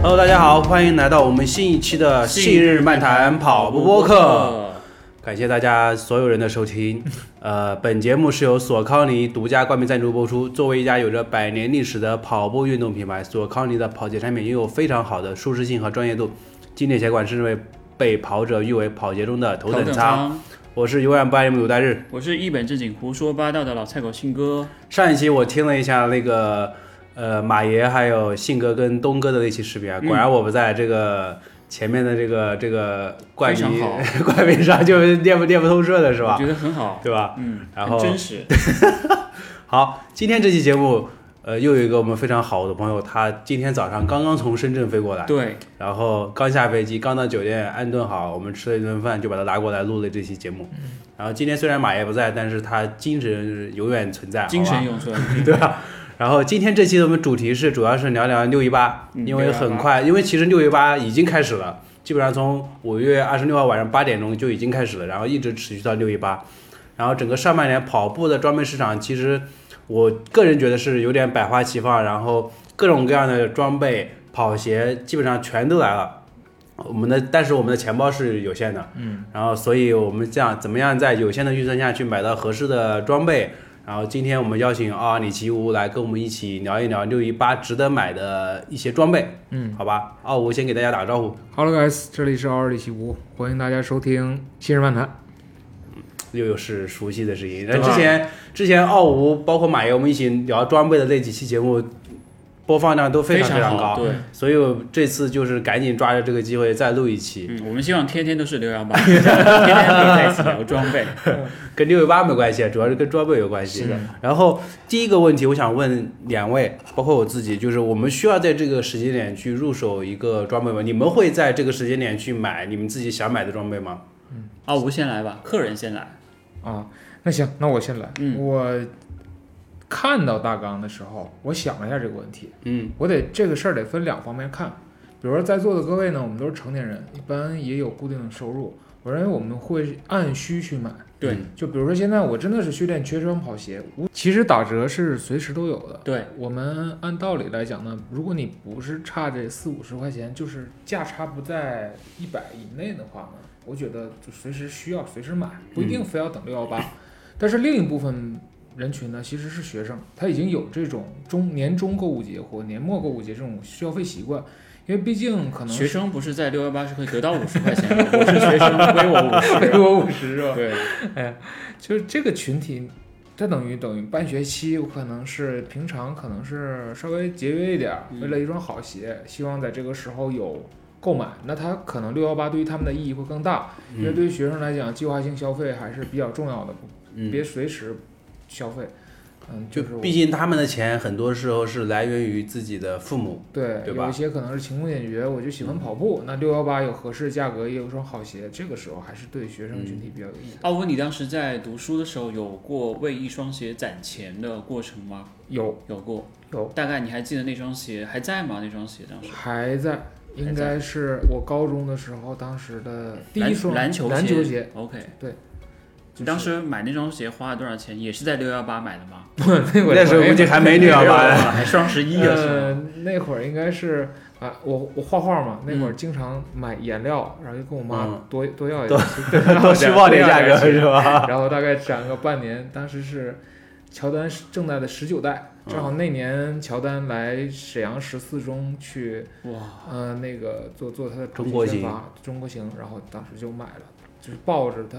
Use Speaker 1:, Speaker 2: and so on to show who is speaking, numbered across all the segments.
Speaker 1: Hello，大家好，欢迎来到我们新一期的《信呃日漫谈跑步播客》，感谢大家所有人的收 听。呃，本节目是由索康尼独家冠名赞助播出。作为一家有着百年历史的跑步运动品牌，索康尼的跑鞋产品拥有非常好的舒适性和专业度，经典鞋款甚至被被跑者誉为跑鞋中的头
Speaker 2: 头
Speaker 1: 等
Speaker 2: 等
Speaker 1: 舱。
Speaker 2: 舱。
Speaker 1: 我是永远不爱你们鲁大日。
Speaker 2: 我是一本正经胡说八道的老菜狗信哥，
Speaker 1: 上一期我听了一下那个呃马爷还有信哥跟东哥的那期视频啊，
Speaker 2: 嗯
Speaker 1: 果然我不在这个前面的这个这个冠
Speaker 2: 非常
Speaker 1: 名
Speaker 2: 好
Speaker 1: 冠名上就念不念不透彻了是
Speaker 2: 我
Speaker 1: 吧？
Speaker 2: 觉得很好，
Speaker 1: 对吧？
Speaker 2: 嗯，
Speaker 1: 然
Speaker 2: 很
Speaker 1: 后
Speaker 2: 真实，
Speaker 1: 好，今天这期节目呃又有一个我们非常好的朋友，他今天早上刚刚从深圳飞过来，
Speaker 2: 对，
Speaker 1: 然后刚下飞机，刚到酒店安顿好，我们吃了一顿饭，就把他拉过来录了这期节目。然后今天虽然马爷不在，但是他精神是永远存在，好吧
Speaker 2: 精神永存，
Speaker 1: 对吧？然后今天这期我们主题是主要是聊聊六一八，
Speaker 2: 嗯
Speaker 1: 因为很快，因为其实六一八已经开始了，基本上从五月二十六号晚上八点钟就已经开始了，然后一直持续到六一八。然后整个上半年跑步的装备市场，其实我个人觉得是有点百花齐放，然后各种各样的装备、跑鞋基本上全都来了。我们的但是我们的钱包是有限的，嗯，然后所以我们这样怎么样在有限的预算下去买到合适的装备，然后今天我们邀请阿里吉吾来跟我们一起聊一聊六一八值得买的一些装备，
Speaker 3: 嗯
Speaker 1: 好吧？奥吴先给大家打个招呼，
Speaker 3: ，Hello guys，这里是奥尔里奇屋，欢迎大家收听《新日漫谈》。
Speaker 1: 又有是熟悉的声音。那
Speaker 2: 对吧
Speaker 1: 之前之前奥吴包括马爷我们一起聊装备的那几期节目，播放量都非常
Speaker 2: 常
Speaker 1: 非常
Speaker 2: 好，
Speaker 1: 高，
Speaker 2: 对，
Speaker 1: 所以我这次就是赶紧抓着这个机会再录一期，
Speaker 2: 嗯，我们希望天天都是 六幺八，天天都在一起聊装备，
Speaker 1: 跟六一八没关系，主要是跟装备有关系。
Speaker 2: 是的，
Speaker 1: 然后第一个问题，我想问两位，包括我自己，就是我们需要在这个时间点去入手一个装备吗？你们会在这个时间点去买你们自己想买的装备吗？
Speaker 2: 啊，吴先来吧，客人先来，
Speaker 3: 啊，那行，那我先来。
Speaker 2: 嗯
Speaker 3: 我看到大纲的时候，我想了一下这个问题，
Speaker 1: 嗯
Speaker 3: 我得这个事儿得分两方面看。比如说在座的各位呢，我们都是成年人，一般也有固定的收入，我认为我们会按需去买。
Speaker 2: 对
Speaker 1: 嗯
Speaker 3: 就比如说现在我真的是训练缺双跑鞋，我其实打折是随时都有的。
Speaker 2: 对，
Speaker 3: 我们按道理来讲呢，如果你不是差这四五十块钱，就是价差不在一百以内的话呢，我觉得就随时需要随时买，不一定非要等六幺
Speaker 2: 嗯
Speaker 3: 八。但是另一部分人群呢，其实是学生，他已经有这种中年中购物节或年末购物节这种消费习惯，因为毕竟可能
Speaker 2: 学生不是在六幺八是可以得到五十块钱的，我是学生，归我五 十，
Speaker 3: 我五十是吧？哎
Speaker 2: 对，
Speaker 3: 就是这个群体，它等于等于半学期，有可能是平常可能是稍微节约一点儿，
Speaker 2: 嗯
Speaker 3: 为了一双好鞋，希望在这个时候有购买。那它可能六幺八对于他们的意义会更大，因为
Speaker 1: 嗯
Speaker 3: 对于学生来讲，计划性消费还是比较重要的，
Speaker 1: 嗯，
Speaker 3: 别随时消费。嗯，
Speaker 1: 就是
Speaker 3: 我
Speaker 1: 毕竟他们的钱很多时候是来源于自己的父母。
Speaker 3: 对，
Speaker 1: 对吧
Speaker 3: 有一些可能是勤工俭学，我就喜欢跑步。那六幺八有合适的价格，也有一双好鞋，这个时候还是对学生
Speaker 1: 嗯
Speaker 3: 群体比较有意义的。
Speaker 2: 奥哦吴，你当时在读书的时候有过为一双鞋攒钱的过程吗？
Speaker 3: 有
Speaker 2: 有过，
Speaker 3: 有，
Speaker 2: 大概你还记得那双鞋还在吗？那双鞋当时
Speaker 3: 还在，应该是我高中的时候，当时的第一
Speaker 2: 篮
Speaker 3: 双
Speaker 2: 篮球鞋
Speaker 3: 篮球鞋，
Speaker 2: OK，
Speaker 3: 就是
Speaker 2: 你当时买那双鞋花了多少钱？也是在六幺八买的吗？
Speaker 1: 那时候估计还没六幺
Speaker 2: 618
Speaker 1: 八。
Speaker 2: 还双十一啊！是
Speaker 3: 呃，那会儿应该是啊，我我画画嘛，那会儿经常买颜料，然后就跟我妈
Speaker 1: 嗯
Speaker 3: 多多要一点，
Speaker 1: 都虚报点价格
Speaker 2: 呃
Speaker 1: 是吧？
Speaker 3: 然后大概攒个半年，当时是乔丹正在的十九代，正
Speaker 1: 嗯
Speaker 3: 好那年乔丹来沈阳十四中去，
Speaker 2: 吧哇，
Speaker 3: 呃，那个做做他的
Speaker 1: 中国行
Speaker 3: 宣发，中国行，然后当时就买了，就是抱着他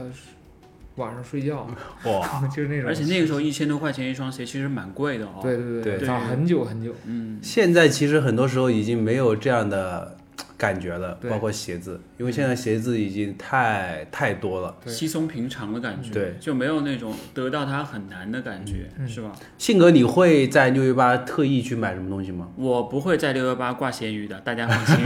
Speaker 3: 晚上 睡觉，
Speaker 1: 哇，
Speaker 3: 就是那种，
Speaker 2: 而且那个时候一千多块钱一双鞋，其实蛮贵的哦。
Speaker 3: 对对
Speaker 1: 对
Speaker 3: 打很久很久，
Speaker 2: 嗯，
Speaker 1: 现在其实很多时候已经没有这样的感觉了，
Speaker 3: 对
Speaker 1: 包括鞋子，因为现在鞋子已经太太多了。
Speaker 3: 对
Speaker 2: 稀松平常的感觉，
Speaker 1: 对，
Speaker 2: 就没有那种得到它很难的感觉，
Speaker 3: 嗯
Speaker 2: 是吧？
Speaker 1: 性格，你会在六一八特意去买什么东西吗？
Speaker 2: 我不会在六幺八挂咸鱼的，大家放 心。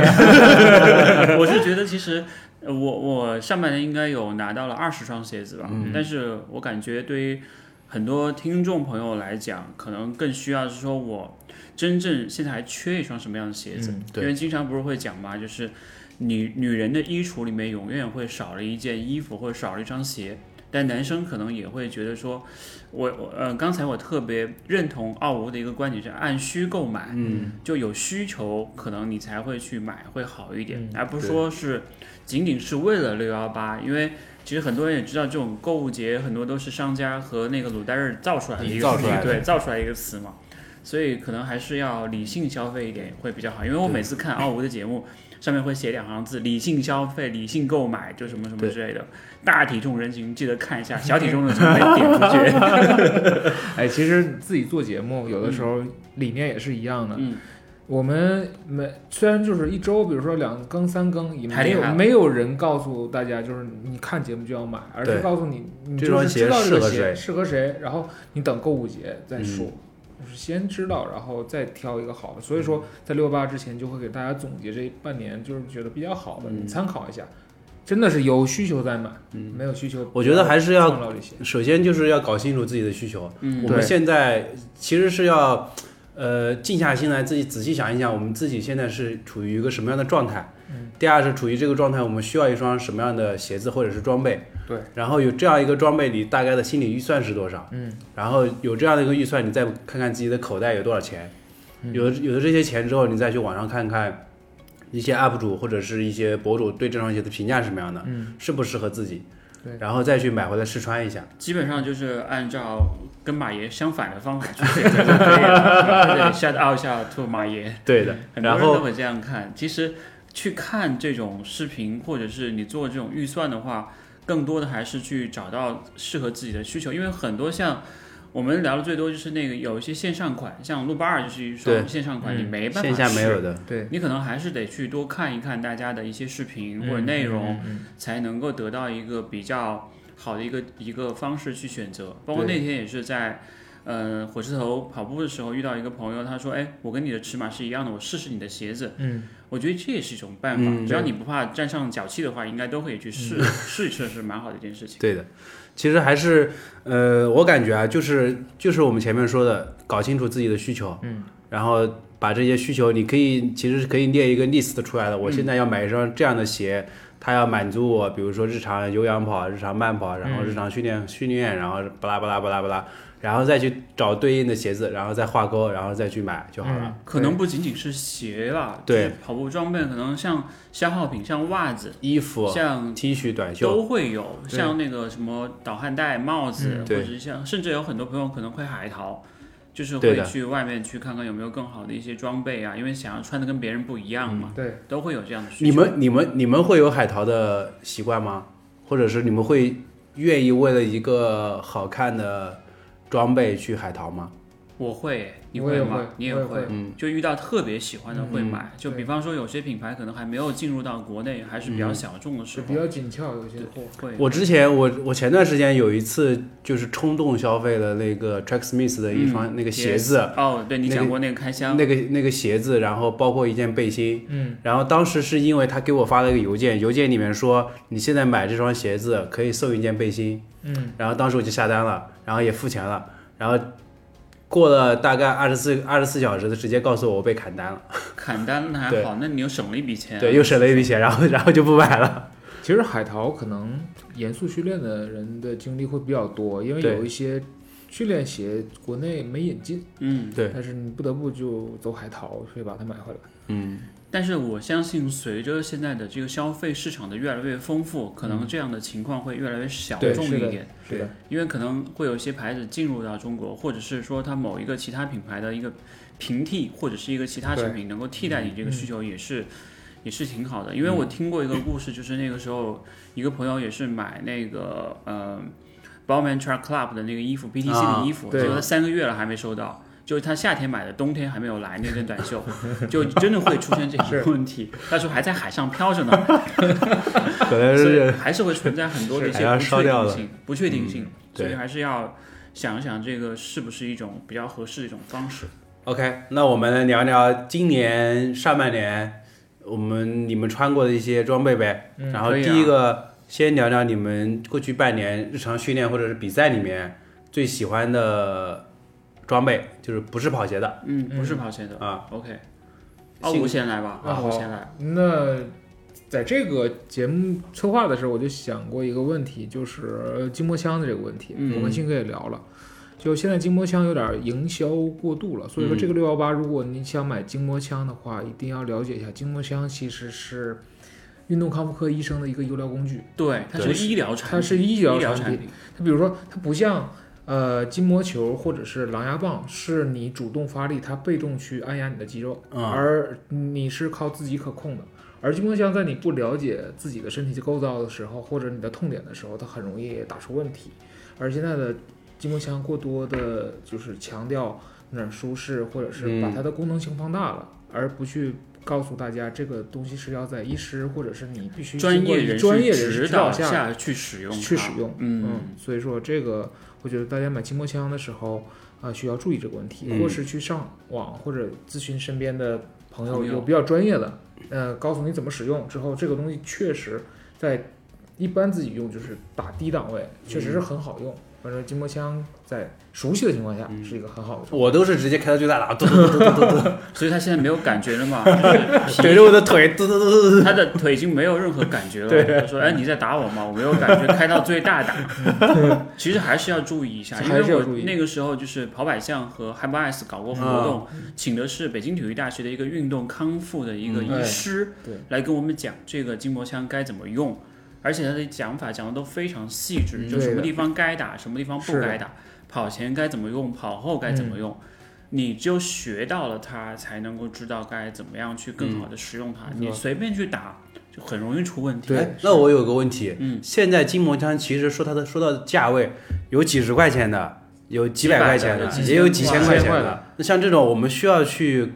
Speaker 2: 我是觉得其实呃我我上半年应该有拿到了二十双鞋子吧，
Speaker 1: 嗯
Speaker 2: 但是我感觉对于很多听众朋友来讲，可能更需要是说我真正现在还缺一双什么样的鞋子，
Speaker 3: 嗯
Speaker 1: 对
Speaker 2: 因为经常不是会讲嘛，就是女女人的衣橱里面永远会少了一件衣服或者少了一双鞋。但男生可能也会觉得说，我我呃，刚才我特别认同奥吴的一个观点是按需购买，
Speaker 1: 嗯，
Speaker 2: 就有需求，可能你才会去买，会好一点，
Speaker 3: 嗯
Speaker 2: 而不是说是仅仅是为了六幺八，因为其实很多人也知道，这种购物节很多都是商家和那个卤蛋日造出来的一个
Speaker 1: 造
Speaker 2: 词
Speaker 1: 出来的
Speaker 2: 对，造出来一个词嘛，所以可能还是要理性消费一点会比较好，因为我
Speaker 1: 对
Speaker 2: 每次看奥吴的节目。上面会写两行字：理性消费、理性购买，就什么什么
Speaker 1: 对
Speaker 2: 之类的。大体重人群记得看一下，小体重人群没点出去。
Speaker 3: 哎，其实自己做节目，有的时候
Speaker 1: 嗯
Speaker 3: 理念也是一样的。
Speaker 2: 嗯，
Speaker 3: 我们每虽然就是一周，比如说两更三更，也
Speaker 2: 太
Speaker 3: 没
Speaker 2: 厉害
Speaker 3: 有
Speaker 2: 了
Speaker 3: 没有人告诉大家，就是你看节目就要买，而是
Speaker 1: 对
Speaker 3: 告诉你，你
Speaker 1: 这
Speaker 3: 就
Speaker 1: 双
Speaker 3: 是
Speaker 1: 鞋
Speaker 3: 知道这
Speaker 1: 适合
Speaker 3: 个
Speaker 1: 谁
Speaker 3: 鞋适合谁，然后你等购物节再
Speaker 1: 嗯
Speaker 3: 说，就是先知道，然后再挑一个好的。所以
Speaker 1: 嗯
Speaker 3: 说，在六八之前就会给大家总结这半年，就是觉得比较好的，
Speaker 1: 嗯
Speaker 3: 你参考一下。真的是有需求再买，
Speaker 1: 嗯
Speaker 3: 没有需求，
Speaker 1: 我觉得还是要
Speaker 3: 创造这些。
Speaker 1: 首先就是要搞清楚自己的需求。
Speaker 2: 嗯
Speaker 1: 我们
Speaker 3: 对
Speaker 1: 现在其实是要，呃，静下心来，自己仔细想一想，我们自己现在是处于一个什么样的状态。
Speaker 3: 嗯
Speaker 1: 第二是处于这个状态，我们需要一双什么样的鞋子或者是装备。
Speaker 3: 对。
Speaker 1: 然后有这样一个装备，你大概的心理预算是多少？
Speaker 3: 嗯，
Speaker 1: 然后有这样的一个预算，你再看看自己的口袋有多少钱。
Speaker 3: 嗯
Speaker 1: 有了有了这些钱之后，你再去网上看看一些 UP 主或者是一些博主对这双鞋的评价是什么样的，
Speaker 3: 嗯，
Speaker 1: 适不适合自己
Speaker 3: 对，
Speaker 1: 然后再去买回来试穿一下。
Speaker 2: 基本上就是按照跟马爷相反的方法去选择就可以了。对，shout out 一下 to 马爷，
Speaker 1: 对的，
Speaker 2: 很多
Speaker 1: 然
Speaker 2: 人都
Speaker 1: 后
Speaker 2: 会这样看。其实去看这种视频，或者是你做这种预算的话，更多的还是去找到适合自己的需求，因为很多像。我们聊的最多就是那个有一些线上款，像路八二就是一
Speaker 1: 对
Speaker 2: 双线上款，
Speaker 3: 嗯
Speaker 2: 你没办法
Speaker 1: 线下没有
Speaker 2: 试，
Speaker 1: 的，
Speaker 3: 对，
Speaker 2: 你可能还是得去多看一看大家的一些视频或者内容，
Speaker 3: 嗯，嗯
Speaker 2: 才能够得到一个比较好的一个一个方式去选择。包括
Speaker 1: 对
Speaker 2: 那天也是在，呃，火车头跑步的时候遇到一个朋友，他说：“哎，我跟你的尺码是一样的，我试试你的鞋子。
Speaker 3: 嗯，”
Speaker 2: 我觉得这也是一种办法，
Speaker 1: 嗯
Speaker 2: 只要你不怕沾上脚气的话，应该都可以去试、试一试，是蛮好的一件事情。
Speaker 1: 对的。其实还是，呃，我感觉啊，就是就是我们前面说的，搞清楚自己的需求，
Speaker 3: 嗯，
Speaker 1: 然后把这些需求，你可以其实是可以列一个 list 出来的。我现在要买一双这样的鞋，它要满足我，比如说日常有氧跑、啊日常慢跑，然后
Speaker 2: 嗯
Speaker 1: 日常训练、训练，然后巴拉巴拉巴拉巴拉，然后再去找对应的鞋子，然后再画勾，然后再去买就好了。
Speaker 3: 嗯
Speaker 2: 可能不仅仅是鞋吧，
Speaker 1: 对，
Speaker 2: 跑步装备可能像消耗品，像袜子，
Speaker 1: 衣服、啊
Speaker 2: 像
Speaker 1: T 恤、短袖，
Speaker 2: 都会有，
Speaker 3: 对
Speaker 2: 像那个什么导汗带、帽子，
Speaker 3: 嗯
Speaker 2: 或
Speaker 1: 对
Speaker 2: 者是像，甚至有很多朋友可能会海淘，就是
Speaker 1: 对
Speaker 2: 会
Speaker 1: 的
Speaker 2: 去外面去看看有没有更好的一些装备啊，因为想要穿的跟别人不一样嘛，
Speaker 3: 对，
Speaker 2: 都会有这样的需求。
Speaker 1: 嗯你们你们你们会有海淘的习惯吗？或者是你们会愿意为了一个好看的装备去海淘吗？
Speaker 2: 我会，你
Speaker 3: 我也
Speaker 2: 吗？
Speaker 3: 会
Speaker 2: 你也
Speaker 3: 我也会
Speaker 1: 嗯，
Speaker 2: 就遇到特别喜欢的会买，就
Speaker 3: 对
Speaker 2: 比方说有些品牌可能还没有进入到国内，还是比较
Speaker 1: 嗯
Speaker 2: 小众的时
Speaker 3: 是
Speaker 2: 候，
Speaker 3: 比较紧俏，有些
Speaker 2: 对
Speaker 3: 货。
Speaker 2: 会
Speaker 1: 我之前我我前段时间有一次就是冲动消费了那个 Tracksmith 的一双、
Speaker 2: 嗯
Speaker 1: 那个鞋子，
Speaker 2: 哦，对你
Speaker 1: 那个
Speaker 2: 讲过那个开箱，
Speaker 1: 那个那个鞋子，然后包括一件背心，
Speaker 3: 嗯，
Speaker 1: 然后当时是因为他给我发了一个邮件，邮件里面说你现在买这双鞋子可以送一件背心，
Speaker 3: 嗯，
Speaker 1: 然后当时我就下单了，然后也付钱了，然后过了大概二十四二十四小时，他直接告诉我我被砍单了，
Speaker 2: 砍单那还
Speaker 1: 对
Speaker 2: 好，那你又省了一笔钱啊、
Speaker 1: 对，又省了一笔钱，然后然后就不买了，
Speaker 3: 其实海淘可能严肃训练的人的经历会比较多，因为
Speaker 1: 对
Speaker 3: 有一些训练鞋国内没引进，
Speaker 2: 嗯，
Speaker 1: 对，
Speaker 3: 但是你不得不就走海淘去把它买回来。
Speaker 1: 嗯，
Speaker 2: 但是我相信，随着现在的这个消费市场的越来越丰富，可能这样的情况会越来越小
Speaker 3: 对
Speaker 2: 众
Speaker 3: 是的
Speaker 2: 一点，
Speaker 3: 是的，
Speaker 2: 因为可能会有一些牌子进入到中国，或者是说它某一个其他品牌的一个平替，或者是一个其他
Speaker 3: 对嗯
Speaker 2: 产品能够替代你这个需求，也是、也是挺好的。因为我听过一个故事，就是那个时候一个朋友也是买那个呃 Bowman Truck Club 的那个衣服，PTC
Speaker 1: 啊
Speaker 2: 的衣服，
Speaker 3: 对
Speaker 2: 结果他三个月了还没收到。就是他夏天买的，冬天还没有来那件短袖，就真的会出现这种问题。他说还在海上漂 着呢，
Speaker 1: 可能
Speaker 2: 所以
Speaker 1: 是
Speaker 2: 还是会存在很多的一些
Speaker 1: 海上
Speaker 2: 不
Speaker 1: 烧
Speaker 2: 确
Speaker 1: 掉
Speaker 2: 定
Speaker 1: 了
Speaker 2: 性，不确定性，所以
Speaker 1: 对
Speaker 2: 还是要想一想这个是不是一种比较合适的一种方式。
Speaker 1: OK，那我们聊聊今年上半年我们你们穿过的一些装备呗。
Speaker 3: 嗯
Speaker 1: 然后
Speaker 2: 可以啊
Speaker 1: 第一个、先聊聊你们过去半年日常训练或者是比赛里面最喜欢的装备，就是不是跑鞋的
Speaker 2: 嗯，不是跑鞋的
Speaker 1: 啊。
Speaker 2: OK，奥
Speaker 1: 性
Speaker 2: 五先来吧，
Speaker 3: 啊
Speaker 2: 奥
Speaker 3: 好
Speaker 2: 五先来。
Speaker 3: 那在这个节目策划的时候，我就想过一个问题，就是筋膜枪的这个问题，
Speaker 2: 嗯
Speaker 3: 我跟鑫哥也聊了。就现在筋膜枪有点营销过度了，所以说
Speaker 2: 嗯
Speaker 3: 这个六幺八，如果你想买筋膜枪的话，一定要了解一下，筋膜枪其实是运动康复科医生的一个医疗工具。
Speaker 2: 对，它
Speaker 1: 对
Speaker 2: 是医疗产品，
Speaker 3: 它是医疗
Speaker 2: 医疗
Speaker 3: 产
Speaker 2: 产
Speaker 3: 品它比如说，它不像呃筋膜球或者是狼牙棒，是你主动发力，它被动去按压你的肌肉，
Speaker 1: 嗯
Speaker 3: 而你是靠自己可控的。而筋膜枪在你不了解自己的身体构造的时候，或者你的痛点的时候，它很容易打出问题。而现在的筋膜枪过多的就是强调哪儿舒适，或者是把
Speaker 1: 嗯
Speaker 3: 它的功能性放大了，而不去告诉大家这个东西是要在医师或者是你必须
Speaker 2: 专
Speaker 3: 经过
Speaker 2: 业人士
Speaker 3: 专业人
Speaker 2: 指
Speaker 3: 导
Speaker 2: 导
Speaker 3: 下
Speaker 2: 去使用它，
Speaker 3: 去使用
Speaker 2: 嗯
Speaker 3: 嗯，所以说这个，我觉得大家买筋膜枪的时候啊、需要注意这个问题，
Speaker 1: 嗯
Speaker 3: 或是去上网或者咨询身边的朋友，
Speaker 2: 朋友
Speaker 3: 有比较专业的，呃，告诉你怎么使用之后，这个东西确实在一般自己用就是打低档位，确
Speaker 2: 嗯
Speaker 3: 实是很好用。反正筋膜枪在熟悉的情况下
Speaker 2: 嗯
Speaker 3: 是一个很好的。
Speaker 1: 我都是直接开到最大了，嘟嘟嘟嘟嘟 嘟，
Speaker 2: 所以他现在没有感觉了嘛，就是
Speaker 1: 怼着我的腿，嘟嘟嘟嘟嘟。
Speaker 2: 他的腿已经没有任何感觉了。他说：“哎，你在打我吗？我没有感觉，开到最大 打。”其实还是要注意一下，因
Speaker 3: 还是
Speaker 2: 为
Speaker 3: 要
Speaker 2: 我
Speaker 3: 注意
Speaker 2: 那个时候就是跑百项和 Hyper Ice 搞过活动，
Speaker 3: 嗯
Speaker 2: 请的是北京体育大学的一个运动康复的一个
Speaker 1: 嗯
Speaker 2: 医师，
Speaker 3: 哎对
Speaker 2: 来跟我们讲这个筋膜枪该怎么用。而且他的讲法讲的都非常细致，
Speaker 3: 嗯
Speaker 2: 就什么
Speaker 3: 对的
Speaker 2: 地方该打，什么地方不
Speaker 3: 是的嗯
Speaker 2: 该打，跑前该怎么用，跑后该怎么用，你就学到了它，才能够知道该怎么样去更好的使用它。
Speaker 3: 没错
Speaker 2: 你随便去打，就很容易出问题。
Speaker 3: 对
Speaker 1: 哎，那我有个问题，
Speaker 2: 嗯，
Speaker 1: 现在筋膜枪其实说它的说到价位，有几十块钱的，有几百块钱
Speaker 2: 几百的
Speaker 1: 也有几千块钱
Speaker 3: 几千块
Speaker 1: 的。那像这种，我们需要去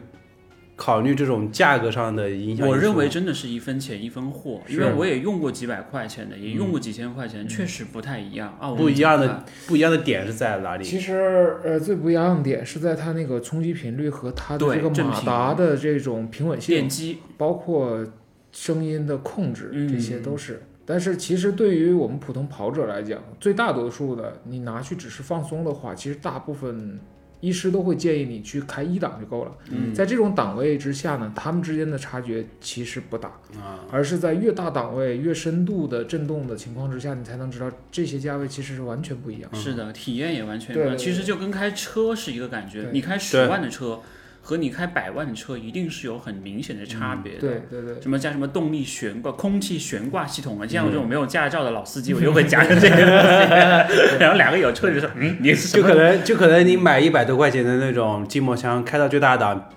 Speaker 1: 考虑这种价格上的影响因素吗。
Speaker 2: 我认为真的是一分钱一分货，因为
Speaker 3: 是
Speaker 2: 我也用过几百块钱的，也用过几千块钱，确实不太一样啊。我
Speaker 1: 不一样
Speaker 2: 明
Speaker 1: 的
Speaker 2: 白，
Speaker 1: 不一样的点是在哪里？
Speaker 3: 其实，呃，最不一样的点是在它那个冲击频率和它的
Speaker 2: 对
Speaker 3: 这个
Speaker 2: 正
Speaker 3: 马
Speaker 2: 频
Speaker 3: 达的这种平稳性，
Speaker 2: 电机，
Speaker 3: 包括声音的控制，
Speaker 2: 嗯
Speaker 3: 这些都是。但是其实对于我们普通跑者来讲，最大多数的你拿去只是放松的话，其实大部分医师都会建议你去开一档就够了。
Speaker 2: 嗯，
Speaker 3: 在这种档位之下呢，他们之间的差距其实不大，
Speaker 1: 啊，
Speaker 3: 而是在越大档位、越深度的震动的情况之下，你才能知道这些价位其实是完全不一样。
Speaker 2: 是的，体验也完全不
Speaker 3: 对
Speaker 2: 一样。
Speaker 3: 对
Speaker 2: 其实就跟开车是一个感觉，
Speaker 3: 对
Speaker 2: 你开十
Speaker 1: 对
Speaker 2: 万的车和你开百万的车一定是有很明显的差别的。
Speaker 3: 对对对，
Speaker 2: 什么加什么动力悬挂、空气悬挂系统啊，像我这种没有驾照的老
Speaker 1: 嗯
Speaker 2: 司机，我就会夹着这个东西，然后两个有车就说，嗯，你是什
Speaker 1: 就
Speaker 2: 么
Speaker 1: 可能就可能你买一百多块钱的那种筋膜枪，开到最大档，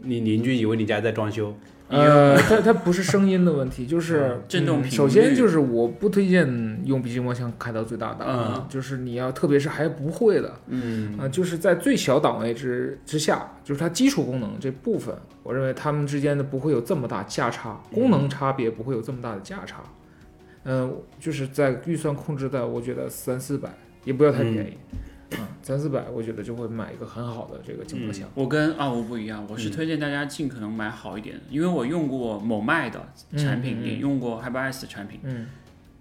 Speaker 1: 你邻居以为你家在装修。
Speaker 3: 呃，它它不是声音的问题，就是
Speaker 2: 震动
Speaker 3: 嗯
Speaker 2: 频
Speaker 3: 首先
Speaker 2: 率
Speaker 3: 就是我不推荐用笔记膜枪开到最大档，
Speaker 2: 嗯
Speaker 3: 就是你要特别是还不会的，
Speaker 1: 嗯
Speaker 3: 啊、就是在最小档位之之下，就是它基础功能这部分，我认为它们之间的不会有这么大价差，功能差别不会有这么大的价差。嗯、就是在预算控制在我觉得三四百，也不要太便宜，
Speaker 2: 嗯
Speaker 3: 啊、三四百我觉得就会买一个很好的这个筋膜枪。
Speaker 2: 我跟阿吴不一样，
Speaker 3: 嗯
Speaker 2: 我是推荐大家尽可能买好一点的，因为我用过某麦的产品，
Speaker 3: 嗯嗯
Speaker 2: 也用过 HyperX 的产品，
Speaker 3: 嗯，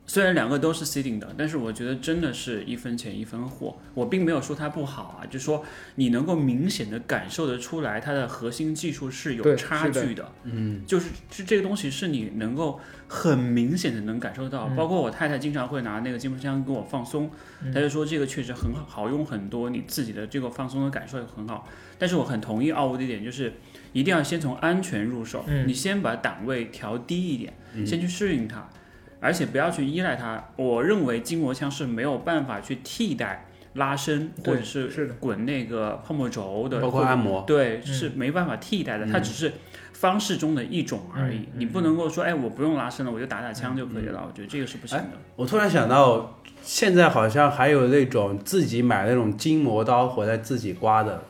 Speaker 2: 虽然两个都是 sitting 的，但是我觉得真的是一分钱一分货。我并没有说它不好啊，就说你能够明显的感受得出来，它的核心技术是有
Speaker 3: 对
Speaker 2: 差距的。
Speaker 1: 嗯，
Speaker 2: 就是这这个东西是你能够很明显的能感受到。
Speaker 3: 嗯
Speaker 2: 包括我太太经常会拿那个筋膜枪给我放松，
Speaker 3: 嗯
Speaker 2: 她就说这个确实很好好用很多，你自己的这个放松的感受也很好。但是我很同意奥乌的一点，就是一定要先从安全入手，
Speaker 3: 嗯
Speaker 2: 你先把档位调低一点，先去适应它，而且不要去依赖它。我认为筋膜枪是没有办法去替代拉伸或
Speaker 3: 对
Speaker 2: 者嗯是
Speaker 3: 是的
Speaker 2: 滚那个泡沫轴的，
Speaker 1: 包括按摩。
Speaker 2: 对，
Speaker 3: 嗯
Speaker 2: 是没办法替代的，它只是方式中的一种而已
Speaker 3: 嗯。嗯
Speaker 2: 你不能够说，哎，我不用拉伸了，我就打打枪就可以了。我觉得这个是不行的。
Speaker 1: 我突然想到，现在好像还有那种自己买那种筋膜刀回来自己刮的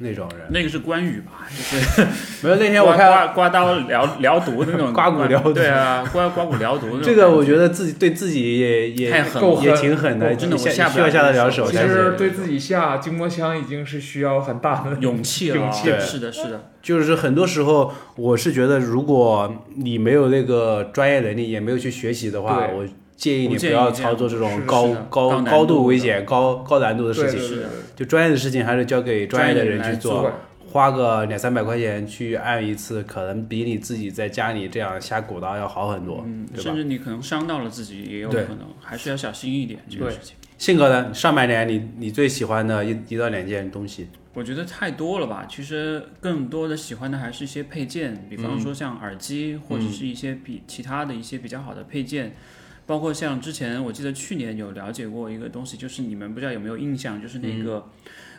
Speaker 1: 那种人。
Speaker 2: 那个是关羽吧，就是
Speaker 1: 没有哎那天我
Speaker 2: 刮
Speaker 1: 看
Speaker 2: 刮刮刀疗疗毒的那种
Speaker 1: 刮骨疗毒
Speaker 2: 对啊，刮刮骨疗毒那种
Speaker 1: 这个，我觉得自己对自己也也
Speaker 2: 太狠
Speaker 3: 了
Speaker 1: 也挺狠的，
Speaker 3: 够狠
Speaker 2: 真的我下
Speaker 1: 下
Speaker 2: 不
Speaker 1: 需要
Speaker 2: 了
Speaker 1: 下得了
Speaker 2: 手
Speaker 1: 手
Speaker 3: 其
Speaker 1: 才
Speaker 3: 实
Speaker 1: 行。
Speaker 3: 对自己下筋膜枪已经是需要很大的
Speaker 2: 勇气了啊，
Speaker 3: 勇
Speaker 1: 气对
Speaker 2: 是的，是的，
Speaker 1: 就是很多时候，我是觉得，如果你没有那个专业能力，也没有去学习的话，
Speaker 3: 对
Speaker 1: 我建议
Speaker 2: 我
Speaker 1: 你不
Speaker 2: 建议
Speaker 1: 要
Speaker 2: 你这样
Speaker 1: 操作这
Speaker 2: 是
Speaker 1: 种
Speaker 2: 的
Speaker 1: 高
Speaker 2: 是的高
Speaker 1: 高
Speaker 2: 难
Speaker 1: 高
Speaker 2: 度
Speaker 1: 度危
Speaker 2: 的
Speaker 1: 险、高高难度的事
Speaker 3: 对
Speaker 1: 情。
Speaker 3: 对
Speaker 2: 是的
Speaker 3: 对
Speaker 1: 就专业的事情还是交给专业的
Speaker 2: 专业
Speaker 1: 人
Speaker 2: 人来
Speaker 1: 去
Speaker 3: 对
Speaker 1: 做，花个两三百块钱去按一次，可能比你自己在家里这样瞎鼓捣要好很多，
Speaker 2: 嗯，
Speaker 1: 对吧
Speaker 2: 甚？至你可能伤到了自己也有
Speaker 1: 对
Speaker 2: 可能，还是要小心一点这个
Speaker 3: 对
Speaker 2: 事情。
Speaker 1: 性格呢？上半年你你最喜欢的一一到两件东西，
Speaker 2: 我觉得太多了吧，其实更多的喜欢的还是一些配件，比方
Speaker 1: 嗯
Speaker 2: 说像耳机、或者是一些比其他的一些比较好的配件，包括像之前我记得去年有了解过一个东西，就是你们不知道有没有印象，就是那个，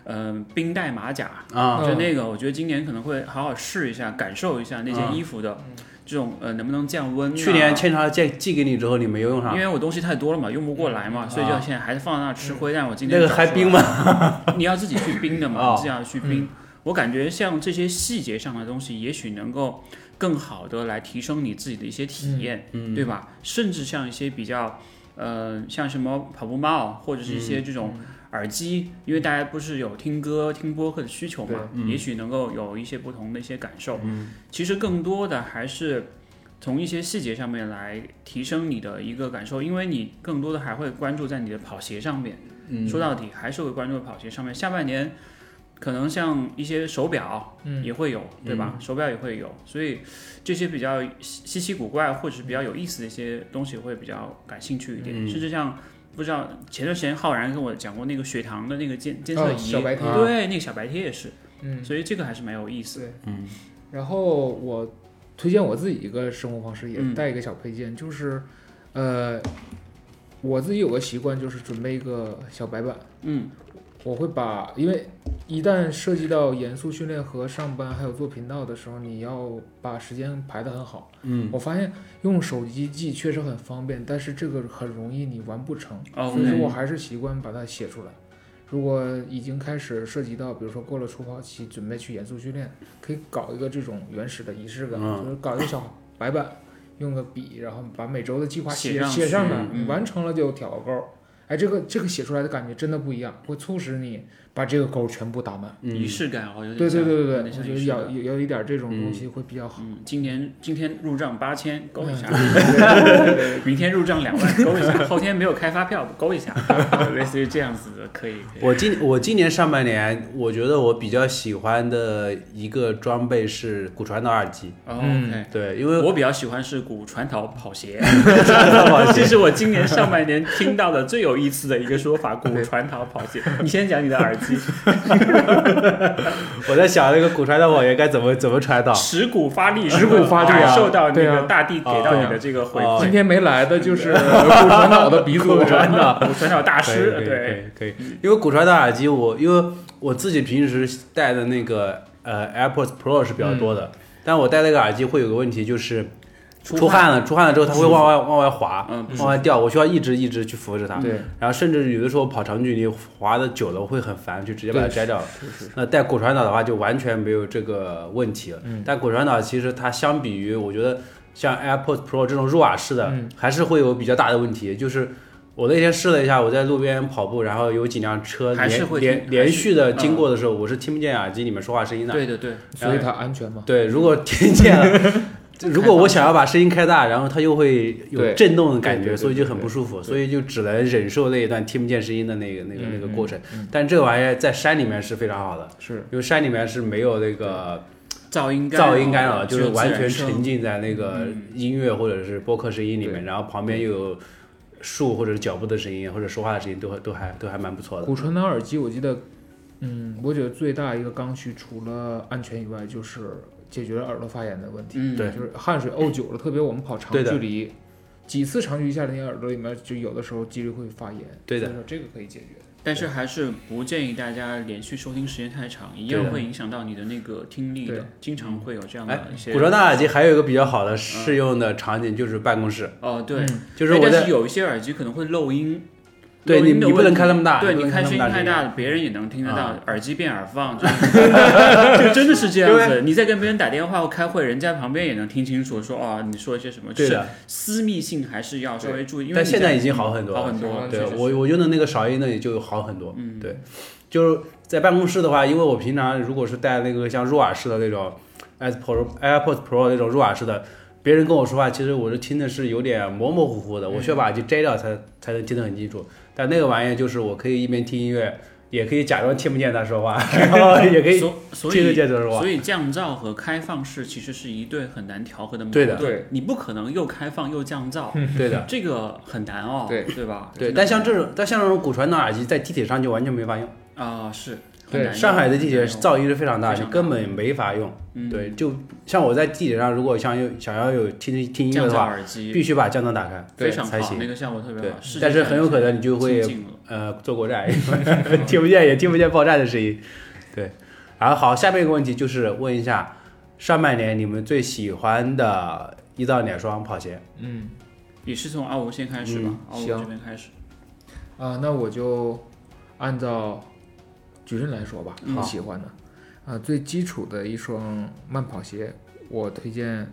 Speaker 2: 呃，冰袋马甲
Speaker 1: 嗯啊
Speaker 2: 就那个，我觉得今年可能会好好试一下，感受一下那件衣服的这种呃能不能降温啊、
Speaker 1: 啊嗯去年欠条寄寄给你之后，你没有用上嗯啊
Speaker 2: 因，为我东西太多了嘛，用不过来嘛，所以就现在还是放在那吃灰。但我今
Speaker 1: 那
Speaker 2: 天
Speaker 1: 个还冰
Speaker 2: 吗？
Speaker 1: 吗？
Speaker 2: 你要自己去冰 的
Speaker 1: 哦
Speaker 2: 嘛，你自己要去冰。我感觉像这些细节上的东西，也许能够更好的来提升你自己的一些体验，
Speaker 1: 嗯
Speaker 2: 对吧？甚至像一些比较，呃，像什么跑步帽，或者是一些这
Speaker 1: 嗯
Speaker 2: 种耳机，因为大家不是有听歌、听播客的需求嘛，
Speaker 1: 嗯
Speaker 2: 也许能够有一些不同的一些感受。其实更多的还是。从一些细节上面来提升你的一个感受，因为你更多的还会关注在你的跑鞋上面。
Speaker 3: 嗯
Speaker 2: 说到底还是会关注跑鞋上面。下半年可能像一些手表
Speaker 3: 嗯
Speaker 2: 也会有，对吧？手表也会有，所以这些比较稀稀奇古怪或者是比较有意思的一些东西会比较感兴趣一点，
Speaker 3: 嗯
Speaker 2: 甚至像。不知道前段时间浩然跟我讲过那个血糖的那个监监测
Speaker 3: 哦
Speaker 2: 仪，
Speaker 3: 小白贴
Speaker 2: 对，那个小白贴也是，
Speaker 3: 嗯，
Speaker 2: 所以这个还是蛮有意思的。
Speaker 3: 对，嗯。然后我推荐我自己一个生活方式，也
Speaker 2: 嗯
Speaker 3: 带一个小配件，就是，呃，我自己有个习惯，就是准备一个小白板。
Speaker 2: 嗯
Speaker 3: 我会把，因为一旦涉及到严肃训练和上班还有做频道的时候，你要把时间排得很好。
Speaker 1: 嗯，
Speaker 3: 我发现用手机记确实很方便，但是这个很容易你完不成，
Speaker 2: 哦
Speaker 3: 所以说
Speaker 2: 对
Speaker 3: 我还是习惯把它写出来。如果已经开始涉及到，比如说过了初跑期，准备去严肃训练，可以搞一个这种原始的仪式感，
Speaker 1: 嗯
Speaker 3: 就是搞一个小白板，用个笔，然后把每周的计划
Speaker 2: 写
Speaker 3: 写
Speaker 2: 上
Speaker 3: 写上
Speaker 2: 去
Speaker 3: 来，
Speaker 2: 嗯
Speaker 3: 完成了就挑个勾儿。哎，这个这个写出来的感觉真的不一样，会促使你把这个勾儿全部打满。
Speaker 1: 嗯
Speaker 2: 仪式感哦，有点
Speaker 3: 对对
Speaker 2: 像
Speaker 3: 对
Speaker 2: 有
Speaker 3: 对对，
Speaker 2: 点
Speaker 3: 我
Speaker 2: 像
Speaker 3: 觉
Speaker 2: 仪
Speaker 3: 得
Speaker 2: 式
Speaker 3: 要
Speaker 2: 感。
Speaker 3: 有有一点这种东西会比较好。
Speaker 2: 嗯，今年今天入账八千，勾一下。
Speaker 3: 对
Speaker 2: 明天入账两万，勾一下；后天没有开发票，勾一下。类似于这样子的，可以。可以
Speaker 1: 我今我今年上半年，我觉得我比较喜欢的一个装备是骨传导耳机，
Speaker 2: 哦
Speaker 3: 嗯
Speaker 2: OK，
Speaker 1: 对，因为
Speaker 2: 我比较喜欢是骨传导跑鞋，
Speaker 1: 我
Speaker 2: 这是我今年上半年听到的最有意思的一个说法——骨传导跑鞋。你先讲你的耳机，
Speaker 1: 我在想那个骨传导网页该怎么怎么传导。
Speaker 2: 耻骨发力，
Speaker 3: 耻骨发力啊
Speaker 2: 感受到那
Speaker 3: 对
Speaker 2: 个
Speaker 3: 啊
Speaker 2: 大地给到你的这个回
Speaker 1: 哦
Speaker 3: 今
Speaker 2: 馈。
Speaker 3: 天没来的就是骨传导哦的鼻 祖，
Speaker 1: 骨传导
Speaker 2: 骨传导大
Speaker 1: 可以
Speaker 2: 师，
Speaker 1: 可以
Speaker 2: 对，
Speaker 1: 可以，可以因为骨传导耳机我，因为我自己平时戴的那个呃 AirPods Pro 是比较多的，但我戴那个耳机会有个问题，就是出
Speaker 2: 嗯汗，
Speaker 1: 汗了，出汗了之后它会往外往外滑，
Speaker 2: 嗯不舒服
Speaker 1: 往外掉，我需要一直一直去扶着它，
Speaker 3: 对，
Speaker 1: 然后甚至有的时候跑长距离滑的久了会很烦，就直接把它摘掉了。那带骨传导的话，就完全没有这个问题了。
Speaker 2: 嗯
Speaker 1: 但骨传导其实它相比于我觉得像 AirPods Pro 这种入耳式的，
Speaker 3: 嗯
Speaker 1: 还是会有比较大的问题。就是我那天试了一下，我在路边跑步，然后有几辆车
Speaker 2: 还是
Speaker 1: 连
Speaker 2: 会
Speaker 1: 连
Speaker 2: 听
Speaker 1: 连
Speaker 2: 还是
Speaker 1: 续的
Speaker 2: 嗯
Speaker 1: 经过的时候，我是听不见耳机里面说话声音的。
Speaker 2: 对对对，
Speaker 3: 所以
Speaker 2: 嗯
Speaker 3: 它安全嘛。
Speaker 1: 对，如果听见 了，如果我想要把声音开大，然后它又会有
Speaker 3: 对
Speaker 1: 震动的感
Speaker 3: 对对
Speaker 1: 觉，
Speaker 3: 对
Speaker 1: 所以就很不舒服，
Speaker 3: 对
Speaker 1: 所以就只能忍受那一段听不见声音的那个那个那个过程
Speaker 3: 嗯嗯。
Speaker 1: 但这个玩意儿在山里面是非常好的，
Speaker 3: 是，
Speaker 1: 因为山里面是没有那个
Speaker 2: 噪音干扰
Speaker 1: 噪音干扰，啊就是完全
Speaker 2: 哦自然声嗯
Speaker 1: 沉浸在那个音乐或者是播客声音里面，然后旁边又有树或者是脚步的声音或者说话的声音，都都还都还蛮不错的。
Speaker 3: 骨传导耳机，我记得，嗯，我觉得最大一个刚需除了安全以外，就是解决了耳朵发炎的问题。
Speaker 2: 嗯，
Speaker 1: 对
Speaker 3: 就是汗水沤久了，特别我们跑长
Speaker 1: 对的
Speaker 3: 距离，几次长距离下来，你耳朵里面就有的时候几率会发炎。
Speaker 1: 对的
Speaker 3: 所以说这个可以解决。
Speaker 2: 但是还是不建议大家连续收听时间太长，一样会影响到你的那个听力
Speaker 3: 对
Speaker 2: 的，经常会有这样
Speaker 1: 哎
Speaker 2: 的一些。嗯
Speaker 1: 骨传导耳机还有一个比较好的适用的场景就是办公室，
Speaker 2: 哦，对，
Speaker 3: 嗯
Speaker 1: 就是
Speaker 2: 哎
Speaker 1: 我
Speaker 2: 但
Speaker 1: 在
Speaker 2: 是有一些耳机可能会漏音，
Speaker 1: 对
Speaker 2: 漏
Speaker 1: 你
Speaker 2: 音的
Speaker 1: 你不
Speaker 2: 问
Speaker 1: 能
Speaker 2: 题
Speaker 1: 开那么大
Speaker 2: 对
Speaker 1: 你不能
Speaker 2: 你开
Speaker 1: 开
Speaker 2: 声音
Speaker 1: 那么大
Speaker 2: 太
Speaker 1: 声音
Speaker 2: 大了，别人也能听得到
Speaker 1: 啊，
Speaker 2: 耳机变耳 放，就就真的是这样子。你在跟别人打电话或开会，人家旁边也能听清楚，说哦，你说一些什么，就
Speaker 1: 对
Speaker 2: 是
Speaker 1: 的，
Speaker 2: 私密性还是要稍微注意，因为
Speaker 1: 但
Speaker 2: 你
Speaker 1: 现在已经好很多
Speaker 2: 好
Speaker 1: 了。
Speaker 2: 很多了，
Speaker 1: 对
Speaker 2: 啊确实嗯
Speaker 1: 我我用的那个韶音的也就好很多。对，就是在办公室的话，因为我平常如果是戴那个像入耳式的那种 AirPods Pro- AirPods Pro 那种入耳式的，别人跟我说话，其实我是听的是有点模模
Speaker 2: 嗯
Speaker 1: 糊糊的，我需要把耳机摘掉才才能听得很清楚。但那个玩意儿就是我可以一边听音乐，也可以假装听不见他说话， 然 后 也可以
Speaker 2: 所所
Speaker 1: 听得
Speaker 2: 以
Speaker 1: 见他说 话
Speaker 2: 所。以降噪和开放式其实是一对很难调和的矛
Speaker 1: 对
Speaker 2: 盾。
Speaker 1: 的
Speaker 3: 对
Speaker 2: 你不可能又开放又降噪，
Speaker 1: 对的，
Speaker 2: 这个很难哦，
Speaker 3: 对
Speaker 2: 对吧？
Speaker 1: 对。
Speaker 2: 真的
Speaker 1: 但像这种，但像这种骨传导耳机，在地铁上就完全没法用。
Speaker 2: 啊、是很
Speaker 3: 对
Speaker 2: 难用
Speaker 1: 上海的地铁
Speaker 2: 很难用
Speaker 1: 噪音是非常大，
Speaker 2: 非
Speaker 1: 你
Speaker 2: 常大
Speaker 1: 根本没法用。
Speaker 2: 嗯
Speaker 1: 对，就像我在地铁上，如果想有想要有听听音乐
Speaker 2: 降
Speaker 1: 的
Speaker 2: 噪
Speaker 1: 话，
Speaker 2: 耳机
Speaker 1: 必须把降噪打开。
Speaker 2: 非常
Speaker 1: 才
Speaker 2: 好，嗯
Speaker 1: 行
Speaker 2: 那个效果特别
Speaker 1: 对
Speaker 2: 好，世，界
Speaker 1: 但是很有可能你就会呃坐过站， 听不见也听不见爆炸的声音。对，然后好，下面一个问题就是问一下，上半年你们最喜欢的一到两双跑鞋？
Speaker 3: 嗯
Speaker 2: 也是从二五线开始吧，二五
Speaker 3: 行
Speaker 2: 这边开始，
Speaker 3: 啊、那我就按照矩阵来说吧，
Speaker 2: 嗯
Speaker 3: 我喜欢的啊、最基础的一双慢跑鞋，我推荐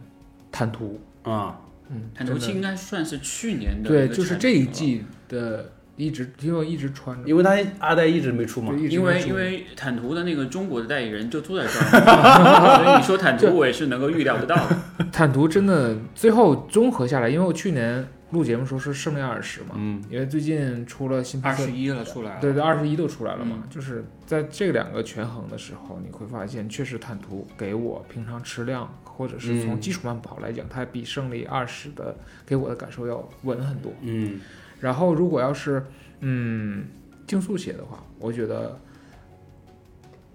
Speaker 3: 坦途。
Speaker 1: 啊、
Speaker 3: 嗯，
Speaker 2: 坦途
Speaker 3: 真的
Speaker 2: 器应该算是去年的
Speaker 3: 对，
Speaker 2: 个
Speaker 3: 就是
Speaker 2: 产
Speaker 3: 这一
Speaker 2: 品了
Speaker 3: 季的一直，因为我一直穿着，
Speaker 1: 因为它阿呆一直没出嘛
Speaker 3: 就。一直
Speaker 2: 因为
Speaker 3: 没
Speaker 2: 因
Speaker 3: 注意
Speaker 2: 为坦途的那个中国的代理人就坐在这儿，所以你说坦途我也是能够预料得到 的。
Speaker 3: 坦途真的最后综合下来，因为我去年录节目时候是圣量耳石嘛，
Speaker 1: 嗯，
Speaker 3: 因为最近出了新
Speaker 2: 二
Speaker 3: 帕
Speaker 2: 十
Speaker 3: 克，
Speaker 2: 一嗯了出来了，
Speaker 3: 对对，二十一都出来了嘛，就是在这两个权衡的时候，你会发现确实坦途给我平常吃量或者是从
Speaker 1: 嗯
Speaker 3: 基础慢跑来讲，它比胜利二十的给我的感受要稳很多。
Speaker 1: 嗯，
Speaker 3: 然后如果要是嗯竞速鞋的话，我觉得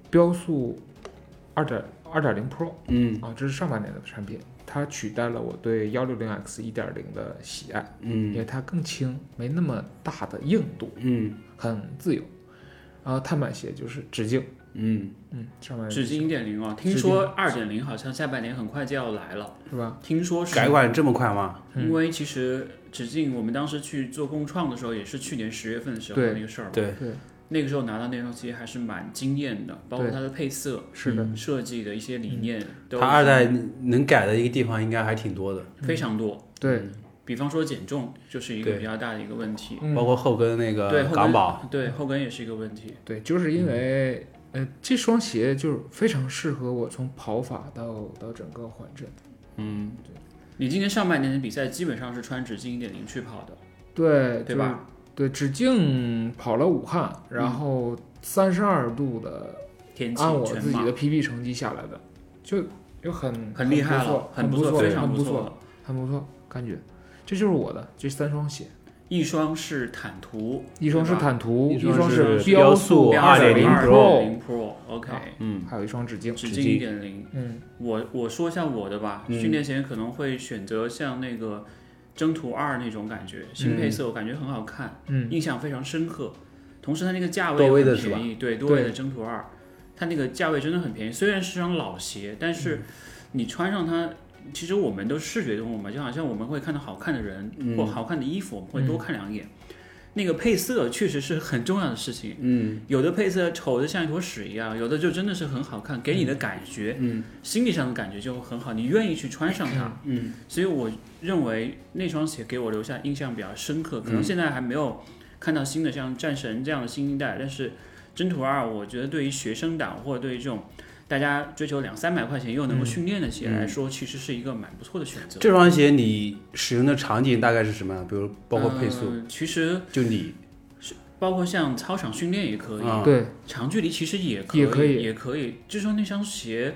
Speaker 3: 标速二点二点零 Pro
Speaker 1: 嗯，
Speaker 3: 啊，这是上半年的产品，它取代了我对幺六零 X 一点零的喜爱，因
Speaker 1: 嗯，
Speaker 3: 为它更轻，没那么大的硬度，
Speaker 1: 嗯，
Speaker 3: 很自由。然后碳板鞋就是直径，
Speaker 1: 嗯，
Speaker 3: 嗯，上半
Speaker 2: 只
Speaker 3: 年
Speaker 2: 是一点零啊，
Speaker 3: 致敬
Speaker 2: 听说二点零好像下半年很快就要来了，
Speaker 3: 是吧？
Speaker 2: 听说是
Speaker 1: 改，款这么快吗？
Speaker 3: 嗯
Speaker 2: 因为其实直径我们当时去做共创的时候，也是去年十月份的时候
Speaker 3: 对
Speaker 2: 那个事儿嘛，
Speaker 1: 对，
Speaker 3: 对，
Speaker 2: 那个时候拿到那双其实还是蛮惊艳的，包括
Speaker 3: 对
Speaker 2: 它的配色、
Speaker 3: 是的，
Speaker 2: 设计的一些理念，都
Speaker 1: 它二代能改的一个地方应该还挺多的，
Speaker 2: 非常多。
Speaker 3: 对，
Speaker 2: 比方说减重就是一个
Speaker 1: 对
Speaker 2: 比较大的一个问题，
Speaker 3: 嗯
Speaker 1: 包括后跟那个
Speaker 2: 对后
Speaker 1: 港
Speaker 2: 跟
Speaker 1: 宝，
Speaker 2: 对后跟也是一个问题。
Speaker 3: 对，就是因为呃，这双鞋就是非常适合我从跑法到到整个缓震。
Speaker 1: 嗯，
Speaker 2: 你今年上半年的比赛基本上是穿直径一点零去跑的，
Speaker 3: 对，嗯
Speaker 2: 对吧？
Speaker 3: 就是？对，直径跑了武汉，然后三十二度的，
Speaker 2: 田径
Speaker 3: 按啊我
Speaker 2: 全
Speaker 3: 自己
Speaker 2: 马
Speaker 3: 的 PB 成绩下来的，就就很
Speaker 2: 很厉害
Speaker 3: 不
Speaker 2: 了
Speaker 3: 错，
Speaker 2: 很
Speaker 3: 很
Speaker 2: 错，
Speaker 3: 错，
Speaker 2: 非常
Speaker 3: 很不
Speaker 2: 错
Speaker 3: 错，
Speaker 2: 了。
Speaker 3: 很不错，感觉这就是我的这三双鞋，
Speaker 2: 一双是坦途，
Speaker 3: 一双是
Speaker 2: 对吧
Speaker 3: 坦途，
Speaker 1: 一
Speaker 3: 一
Speaker 1: 双
Speaker 3: 双
Speaker 1: 是
Speaker 3: 标
Speaker 1: 标速
Speaker 3: 二点
Speaker 1: 2.0
Speaker 3: Pro，
Speaker 2: 2.0 Pro，OK，
Speaker 3: 啊
Speaker 1: 嗯，
Speaker 3: 还有一双直径，
Speaker 2: 直
Speaker 1: 直
Speaker 2: 径
Speaker 1: 径
Speaker 2: 一点零。
Speaker 3: 嗯，
Speaker 2: 我我说一下我的吧，
Speaker 1: 嗯
Speaker 2: 训练前可能会选择像那个征途二那种感觉，新配色我感觉很好看，
Speaker 3: 嗯
Speaker 2: 印象非常深刻。同时它那个价位
Speaker 1: 多威的
Speaker 2: 也很
Speaker 1: 是吧
Speaker 2: 便宜，对，多威的征途二，它那个价位真的很便宜。虽然是双老鞋，但是你穿上它，其实我们都是视觉动物嘛，就好像我们会看到好看的人、
Speaker 1: 嗯
Speaker 2: 或好看的衣服，我们会多看两眼。那个配色确实是很重要的事情，
Speaker 1: 嗯，
Speaker 2: 有的配色丑的像一坨屎一样，有的就真的是很好看，给你的感觉，
Speaker 1: 嗯，
Speaker 2: 心理上的感觉就很好，你愿意去穿上它，
Speaker 1: 嗯，
Speaker 2: 所以我认为那双鞋给我留下印象比较深刻，
Speaker 1: 嗯
Speaker 2: 可能现在还没有看到新的像战神这样的新一代，但是征途二，我觉得对于学生党或者对于这种大家追求两三百块钱又能够训练的鞋来
Speaker 1: 嗯
Speaker 2: 说，其实是一个蛮不错的选择。
Speaker 1: 这双鞋你使用的场景大概是什么样？比如包括配速，
Speaker 2: 呃其实
Speaker 1: 就你，
Speaker 2: 包括像操场训练也可以，
Speaker 1: 啊
Speaker 3: 对，
Speaker 2: 长距离其实也
Speaker 3: 也
Speaker 2: 可
Speaker 3: 可
Speaker 2: 以，
Speaker 3: 以
Speaker 2: 也可以。就说那双鞋，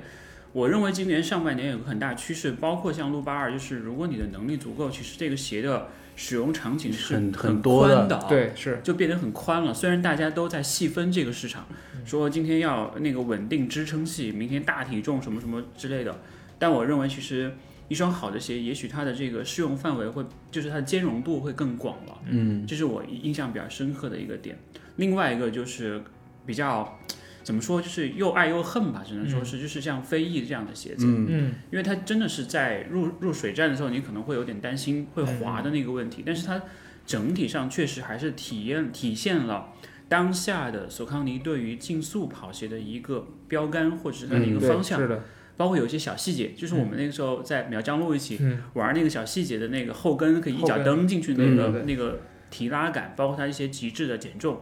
Speaker 2: 我认为今年上半年有个很大趋势，包括像路八二，就是如果你的能力足够，其实这个鞋的使用场景是
Speaker 1: 很
Speaker 2: 很
Speaker 1: 很多的
Speaker 2: 宽的，，啊
Speaker 3: 对，是，
Speaker 2: 就变得很宽了。虽然大家都在细分这个市场，
Speaker 1: 嗯
Speaker 2: 说今天要那个稳定支撑系，明天大体重什么什么之类的，但我认为其实一双好的鞋，也许它的这个适用范围会，就是它的兼容度会更广了。
Speaker 1: 嗯
Speaker 2: 这是我印象比较深刻的一个点。另外一个就是比较怎么说，就是又爱又恨吧，只能说是，就是像飞翼这样的鞋子，
Speaker 1: 嗯
Speaker 3: 嗯，
Speaker 2: 因为它真的是在入入水站的时候，你可能会有点担心会滑的那个问题，但是它整体上确实还是体验体现了。当下的索康尼对于竞速跑鞋的一个标杆，或者是它的一
Speaker 1: 嗯
Speaker 2: 个
Speaker 3: 对
Speaker 2: 方向，
Speaker 3: 是的，
Speaker 2: 包括有一些小细节，就是我们那个时候在苗江路一起
Speaker 3: 嗯，
Speaker 2: 玩那个小细节的那个后跟可以一
Speaker 3: 后
Speaker 2: 脚
Speaker 3: 跟
Speaker 2: 蹬进去那
Speaker 1: 嗯
Speaker 2: 个
Speaker 3: 对
Speaker 2: 那个提拉感，包括它一些极致的减重，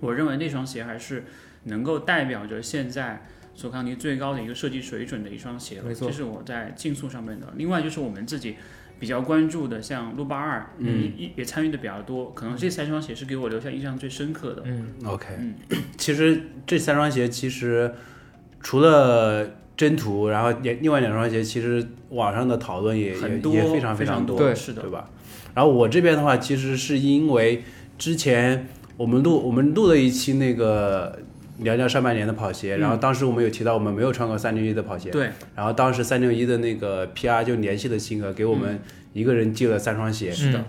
Speaker 2: 我认为那双鞋还是能够代表着现在索康尼最高的一个设计水准的一双鞋了。
Speaker 3: 没错
Speaker 2: 这是我在竞速上面的。另外就是我们自己比较关注的，像路霸二，
Speaker 1: 嗯
Speaker 2: 也也也参与的比较多，可能这三双鞋是给我留下印象最深刻的。
Speaker 3: 嗯，
Speaker 1: OK，
Speaker 2: 嗯
Speaker 1: 其实这三双鞋其实除了真图，然后也另外两双鞋，其实网上的讨论也也
Speaker 2: 很多
Speaker 1: 也非常
Speaker 2: 非
Speaker 1: 常
Speaker 2: 多，
Speaker 3: 对
Speaker 2: 是的，
Speaker 1: 吧？然后我这边的话，其实是因为之前我们录我们录了一期那个聊聊上半年的跑鞋，
Speaker 2: 嗯
Speaker 1: 然后当时我们有提到我们没有穿过三六一的跑鞋，
Speaker 2: 对，
Speaker 1: 然后当时三六一的那个 PR 就联系了星哥，给我们一个人寄了三双鞋，
Speaker 2: 是的，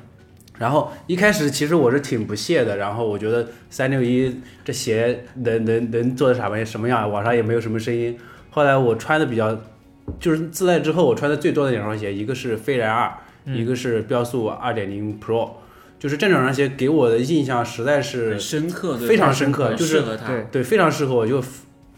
Speaker 1: 然后一开始其实我是挺不屑的，然后我觉得三六一这鞋能能能做的啥玩意什么样啊，网上也没有什么声音。后来我穿的比较，就是自带之后我穿的最多的两双鞋，一个是飞然二、一个是标速二点零 Pro，就是这两双鞋给我的印象实在是
Speaker 2: 很深刻的，
Speaker 1: 非常深刻
Speaker 2: 很
Speaker 1: 就是
Speaker 2: 适合他，
Speaker 3: 对，嗯
Speaker 1: 对，非常适合我就，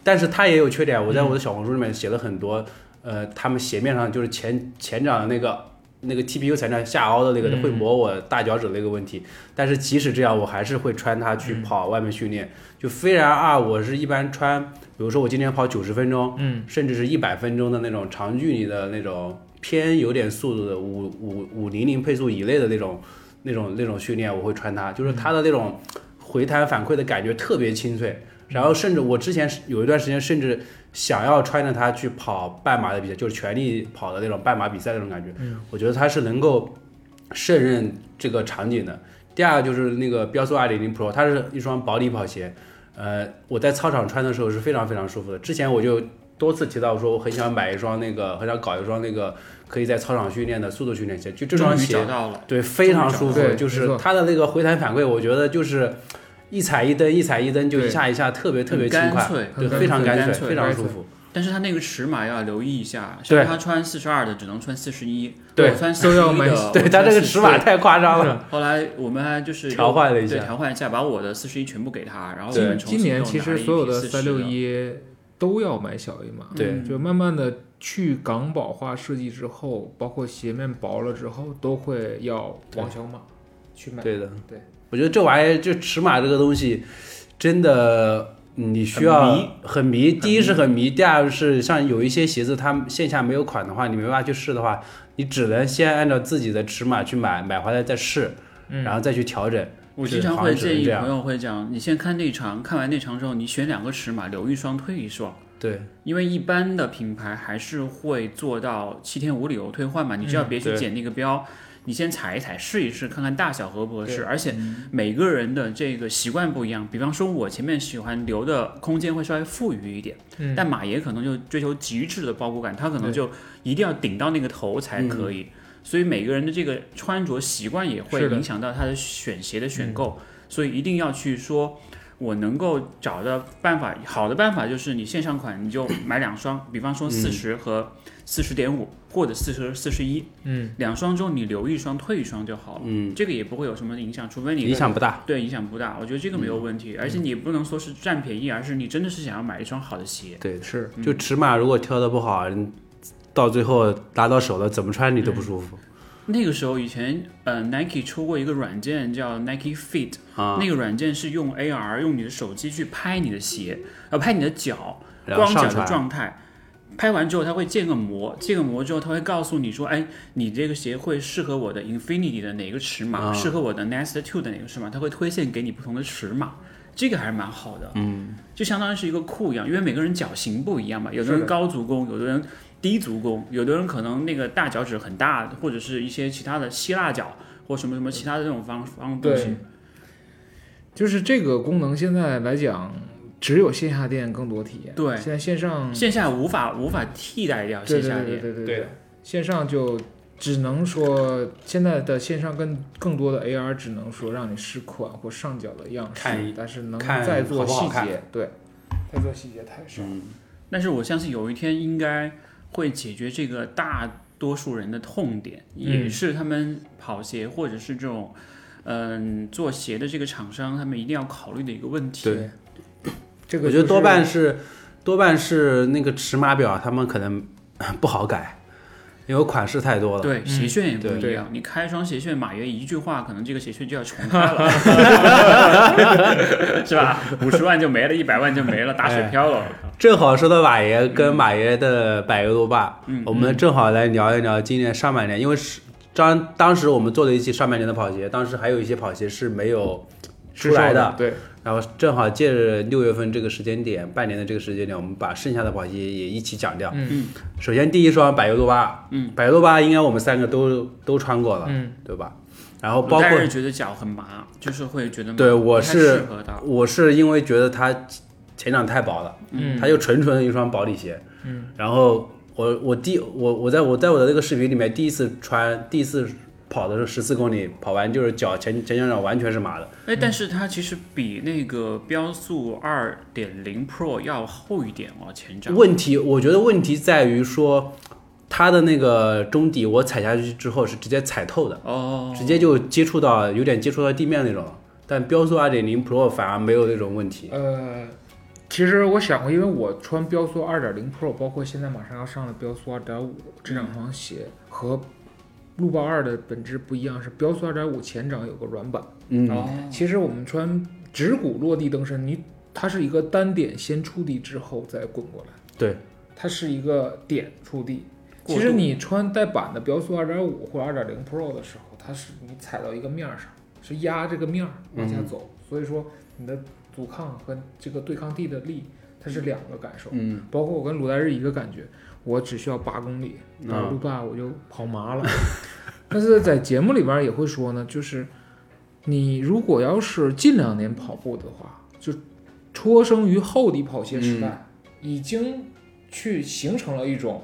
Speaker 1: 但是它也有缺点。我在我的小红书里面写了很多，呃，他们鞋面上就是前前掌的那个那个 TPU 材料下凹的那个
Speaker 3: 嗯
Speaker 1: 会磨我大脚趾的那个问题。但是即使这样，我还是会穿它
Speaker 3: 嗯
Speaker 1: 去跑外面训练。就飞然二，我是一般穿，比如说我今天跑九十分钟，
Speaker 3: 嗯，
Speaker 1: 甚至是一百分钟的那种长距离的那种偏有点速度的五五五零零配速以内的那种那种那种训练，我会穿它，就是它的那种回弹反馈的感觉特别清脆。然后甚至我之前是有一段时间，甚至想要穿着它去跑半马的比赛，就是全力跑的那种半马比赛那种感觉。
Speaker 3: 嗯
Speaker 1: 我觉得它是能够胜任这个场景的。第二个就是那个标速二零零 Pro，它是一双薄底跑鞋，呃，我在操场穿的时候是非常非常舒服的。之前我就多次提到说，我很想买一双那个，很想搞一双那个可以在操场训练的速度训练鞋，就这双
Speaker 2: 终于
Speaker 1: 鞋
Speaker 2: 找到了，
Speaker 1: 对，非常舒服
Speaker 3: 终于找到，了
Speaker 1: 就是
Speaker 3: 对没错
Speaker 1: 它的那个回弹反馈，我觉得就是一踩一蹬，一踩一蹬，就
Speaker 3: 对
Speaker 1: 一下一下，特别特别
Speaker 2: 很
Speaker 1: 轻
Speaker 2: 干
Speaker 1: 快，
Speaker 2: 脆，
Speaker 1: 对，
Speaker 3: 很
Speaker 1: 非常
Speaker 2: 干
Speaker 1: 干
Speaker 2: 脆
Speaker 1: 非常
Speaker 3: 干
Speaker 1: 舒
Speaker 3: 脆
Speaker 1: 服。
Speaker 2: 但是他那个尺码要留意一下，
Speaker 1: 对
Speaker 2: 像他穿四十二的只能穿四十一，
Speaker 1: 对
Speaker 2: 我穿四
Speaker 3: 都
Speaker 2: 十
Speaker 3: 要
Speaker 2: 一
Speaker 3: 买
Speaker 2: 的，
Speaker 1: 对
Speaker 2: 我
Speaker 1: 它
Speaker 2: 穿
Speaker 1: 这个
Speaker 2: 40
Speaker 1: 尺码。太夸张了，
Speaker 2: 后来我们还就是
Speaker 1: 调换了一
Speaker 2: 对
Speaker 1: 下。
Speaker 2: 调换一下，把我的四十一全部给他，然后我
Speaker 1: 对
Speaker 2: 们
Speaker 3: 今
Speaker 2: 重新
Speaker 3: 今年
Speaker 2: 又拿
Speaker 3: 其
Speaker 2: 了
Speaker 3: 实
Speaker 2: 一
Speaker 3: 所有
Speaker 2: 批
Speaker 3: 的
Speaker 2: 40
Speaker 3: 三六一都要买小一码，
Speaker 1: 对
Speaker 2: 嗯
Speaker 3: 就慢慢的去港宝化设计之后，包括鞋面薄了之后，都会要往小码去
Speaker 2: 嗯
Speaker 3: 买。
Speaker 1: 对的，
Speaker 3: 对，
Speaker 1: 我觉得这玩意儿就尺码这个东西，真的嗯你需
Speaker 2: 很
Speaker 1: 要
Speaker 2: 迷
Speaker 1: 很迷。第一是很迷，第二是像有一些鞋子，它线下没有款的话，你没办法去试的话，你只能先按照自己的尺码去买，买回来再试，
Speaker 3: 嗯
Speaker 1: 然后再去调整。
Speaker 2: 我
Speaker 1: 是
Speaker 2: 经常
Speaker 1: 好像
Speaker 2: 会
Speaker 1: 只能
Speaker 2: 建议
Speaker 1: 这样
Speaker 2: 朋友会讲，你先看内场，看完内场之后，你选两个尺码，留一双退一双，
Speaker 1: 对
Speaker 2: 因为一般的品牌还是会做到七天无理由退换嘛，你只
Speaker 3: 嗯
Speaker 2: 要别去
Speaker 1: 对
Speaker 2: 剪那个标，你先踩一踩试一试，看看大小合不合适，
Speaker 3: 对
Speaker 2: 而且每个人的这个习惯不一样，比方说我前面喜欢留的空间会稍微富裕一点，
Speaker 3: 嗯
Speaker 2: 但马爷可能就追求极致的包裹感，他可能
Speaker 3: 对嗯
Speaker 2: 就一定要顶到那个头才可以。所以每个人的这个穿着习惯也会
Speaker 3: 是的
Speaker 2: 影响到他的选鞋的选购，所以一定要去说，我能够找到办法，好的办法就是你线上款你就买两双，比方说四十和四十点五或者四十四十一，
Speaker 3: 嗯，
Speaker 2: 两双中你留一双退一双就好了，
Speaker 1: 嗯，
Speaker 2: 这个也不会有什么影响，除非你
Speaker 1: 影响不大。
Speaker 2: 对影响不大，我觉得这个没有问题，而且你也不能说是占便宜，而是你真的是想要买一双好的鞋，
Speaker 1: 对，
Speaker 3: 是
Speaker 1: 就尺码如果挑的不好，你到最后拿到手了，怎么穿你都不舒服、
Speaker 2: 那个时候以前，呃，Nike 出过一个软件叫 Nike Fit，、
Speaker 1: 啊。
Speaker 2: 那个软件是用 AR 用你的手机去拍你的鞋，呃，拍你的脚，
Speaker 1: 然后
Speaker 2: 光脚
Speaker 1: 上
Speaker 2: 的
Speaker 1: 传，
Speaker 2: 状态。拍完之后，它会建个模，建个模之后，它会告诉你说，哎，你这个鞋会适合我的 Infinity 的哪个尺码，
Speaker 1: 啊
Speaker 2: 适合我的 Nest Two 的哪个尺码，它会推荐给你不同的尺码，这个还是蛮好的。嗯，就相当于是一个库一样，因为每个人脚型不一样嘛，有的
Speaker 3: 是
Speaker 2: 人
Speaker 3: 的
Speaker 2: 高足弓，有的人低足弓，有的人可能那个大脚趾很大，或者是一些其他的希腊脚或什么什么其他的这种方方东西
Speaker 3: 对。就是这个功能现在来讲，只有线下店更多体验。
Speaker 2: 对
Speaker 3: 现在线上
Speaker 2: 线下无法无法替代掉
Speaker 3: 对
Speaker 2: 线
Speaker 3: 嗯对
Speaker 2: 下
Speaker 3: 对
Speaker 2: 店
Speaker 3: 对。对对
Speaker 1: 对的
Speaker 3: 线上就只能说现在的线上更更多的 AR 只能说让你试款或上脚的样式
Speaker 1: 看一，
Speaker 3: 但是能
Speaker 1: 看
Speaker 3: 再做
Speaker 1: 好不好
Speaker 3: 细
Speaker 1: 看嗯
Speaker 3: 节，对，再做细节太少。
Speaker 2: 但是我相信有一天应该会解决这个大多数人的痛点，
Speaker 1: 嗯
Speaker 2: 也是他们跑鞋或者是这种，嗯、做鞋的这个厂商他们一定要考虑的一个问题。
Speaker 1: 对，
Speaker 3: 这个
Speaker 1: 我觉得
Speaker 3: 就是
Speaker 1: 多半是多半是那个尺码表，他们可能 不好改，因为款式太多了。
Speaker 2: 对，鞋楦也不
Speaker 1: 嗯对
Speaker 2: 一
Speaker 3: 对
Speaker 2: 样。你开一双鞋楦，马爷一句话，可能这个鞋楦就要重开了， 是吧？五十万就没了，一百万就没了，打
Speaker 1: 哎
Speaker 2: 水漂了。
Speaker 1: 正好说到马爷跟马爷的百油路霸，我们正好来聊一聊今年上半年，因为是当当时我们做了一期上半年的跑鞋，当时还有一些跑鞋是没有出
Speaker 3: 是
Speaker 1: 来
Speaker 3: 瘦
Speaker 1: 的，
Speaker 3: 的，对，
Speaker 1: 然后正好借着六月份这个时间点，半年的这个时间点，我们把剩下的跑鞋也一起讲掉。
Speaker 2: 嗯，
Speaker 1: 首先第一双百优洛巴，
Speaker 2: 嗯，
Speaker 1: 百优洛巴应该我们三个都都穿过了，
Speaker 3: 嗯，
Speaker 1: 对吧？然后包括
Speaker 2: 但是觉得脚很麻，就是会觉得麻
Speaker 1: 对我
Speaker 2: 不太
Speaker 1: 是
Speaker 2: 适合它。
Speaker 1: 我是因为觉得它前掌太薄了，
Speaker 3: 嗯，
Speaker 1: 它就纯纯的一双薄底鞋，
Speaker 3: 嗯，
Speaker 1: 然后我我第我我在我在我的那个视频里面第一次穿，第一次跑的时候十四公里，跑完就是脚前前脚掌完全是麻的，
Speaker 2: 哎，但是它其实比那个标速二点零 Pro 要厚一点哦，前掌。
Speaker 1: 问题，我觉得问题在于说，它的那个中底我踩下去之后是直接踩透
Speaker 3: 嗯
Speaker 1: 的，
Speaker 2: 哦，
Speaker 1: 直接就接触到有点接触到地面那种了。但标速二啊点零 Pro 反而没有那种问题。
Speaker 3: 呃，其实我想过，因为我穿标速2.0 Pro，包括现在马上要上的标速2.5这两双鞋和路霸二的本质不一样，是标速2.5前掌有个软板。
Speaker 1: 嗯，
Speaker 2: 哦，
Speaker 3: 其实我们穿直骨落地蹬身，你它是一个单点先触地之后再滚过来，
Speaker 1: 对，
Speaker 3: 它是一个点触地。
Speaker 2: 过
Speaker 3: 其实
Speaker 2: 渡
Speaker 3: 你穿带板的标速2.5或者2.0 Pro 的时候，它是你踩到一个面儿上，是压这个面儿往下走，所以说你的阻抗和这个对抗地的力，它是两个感受。
Speaker 1: 嗯，
Speaker 3: 包括我跟鲁代日一个感觉，我只需要八公里，
Speaker 1: 嗯
Speaker 3: 到路霸我就跑麻了。但是在节目里边儿也会说呢，就是你如果要是近两年跑步的话，就出生于厚底跑鞋时代，已经去形成了一种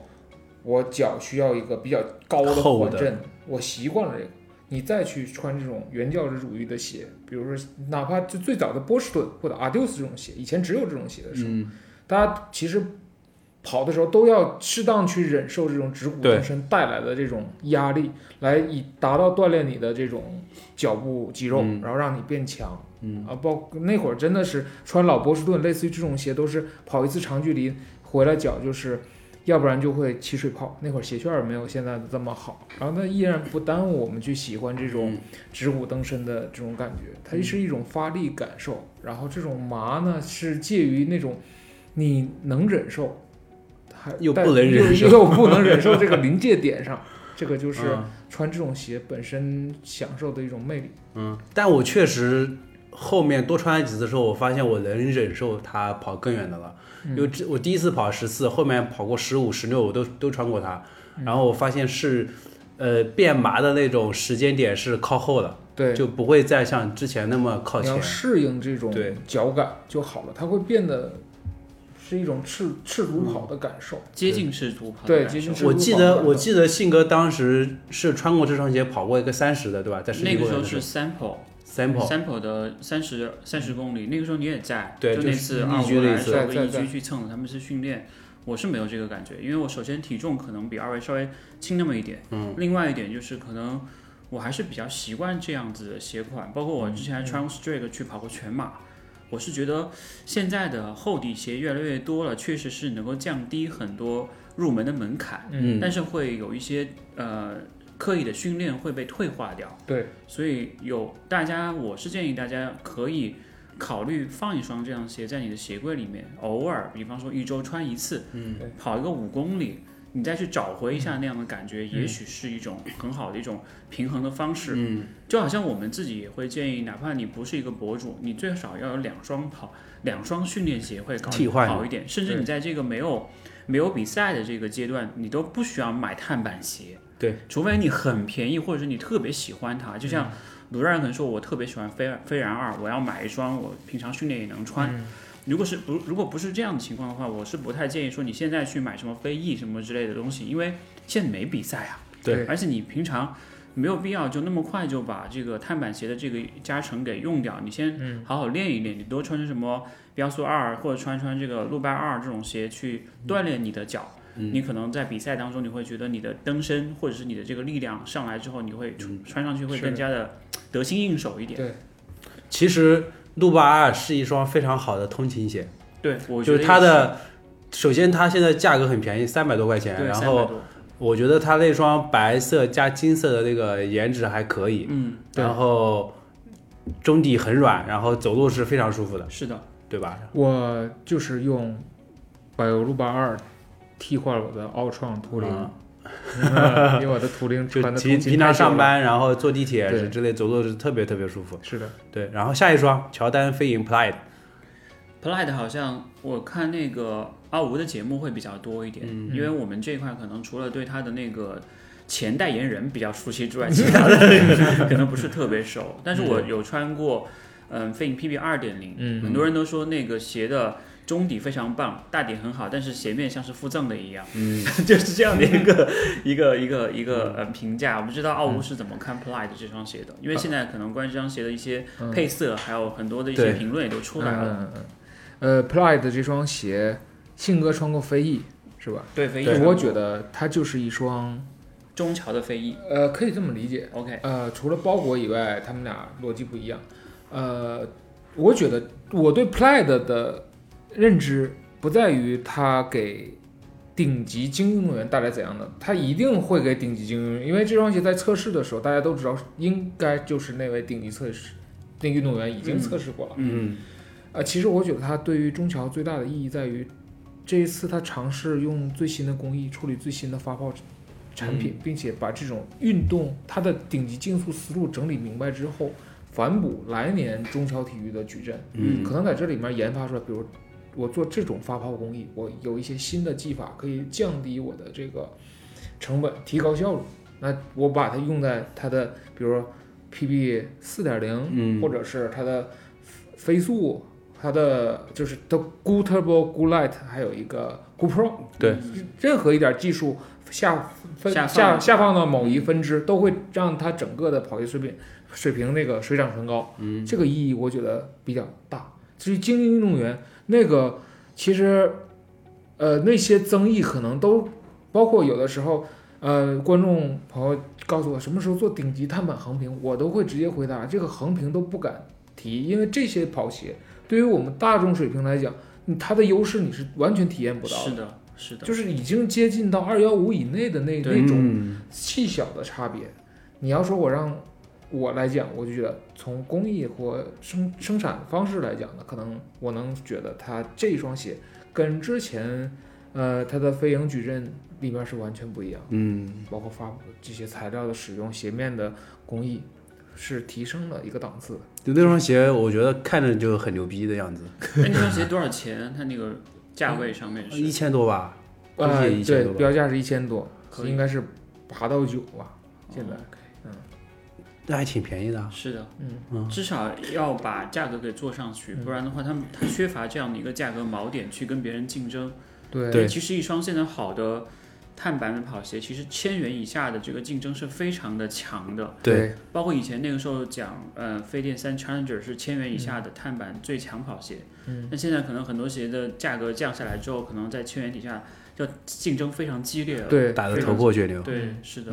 Speaker 3: 我脚需要一个比较高的
Speaker 1: 厚
Speaker 3: 缓
Speaker 1: 的
Speaker 3: 震，我习惯了这个。你再去穿这种原教旨主义的鞋，比如说哪怕就最早的波士顿或者 Adidas 这种鞋，以前只有这种鞋的时候，
Speaker 1: 嗯，
Speaker 3: 大家其实跑的时候都要适当去忍受这种指骨
Speaker 1: 对
Speaker 3: 动身带来的这种压力，来以达到锻炼你的这种脚部肌肉，
Speaker 1: 嗯
Speaker 3: 然后让你变强。
Speaker 1: 嗯
Speaker 3: 啊，包括那会儿真的是穿老波士顿，类似于这种鞋都是跑一次长距离回来脚就是。要不然就会起水泡，那会儿鞋楦儿没有现在的这么好，然后它依然不耽误我们去喜欢这种
Speaker 1: 嗯
Speaker 3: 指骨蹬身的这种感觉，它是一种发力感受，然后这种麻呢是介于那种你能忍受，还
Speaker 1: 又
Speaker 3: 但
Speaker 1: 不能忍受
Speaker 3: 又又不能忍受这个临界点上，这个就
Speaker 1: 就是
Speaker 3: 穿这种鞋本身享受的一种魅力。
Speaker 1: 嗯，但我确实后面多穿了几次之后，我发现我能忍受它跑更远的了。因为这我第一次跑十四，后面跑过十五、十六，我都都穿过它。然后我发现是，呃，变麻的那种时间点是靠后的，
Speaker 3: 对，
Speaker 1: 就不会再像之前那么靠
Speaker 3: 你
Speaker 1: 前
Speaker 3: 要。适应这种
Speaker 1: 对
Speaker 3: 脚感就好了，它会变得是一种赤赤足
Speaker 1: 嗯
Speaker 3: 跑的感受。
Speaker 2: 接近赤足跑的
Speaker 3: 对
Speaker 2: 感
Speaker 3: 接近
Speaker 2: 受
Speaker 3: 赤
Speaker 1: 我记得
Speaker 3: 是
Speaker 1: 我记得信哥当时是穿过这双鞋跑过一个三十的，对吧？在世
Speaker 2: 那
Speaker 1: 纪
Speaker 2: 个
Speaker 1: 公
Speaker 2: 时
Speaker 1: 园
Speaker 2: 候
Speaker 1: 的时
Speaker 2: 是
Speaker 1: 候
Speaker 2: sample
Speaker 1: ，sample，
Speaker 2: sample 的三十三十公里，那个时候你也在，
Speaker 1: 对
Speaker 2: 就
Speaker 1: 就
Speaker 2: 那
Speaker 1: 是
Speaker 2: 次
Speaker 1: 逆
Speaker 2: 二
Speaker 1: 居
Speaker 2: 五
Speaker 1: 那
Speaker 2: 来
Speaker 1: 一
Speaker 2: 的
Speaker 1: 次
Speaker 2: 时候
Speaker 3: 在
Speaker 2: 一
Speaker 3: 在
Speaker 2: 居去蹭，他们是训练，我是没有这个感觉，因为我首先体重可能比二位稍微轻那么一点，
Speaker 1: 嗯，
Speaker 2: 另外一点就是可能我还是比较习惯这样子的鞋款，包括我之前
Speaker 1: 嗯
Speaker 2: 还穿 Strike 去跑过全马。我是觉得现在的厚底鞋越来越多了，确实是能够降低很多入门的门槛。
Speaker 1: 嗯，
Speaker 2: 但是会有一些呃刻意的训练会被退化掉。
Speaker 3: 对，
Speaker 2: 所以有大家，我是建议大家可以考虑放一双这样的鞋在你的鞋柜里面，偶尔，比方说一周穿一次，
Speaker 1: 嗯
Speaker 3: 对，
Speaker 2: 跑一个五公里。你再去找回一下那样的感觉，也许是一种很好的一种平衡的方式。
Speaker 1: 嗯，
Speaker 2: 就好像我们自己也会建议，哪怕你不是一个博主，你最少要有两双跑，两双训练鞋会搞
Speaker 1: 替换
Speaker 2: 好一点。甚至你在这个没有没有比赛的这个阶段，你都不需要买碳板鞋。
Speaker 1: 对，嗯
Speaker 2: 除非你很便宜，或者是你特别喜欢它。就像鲁让可能说，我特别喜欢飞儿飞然二，我要买一双，我平常训练也能穿。如果是不如果不是这样的情况的话，我是不太建议说你现在去买什么飞翼什么之类的东西，因为现在没比赛啊。
Speaker 1: 对
Speaker 2: 而且你平常没有必要就那么快就把这个碳板鞋的这个加成给用掉，你
Speaker 1: 嗯
Speaker 2: 先好好练一练，你多穿穿什么标速二或者穿穿这个路霸二这种鞋去锻炼你的脚。
Speaker 1: 嗯
Speaker 2: 你可能在比赛当中，你会觉得你的蹬身或者是你的这个力量上来之后，你会
Speaker 1: 嗯
Speaker 2: 穿穿上去会
Speaker 3: 是
Speaker 2: 更加的得心应手一点。
Speaker 3: 对，
Speaker 1: 其实路霸二是一双非常好的通勤鞋，
Speaker 2: 对，我觉
Speaker 1: 就
Speaker 2: 得
Speaker 1: 是它
Speaker 2: 也
Speaker 1: 的，首先它现在价格很便宜，三百多块钱，
Speaker 2: 对
Speaker 1: 然
Speaker 2: 300
Speaker 1: 后
Speaker 2: 多
Speaker 1: 我觉得它那双白色加金色的那个颜值还可以，
Speaker 2: 嗯，
Speaker 3: 对
Speaker 1: 然后中底很软，然后走路是非常舒服的，
Speaker 2: 是的，
Speaker 1: 对吧？
Speaker 3: 我就是用百欧路霸二替换了我的奥创图灵，
Speaker 1: 嗯
Speaker 3: 因为我的图灵
Speaker 1: 就
Speaker 3: 穿的
Speaker 1: 平
Speaker 3: 通勤
Speaker 1: 平
Speaker 3: 太
Speaker 1: 常
Speaker 3: 久了
Speaker 1: 上，班，然后坐地铁
Speaker 3: 对
Speaker 1: 是之类，走走是特别特别舒服。
Speaker 3: 是的，
Speaker 1: 对，然后下一双乔丹飞影 Pride，
Speaker 2: Plaid 好像我看那个阿吴的节目会比较多一点，因为我们这一块可能除了对他的那个前代言人比较熟悉之外，其他的可能不是特别熟。但是我有穿过，嗯，飞影 PB 二点零，
Speaker 3: 嗯
Speaker 2: 很多人都说那个鞋的中底非常棒，大底很好，但是鞋面像是附赠的一样，
Speaker 1: 嗯，
Speaker 2: 就是这样的一个 一个一个一个呃评价。我不知道奥吴是怎么看 Plaid 这双鞋的，因为现在可能关于这双鞋的一些
Speaker 3: 嗯
Speaker 2: 配色，还有很多的一
Speaker 1: 对
Speaker 2: 些评论也都出来了。
Speaker 3: 嗯嗯嗯呃，Pride 这双鞋，信哥穿过飞翼是吧？
Speaker 2: 对，飞翼
Speaker 3: 我觉得它就是一双，
Speaker 2: 中桥的飞翼。
Speaker 3: 呃，可以这么理解，
Speaker 2: OK，
Speaker 3: 呃，除了包裹以外，他们俩逻辑不一样。呃，我觉得我对 Plaid 的认知不在于它给顶级精英运动员带来怎样的，它一定会给顶级精英运动员，因为这双鞋在测试的时候，大家都知道应该就是那位顶级测试那运动员已经测试过了。
Speaker 1: 嗯
Speaker 3: 呃，其实我觉得它对于中桥最大的意义在于，这一次他尝试用最新的工艺处理最新的发泡产品，并且把这种运动它的顶级竞速思路整理明白之后，反哺来年中桥体育的矩阵，
Speaker 1: 嗯
Speaker 3: 可能在这里面研发出来，比如我做这种发泡工艺，我有一些新的技法可以降低我的这个成本，提高效率。那我把它用在它的，比如说 PB 四点零，
Speaker 1: 嗯
Speaker 3: 或者是它的飞速，它的就是 The Good Turbo Good Light，还有一个 Good Pro，
Speaker 1: 对
Speaker 3: 任何一点技术下分
Speaker 2: 下
Speaker 3: 下
Speaker 2: 放
Speaker 3: 下放到某一分支，都会让它整个的跑鞋水平水平那个水涨船高。
Speaker 1: 嗯，
Speaker 3: 这个意义我觉得比较大。至于精英运动员那个，其实呃那些争议可能都包括有的时候。呃，观众朋友告诉我什么时候做顶级碳板横屏，我都会直接回答这个横屏都不敢提，因为这些跑鞋对于我们大众水平来讲，你它的优势你是完全体验不到的
Speaker 2: 是。的，是的，
Speaker 3: 就是已经接近到二幺五以内的那
Speaker 2: 对
Speaker 3: 那种
Speaker 1: 嗯
Speaker 3: 细小的差别。你要说我让我来讲，我就觉得从工艺或生生产方式来讲呢，可能我能觉得它这双鞋跟之前呃它的飞影矩阵里面是完全不一样，
Speaker 1: 嗯
Speaker 3: 包括发这些材料的使用、鞋面的工艺是提升了一个档次的。
Speaker 1: 就那双鞋，我觉得看着就很牛逼的样子，
Speaker 2: 那那双鞋多少钱？它那个价位上面
Speaker 1: 一
Speaker 2: 是
Speaker 1: 千多吧，估
Speaker 3: 呃
Speaker 1: 计也，一千
Speaker 3: 对
Speaker 1: 多，吧。
Speaker 3: 标价是一千多，
Speaker 2: 可以
Speaker 3: 应该是八到九吧，现在
Speaker 2: 哦，
Speaker 1: 那还挺便宜的啊。
Speaker 2: 是的，
Speaker 3: 嗯
Speaker 1: 嗯
Speaker 2: 至少要把价格给做上去，
Speaker 3: 嗯
Speaker 2: 不然的话，他们他缺乏这样的一个价格锚点去跟别人竞争。
Speaker 3: 对
Speaker 1: 对
Speaker 2: 其实一双现在好的碳板的跑鞋，其实千元以下的这个竞争是非常的强的。
Speaker 1: 对，
Speaker 2: 包括以前那个时候讲，呃，飞电三 Challenger 是千元以下的碳板最强跑鞋，
Speaker 3: 嗯，
Speaker 2: 那现在可能很多鞋的价格降下来之后，可能在千元底下就竞争非常激烈了。
Speaker 3: 对
Speaker 1: 打得头破血流。
Speaker 2: 对
Speaker 3: 嗯，
Speaker 2: 是的，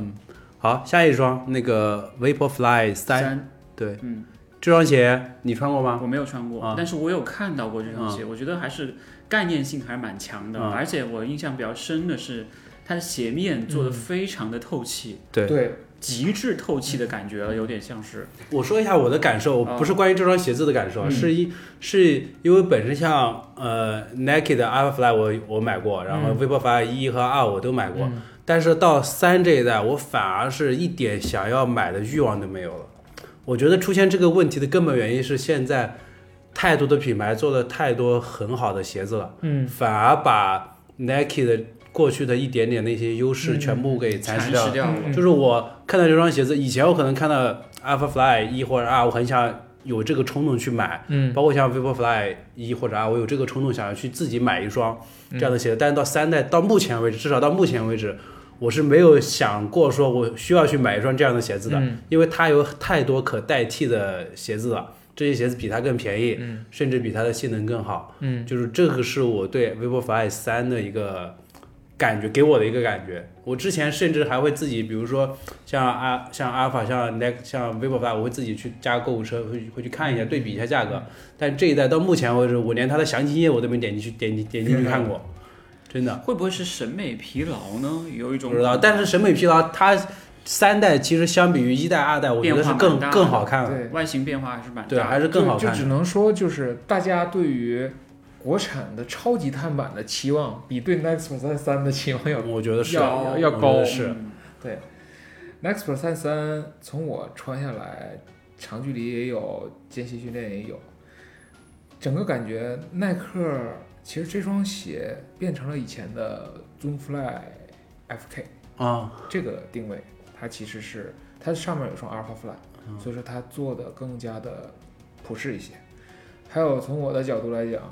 Speaker 1: 好，下一双那个 Vaporfly 三，
Speaker 2: 三，
Speaker 1: 对
Speaker 2: 嗯，
Speaker 1: 这双鞋你穿过吗？
Speaker 2: 我没有穿过，
Speaker 1: 啊
Speaker 2: 但是我有看到过这双鞋，我觉得还是概念性还是蛮强的，
Speaker 1: 啊
Speaker 2: 而且我印象比较深的是它的鞋面做的非常的透气，
Speaker 1: 对，
Speaker 3: 对，
Speaker 2: 极致透气的感觉
Speaker 1: 嗯
Speaker 2: 了，有点像是，
Speaker 1: 我说一下我的感受，
Speaker 2: 啊
Speaker 3: 嗯
Speaker 1: 不是关于这双鞋子的感受，啊
Speaker 2: 嗯
Speaker 1: 是一是因为本身像呃 Nike 的 Alphafly 我我买过，然后 Vaporfly 一和二我都买过，
Speaker 3: 嗯
Speaker 1: 但是到三这一代，我反而是一点想要买的欲望都没有了。我觉得出现这个问题的根本原因是现在太多的品牌做了太多很好的鞋子了，
Speaker 3: 嗯，
Speaker 1: 反而把 Nike 的过去的一点点那些优势
Speaker 3: 嗯
Speaker 1: 全部给蚕
Speaker 2: 蚕
Speaker 1: 食掉了
Speaker 2: 食。掉了。
Speaker 3: 嗯
Speaker 1: 就是我看到这双鞋子，以前我可能看到 Alpha Fly 一或者二，我很想有这个冲动去买，
Speaker 3: 嗯，
Speaker 1: 包括像 Vapor Fly 一或者二，我有这个冲动想要去自己买一双这样的
Speaker 3: 嗯
Speaker 1: 鞋子。但是到三代，到目前为止，至少到目前为止，我是没有想过说我需要去买一双这样的鞋子的，
Speaker 3: 嗯
Speaker 1: 因为它有太多可代替的鞋子了。这些鞋子比它更便宜，
Speaker 3: 嗯
Speaker 1: 甚至比它的性能更好。
Speaker 3: 嗯
Speaker 1: 就是这个是我对 vivo Fly 三的一个感觉，给我的一个感觉。我之前甚至还会自己，比如说像阿像 Alpha 像 Nex 像 vivo Fly，我会自己去加购物车，会去会去看一下，
Speaker 2: 嗯
Speaker 1: 对比一下价格。但这一代到目前为止，我连它的详情页我都没点进去点进点进去看过，真的
Speaker 2: 会不会是审美疲劳呢？有一种
Speaker 1: 不知道。但是审美疲劳，它三代其实相比于一代、二代，我觉得是更
Speaker 2: 变化蛮大的
Speaker 1: 更好看了。
Speaker 3: 对，
Speaker 2: 外形变化还是蛮大
Speaker 1: 对，
Speaker 2: 的。
Speaker 1: 还是更好
Speaker 3: 就就
Speaker 1: 看
Speaker 3: 只。能说就是大家对于国产的超级碳板的期望比对 Nexus 三的期望要
Speaker 1: 我觉得是
Speaker 3: 要要
Speaker 1: 我觉得
Speaker 3: 高
Speaker 1: 是
Speaker 2: 嗯
Speaker 3: Nexus 三三从我穿下来，长距离也有，间歇训练也有，整个感觉耐克其实这双鞋变成了以前的 Zoom Fly FK
Speaker 1: 啊，
Speaker 3: 这个定位，它其实是它上面有双 Alpha Fly，、
Speaker 1: 嗯
Speaker 3: 所以说它做的更加的普适一些。还有从我的角度来讲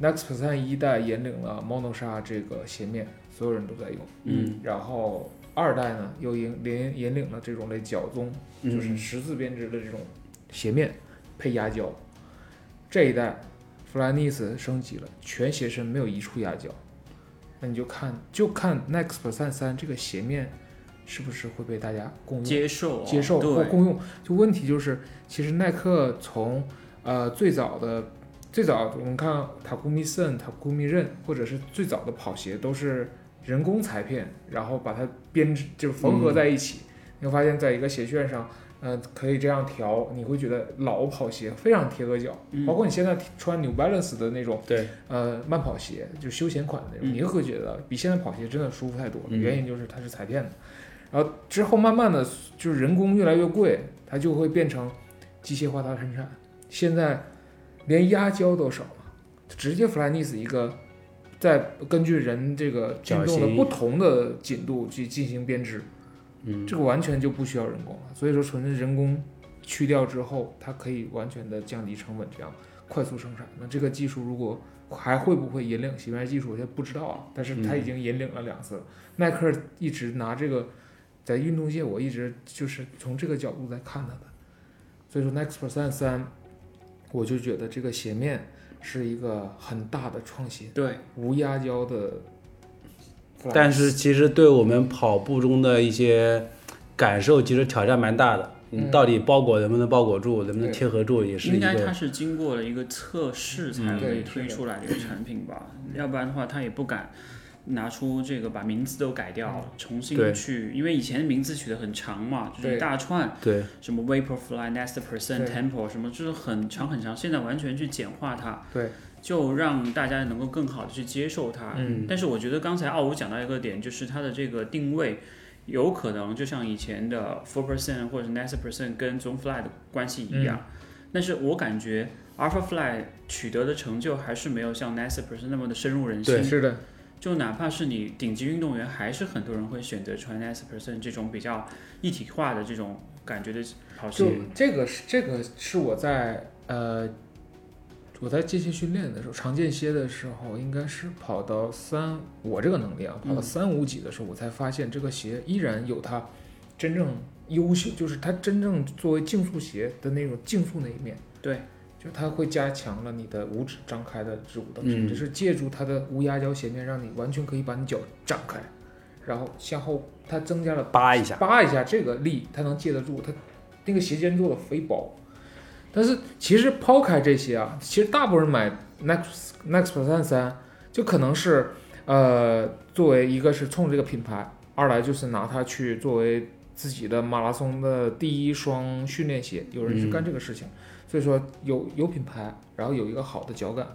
Speaker 3: ，Nexus 三一代引领了 Mono 沙这个鞋面，所有人都在用。
Speaker 1: 嗯
Speaker 3: 然后二代呢又引引引领了这种类脚棕，
Speaker 1: 嗯
Speaker 3: 就是十字编织的这种鞋面配压胶。这一代 Flyknits 升级了，全鞋身没有一处压胶，那你就看就看 Next Percent 三这个鞋面是不是会被大家共用、
Speaker 2: 接受哦
Speaker 3: 接受或
Speaker 2: 对，
Speaker 3: 共用。就问题就是，其实耐克从呃最早的最早我们看塔库米森、塔库米刃，或者是最早的跑鞋都是人工裁片，然后把它编织就是缝合在一
Speaker 2: 嗯
Speaker 3: 起。你会发现在一个鞋楦上，嗯，可以这样调，你会觉得老跑鞋非常贴合脚。
Speaker 2: 嗯
Speaker 3: 包括你现在穿 New Balance 的那种
Speaker 1: 对，
Speaker 3: 呃慢跑鞋，就休闲款的那种，
Speaker 2: 嗯
Speaker 3: 你会觉得比现在跑鞋真的舒服太多了。
Speaker 1: 嗯
Speaker 3: 原因就是它是裁片的，然后之后慢慢的就是人工越来越贵，它就会变成机械化大生产。现在连压胶都少了，直接 Flyknits 一个。再根据人这个运动
Speaker 1: 脚
Speaker 3: 的
Speaker 1: 型
Speaker 3: 不同的紧度去进行编织，
Speaker 1: 嗯，
Speaker 3: 这个完全就不需要人工了。所以说，纯人工去掉之后，它可以完全的降低成本，这样快速生产。那这个技术如果还会不会引领洗面技术，我现在不知道啊。但是它已经引领了两次了。耐克一直拿这个在运动界，我一直就是从这个角度在看它的。所以说，Next Percent 三，我就觉得这个鞋面是一个很大的创新，
Speaker 2: 对，
Speaker 3: 无压胶的。
Speaker 1: 但是其实对我们跑步中的一些感受，其实挑战蛮大的。你
Speaker 3: 嗯
Speaker 1: 到底包裹能不能包裹住，能不能
Speaker 3: 对
Speaker 1: 贴合住，也是
Speaker 2: 应
Speaker 1: 一
Speaker 2: 该它
Speaker 1: 个
Speaker 2: 是经过了一个测试才
Speaker 1: 嗯
Speaker 2: 可以
Speaker 3: 对
Speaker 2: 推
Speaker 3: 是的
Speaker 2: 出来的一个产品吧，要不然的话它也不敢拿出这个把名字都改掉，重
Speaker 1: 对
Speaker 2: 新去，因为以前的名字取得很长嘛，就是
Speaker 3: 对
Speaker 2: 一大串，
Speaker 1: 对，
Speaker 2: 什么 Vaporfly、Next Percent、
Speaker 3: 对
Speaker 2: Tempo 什么，就是很长很长，现在完全去简化它，
Speaker 3: 对，
Speaker 2: 就让大家能够更好的去接受它。
Speaker 1: 嗯
Speaker 2: 但是我觉得刚才奥五讲到一个点，就是它的这个定位，有可能就像以前的 Four Percent 或者 Next Percent 跟 Zone Fly 的关系一样，
Speaker 1: 嗯
Speaker 2: 但是我感觉 Alpha Fly 取得的成就还是没有像 Next Percent 那么的深入人
Speaker 1: 对
Speaker 2: 心。
Speaker 3: 是的，
Speaker 2: 就哪怕是你顶级运动员，还是很多人会选择穿 Next Percent 这种比较一体化的这种感觉的跑鞋
Speaker 3: 就。这个是这个是我在呃我在间歇训练的时候，长间歇的时候，应该是跑到三，我这个能力啊，跑到
Speaker 2: 嗯
Speaker 3: 三五几的时候，我才发现这个鞋依然有它真正优秀，就是它真正作为竞速鞋的那种竞速那一面。
Speaker 2: 对。
Speaker 3: 就它会加强了你的五指张开的指骨动作，
Speaker 1: 嗯
Speaker 3: 就是借助它的无压胶鞋面，让你完全可以把你脚展开，然后向后，它增加了
Speaker 1: 扒一下。
Speaker 3: 扒一下这个力，它能借得住，它那个鞋尖做的肥薄。但是其实抛开这些啊，其实大部分人买 Next Next Percent 三，就可能是呃作为一个是冲这个品牌，二来就是拿它去作为自己的马拉松的第一双训练鞋，有人是干这个事情。
Speaker 1: 嗯
Speaker 3: 所以说有有品牌，然后有一个好的脚感，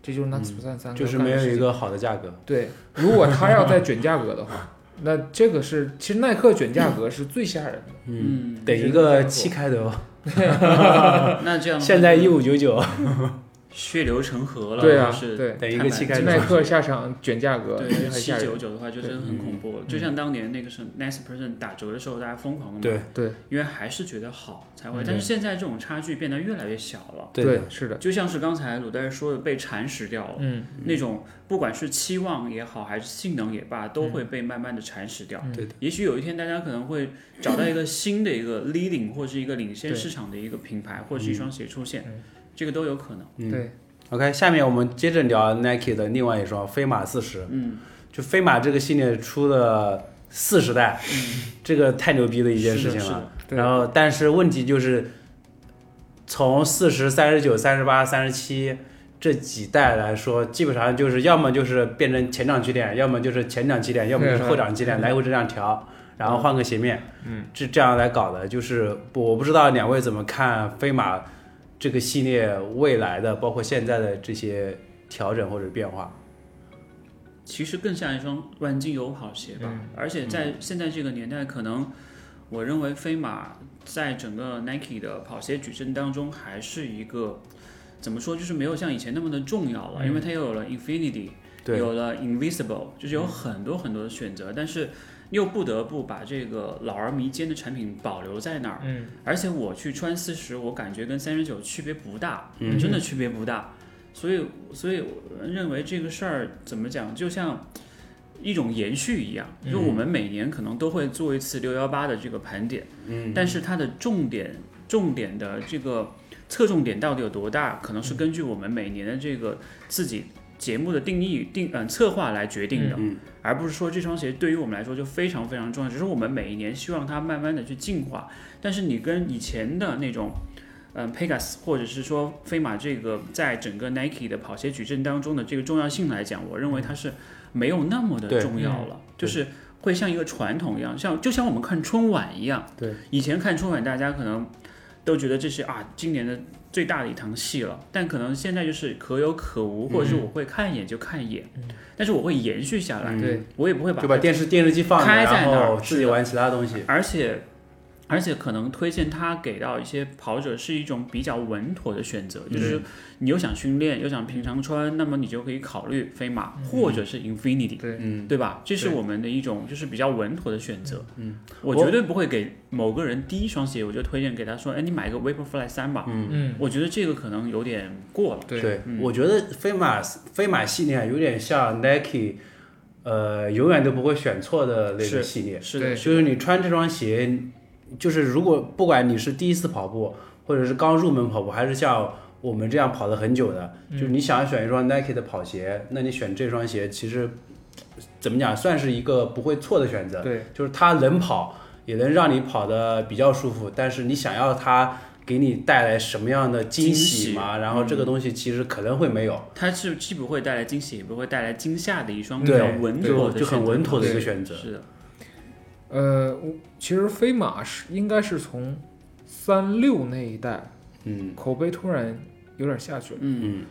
Speaker 3: 这就是 Next Percent
Speaker 2: 嗯
Speaker 1: 嗯
Speaker 3: 三、
Speaker 1: 就是没有一个好的价格，
Speaker 3: 对，如果他要再卷价格的话，那这个是其实耐克卷价格是最吓人的。
Speaker 1: 嗯，
Speaker 2: 嗯，
Speaker 1: 得
Speaker 3: 是
Speaker 1: 一
Speaker 3: 这
Speaker 1: 个
Speaker 3: 样做
Speaker 1: 七开头，
Speaker 2: 那这样的话
Speaker 1: 现在一五九九，
Speaker 2: 血流成河了，
Speaker 3: 对啊，
Speaker 2: 是
Speaker 3: 对，
Speaker 1: 得一个七开
Speaker 2: 看
Speaker 1: 头
Speaker 2: 版
Speaker 3: 耐克下场卷价格
Speaker 2: 对，
Speaker 3: 很
Speaker 2: 七
Speaker 3: 吓人
Speaker 2: 九。九的话就真的很恐怖了，就像当年那个是 Next Person 打折的时候，大家疯狂的买，
Speaker 1: 对
Speaker 3: 对
Speaker 2: 因为还是觉得好才会
Speaker 1: 嗯，
Speaker 2: 但是现在这种差距变得越来越小了，
Speaker 1: 对
Speaker 3: 对
Speaker 1: 的，
Speaker 3: 是的，
Speaker 2: 就像是刚才鲁代说的被蚕食掉了，
Speaker 3: 嗯，
Speaker 2: 那种不管是期望也好，还是性能也罢，都会被慢慢的蚕食掉。
Speaker 3: 嗯
Speaker 1: 对的
Speaker 2: 也许有一天大家可能会找到一个新的一个 leading 或是一个领先
Speaker 3: 对
Speaker 2: 市场的一个品牌或是一双鞋出现，
Speaker 3: 嗯
Speaker 2: 这个都有可能。
Speaker 1: 嗯
Speaker 3: 对，
Speaker 1: OK，下面我们接着聊 Nike 的另外一双飞马四十，
Speaker 2: 嗯，
Speaker 1: 就飞马这个系列出了四十代，这个太牛逼的一件事
Speaker 2: 嗯是的
Speaker 1: 情啊
Speaker 2: 是
Speaker 1: 了
Speaker 2: 的。
Speaker 3: 对
Speaker 1: 然后，但是问题就是，从四十、三十九、三十八、三十七这几代来说，基本上就是要么就是变成前掌气垫，要么就是前掌气垫，要么就是后掌气垫，来回这样调，然后换个鞋面，
Speaker 3: 嗯，
Speaker 1: 这这样来搞的。就是我不知道两位怎么看飞马这个系列未来的，包括现在的这些调整或者变化？
Speaker 2: 其实更像一双万金油跑鞋吧。
Speaker 3: 嗯
Speaker 2: 而且在现在这个年代，可能我认为飞马在整个 Nike 的跑鞋矩阵当中，还是一个怎么说，就是没有像以前那么的重要了，
Speaker 3: 嗯
Speaker 2: 因为它又有了 Infinity，
Speaker 1: 对，
Speaker 2: 有了 Invisible，就是有很多很多的选择，但是又不得不把这个老而弥坚的产品保留在那儿。
Speaker 3: 嗯，
Speaker 2: 而且我去穿四十，我感觉跟三十九区别不大，
Speaker 1: 嗯
Speaker 2: 真的区别不大。所以，所以我认为这个事儿怎么讲，就像一种延续一样，
Speaker 3: 嗯
Speaker 2: 就我们每年可能都会做一次六幺八的这个盘点，
Speaker 1: 嗯，
Speaker 2: 但是它的重点、重点的这个侧重点到底有多大，可
Speaker 1: 嗯
Speaker 2: 能是根据我们每年的这个自己节目的定义定嗯、策划来决定的，
Speaker 1: 嗯嗯
Speaker 2: 而不是说这双鞋对于我们来说就非常非常重要，只是我们每一年希望它慢慢的去进化。但是你跟以前的那种。嗯，Pegasus 或者是说飞马这个在整个 Nike 的跑鞋矩阵当中的这个重要性来讲，我认为它是没有那么
Speaker 1: 对
Speaker 2: 的重要了，就
Speaker 1: 对
Speaker 2: 是会像一个传统一样，像就像我们看春晚一样，
Speaker 1: 对，
Speaker 2: 以前看春晚大家可能都觉得这是啊今年的最大的一堂戏了，但可能现在就是可有可无，或
Speaker 1: 嗯
Speaker 2: 者是我会看一眼就看一眼，但是我会延续下来，
Speaker 1: 嗯
Speaker 3: 对，
Speaker 2: 我也不会把
Speaker 1: 就把电视电视机放着，
Speaker 2: 开在
Speaker 1: 然
Speaker 2: 那儿
Speaker 1: 后自己玩其他东西。
Speaker 2: 而且而且可能推荐他给到一些跑者是一种比较稳妥的选择，
Speaker 1: 嗯
Speaker 2: 就是你又想训练又想平常穿，那么你就可以考虑飞马、或者是 Infinity。
Speaker 3: 对，
Speaker 1: 嗯，
Speaker 2: 对吧？这是
Speaker 3: 对
Speaker 2: 我们的一种就是比较稳妥的选择。
Speaker 1: 嗯，
Speaker 2: 我
Speaker 1: 我
Speaker 2: 绝对不会给某个人第一双鞋我就推荐给他说，哎，你买个 Vaporfly 三吧。
Speaker 1: 嗯
Speaker 3: 嗯，
Speaker 2: 我觉得这个可能有点过了。
Speaker 3: 对，
Speaker 1: 对，
Speaker 2: 嗯
Speaker 1: 我觉得飞马飞马系列啊有点像 Nike，呃，永远都不会选错的那个
Speaker 2: 是
Speaker 1: 系列。
Speaker 2: 是
Speaker 3: 对
Speaker 2: 的，
Speaker 1: 就是你穿这双鞋，就是如果不管你是第一次跑步，或者是刚入门跑步，还是像我们这样跑了很久的，就是你想选一双 Nike 的跑鞋，那你选这双鞋其实怎么讲，算是一个不会错的选择。
Speaker 3: 对，
Speaker 1: 就是它能跑，也能让你跑得比较舒服。但是你想要它给你带来什么样的惊喜嘛？然后这个东西其实可能会没有，
Speaker 2: 它是既不会带来惊喜，也不会带来惊吓的一双嗯比
Speaker 1: 对
Speaker 2: 较稳妥
Speaker 1: 就
Speaker 2: 的
Speaker 1: 就很
Speaker 2: 选择
Speaker 1: 稳妥的一
Speaker 2: 方
Speaker 1: 个
Speaker 2: 式
Speaker 1: 选择。
Speaker 2: 是的，
Speaker 3: 呃，我其实飞马是应该是从三六那一代
Speaker 1: 嗯
Speaker 3: 口碑突然有点下去了，
Speaker 2: 嗯，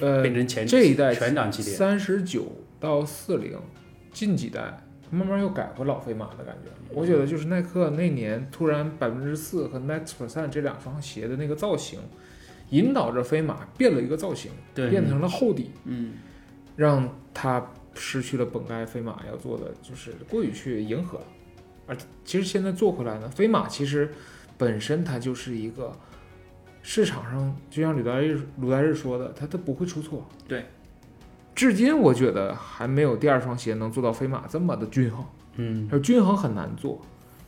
Speaker 1: 嗯，
Speaker 3: 呃，
Speaker 1: 变成前
Speaker 3: 这一代
Speaker 1: 全掌系列，
Speaker 3: 三十九到四零，近几代慢慢又改回老飞马的感觉。我觉得就是耐克那年突然百分之四和 Next Percent 这两双鞋的那个造型，引导着飞马变了一个造型，
Speaker 2: 对，
Speaker 3: 变成了厚底，
Speaker 2: 嗯，
Speaker 3: 让它失去了本该飞马要做的，就是过于去迎合。而其实现在做回来呢，飞马其实本身它就是一个市场上，就像吕大日鲁大日说的，它它不会出错。
Speaker 2: 对，
Speaker 3: 至今我觉得还没有第二双鞋能做到飞马这么的均衡，
Speaker 1: 嗯
Speaker 3: 而均衡很难做。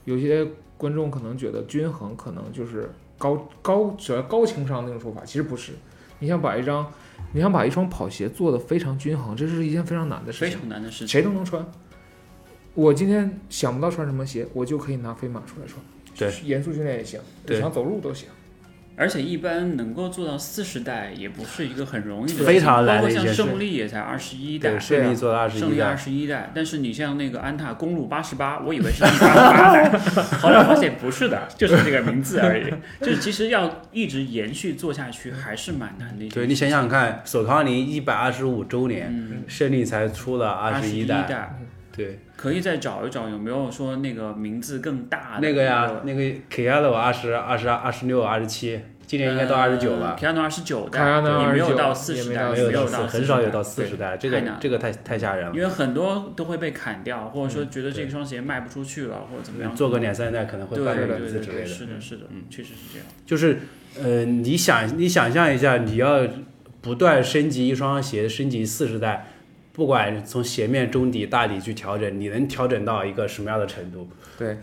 Speaker 3: 有些观众可能觉得均衡可能就是高高只要高情商那种说法，其实不是。你想把一张，你想把一双跑鞋做得非常均衡，这是一件非常难的事
Speaker 2: 非
Speaker 3: 情，
Speaker 2: 常难的事情。
Speaker 3: 谁都能穿。我今天想不到穿什么鞋，我就可以拿飞马出来穿。
Speaker 1: 对，
Speaker 3: 严肃训练也行，
Speaker 1: 对
Speaker 3: 日常走路都行。
Speaker 2: 而且一般能够做到四十代，也不是一个很容易的事情，
Speaker 1: 非常难
Speaker 2: 包
Speaker 1: 的
Speaker 2: 括
Speaker 1: 一件
Speaker 2: 像
Speaker 1: 事
Speaker 2: 胜利也才二十一代
Speaker 1: 对，，顺利做到二十
Speaker 2: 胜
Speaker 1: 一
Speaker 2: 利
Speaker 1: 代
Speaker 2: 二。十一代，但是你像那个安踏公路八十八，我以为是第八十八代，后来发现不是的，就是这个名字而已。就是其实要一直延续做下去，还是蛮难的一件
Speaker 1: 对
Speaker 2: 事。
Speaker 1: 你想想看，索康尼一百二十五周年，
Speaker 2: 嗯，
Speaker 1: 胜利才出了
Speaker 2: 二
Speaker 1: 二
Speaker 2: 十
Speaker 1: 十一代，
Speaker 2: 代，
Speaker 1: 对，
Speaker 2: 可以再找一找有没有说那个名字更大的
Speaker 1: 那个呀，那个 k l 二十二十二十六二十七，今年应该到二十九吧，
Speaker 2: 凯亚诺呃二十九代，
Speaker 3: 凯亚诺
Speaker 2: 也没有
Speaker 3: 29
Speaker 2: 到四十代，
Speaker 3: 嗯
Speaker 1: 没
Speaker 3: 也
Speaker 1: 有
Speaker 3: 没
Speaker 1: 到
Speaker 2: 有
Speaker 1: 四，
Speaker 2: 呃到
Speaker 1: 很少有
Speaker 2: 40代
Speaker 1: 到四十代，这
Speaker 2: 太难
Speaker 1: 个
Speaker 2: 了
Speaker 1: 这个太太吓人了
Speaker 2: 因，为很多都会被砍掉，或者说觉得这双鞋卖不出去了，或者怎么样，
Speaker 1: 做个两三代嗯可能会
Speaker 2: 对
Speaker 1: 翻
Speaker 2: 对
Speaker 1: 个
Speaker 2: 对
Speaker 1: 名字
Speaker 2: 对
Speaker 1: 之类
Speaker 2: 对，
Speaker 1: 的，嗯
Speaker 2: 是的，是的，确实是这样。
Speaker 1: 就是呃，你想你想象一下，你要不断升级一双鞋，升级四十代。不管从鞋面、中底、大底去调整，你能调整到一个什么样的程度？
Speaker 3: 对，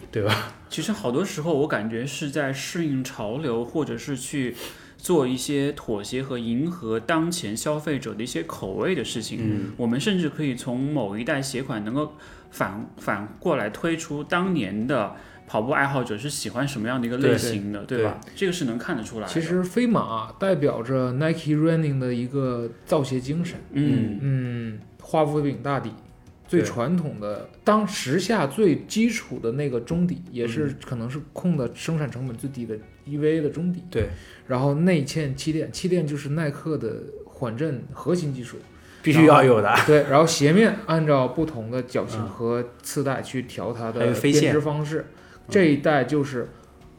Speaker 2: 其实好多时候，我感觉是在适应潮流，或者是去做一些妥协和迎合当前消费者的一些口味的事情。
Speaker 1: 嗯，
Speaker 2: 我们甚至可以从某一代鞋款能够反反过来推出当年的跑步爱好者是喜欢什么样的一个类型的，
Speaker 1: 对
Speaker 2: 对吧？这个是能看得出来的。
Speaker 3: 其，实飞马代表着 Nike Running 的一个造鞋精神。
Speaker 2: 嗯，
Speaker 3: 嗯，画幅饼大底，最
Speaker 1: 对
Speaker 3: 传统的当时下最基础的那个中底，也是可能是控的生产成本最低的 EVA 的中底。
Speaker 1: 对，
Speaker 3: 然后内嵌气垫，气垫就是耐克的缓震核心技术。
Speaker 1: 必须要有 的，
Speaker 3: 对，然后鞋面按照不同的脚型和次带去调它
Speaker 1: 嗯还
Speaker 3: 的
Speaker 1: 有飞
Speaker 3: 编
Speaker 1: 线嗯
Speaker 3: 织方式。这一带就是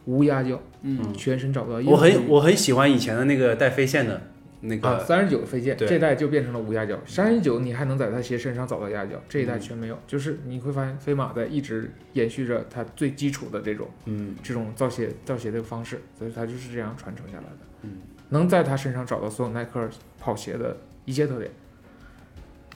Speaker 3: 无压胶，
Speaker 2: 嗯，
Speaker 3: 全身找不到印子。
Speaker 1: 我很我很喜欢以前的那个带飞线的那
Speaker 3: 啊，
Speaker 1: 个，
Speaker 3: 三十九的飞线，
Speaker 1: 对
Speaker 3: 这一代就变成了无压胶。三十九你还能在它鞋身上找到压胶，这一
Speaker 1: 嗯
Speaker 3: 代全没有。就是你会发现飞马在一直延续着它最基础的这种
Speaker 1: 嗯，
Speaker 3: 这种造鞋造鞋的方式，所以它就是这样传承下来的。
Speaker 1: 嗯，
Speaker 3: 能在它身上找到所有耐克跑鞋的一切特点。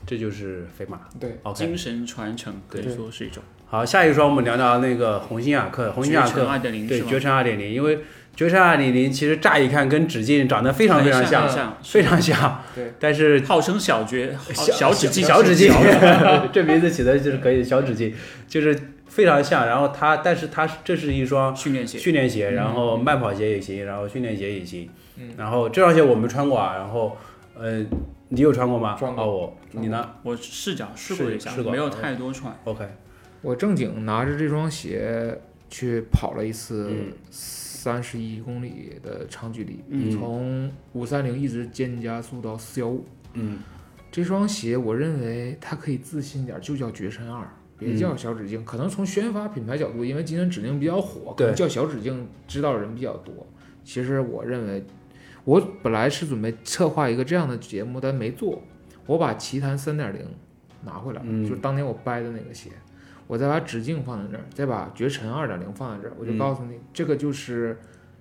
Speaker 1: 这就是飞马。
Speaker 3: 对，
Speaker 1: OK，
Speaker 2: 精神传承可以
Speaker 3: 对
Speaker 2: 说是一种
Speaker 1: 好，下一双我们聊聊那个鸿星雅克，鸿星雅克
Speaker 2: 二点零
Speaker 1: 对，绝尘二点零，因为绝尘二点零其实乍一看跟指劲长得非常非常像，
Speaker 2: 像
Speaker 1: 非常像，
Speaker 3: 对，
Speaker 1: 但是哦
Speaker 2: 号称小绝
Speaker 1: 小
Speaker 2: 指径
Speaker 1: 小指径
Speaker 2: 小 指，
Speaker 1: 这名字起的就是可以，小指径就是非常像。然后它，但是它是这是一 双
Speaker 2: 训练鞋，
Speaker 1: 训练鞋，
Speaker 3: 嗯
Speaker 1: 然后慢跑鞋也行，然后训练鞋也行。
Speaker 3: 嗯
Speaker 1: 然后这双鞋我没穿过啊，然后呃，你有穿过吗？
Speaker 3: 穿过
Speaker 1: 哦，我
Speaker 3: 穿过
Speaker 1: 你呢
Speaker 2: 我试脚试过一下，
Speaker 1: 试过
Speaker 2: 没有太多穿，
Speaker 1: ？OK，
Speaker 3: 我正经拿着这双鞋去跑了一次
Speaker 1: 嗯
Speaker 3: 三十一公里的长距离，
Speaker 1: 嗯
Speaker 3: 从五三零一直渐加速到四幺五。
Speaker 1: 嗯
Speaker 3: 这双鞋我认为它可以自信点儿，就叫绝尘二，
Speaker 1: 嗯
Speaker 3: 别叫小指径。可能从宣发品牌角度，因为今年指定比较火，可
Speaker 1: 对
Speaker 3: 能叫小指径知道的人比较多。其实我认为，我本来是准备策划一个这样的节目，但没做。我把奇谭三点零拿回来了，
Speaker 1: 嗯
Speaker 3: 就是当年我掰的那个鞋，我再把指径放在这儿，再把绝尘二点零放在这儿，我就
Speaker 1: 嗯
Speaker 3: 告诉你，这个就是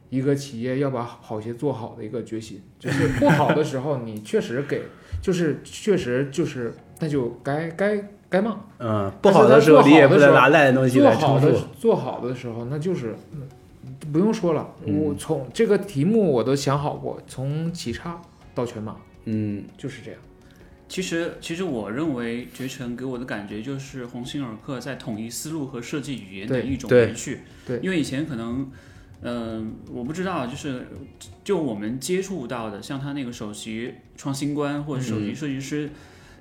Speaker 3: 一个企业要把好鞋做好的一个决心， 就是不好的时候，你确实给，就是确实就是，那就该该该骂。
Speaker 1: 嗯，不好的时候你也不能拿烂的东西
Speaker 3: 做
Speaker 1: 来
Speaker 3: 好
Speaker 1: 充
Speaker 3: 的
Speaker 1: 数。
Speaker 3: 做好的时候，那就是嗯不用说了。
Speaker 1: 嗯
Speaker 3: 我从这个题目我都想好过，从起叉到全马
Speaker 1: 嗯
Speaker 3: 就是这样。
Speaker 2: 其实，其实我认为绝尘给我的感觉就是鸿星尔克在统一思路和设计语言的
Speaker 3: 对
Speaker 2: 一种
Speaker 1: 对
Speaker 2: 延续。
Speaker 3: 对
Speaker 2: 因为以前可能，嗯、我不知道，就是就我们接触到的，像他那个首席创新官或者首
Speaker 3: 嗯
Speaker 2: 席设计师，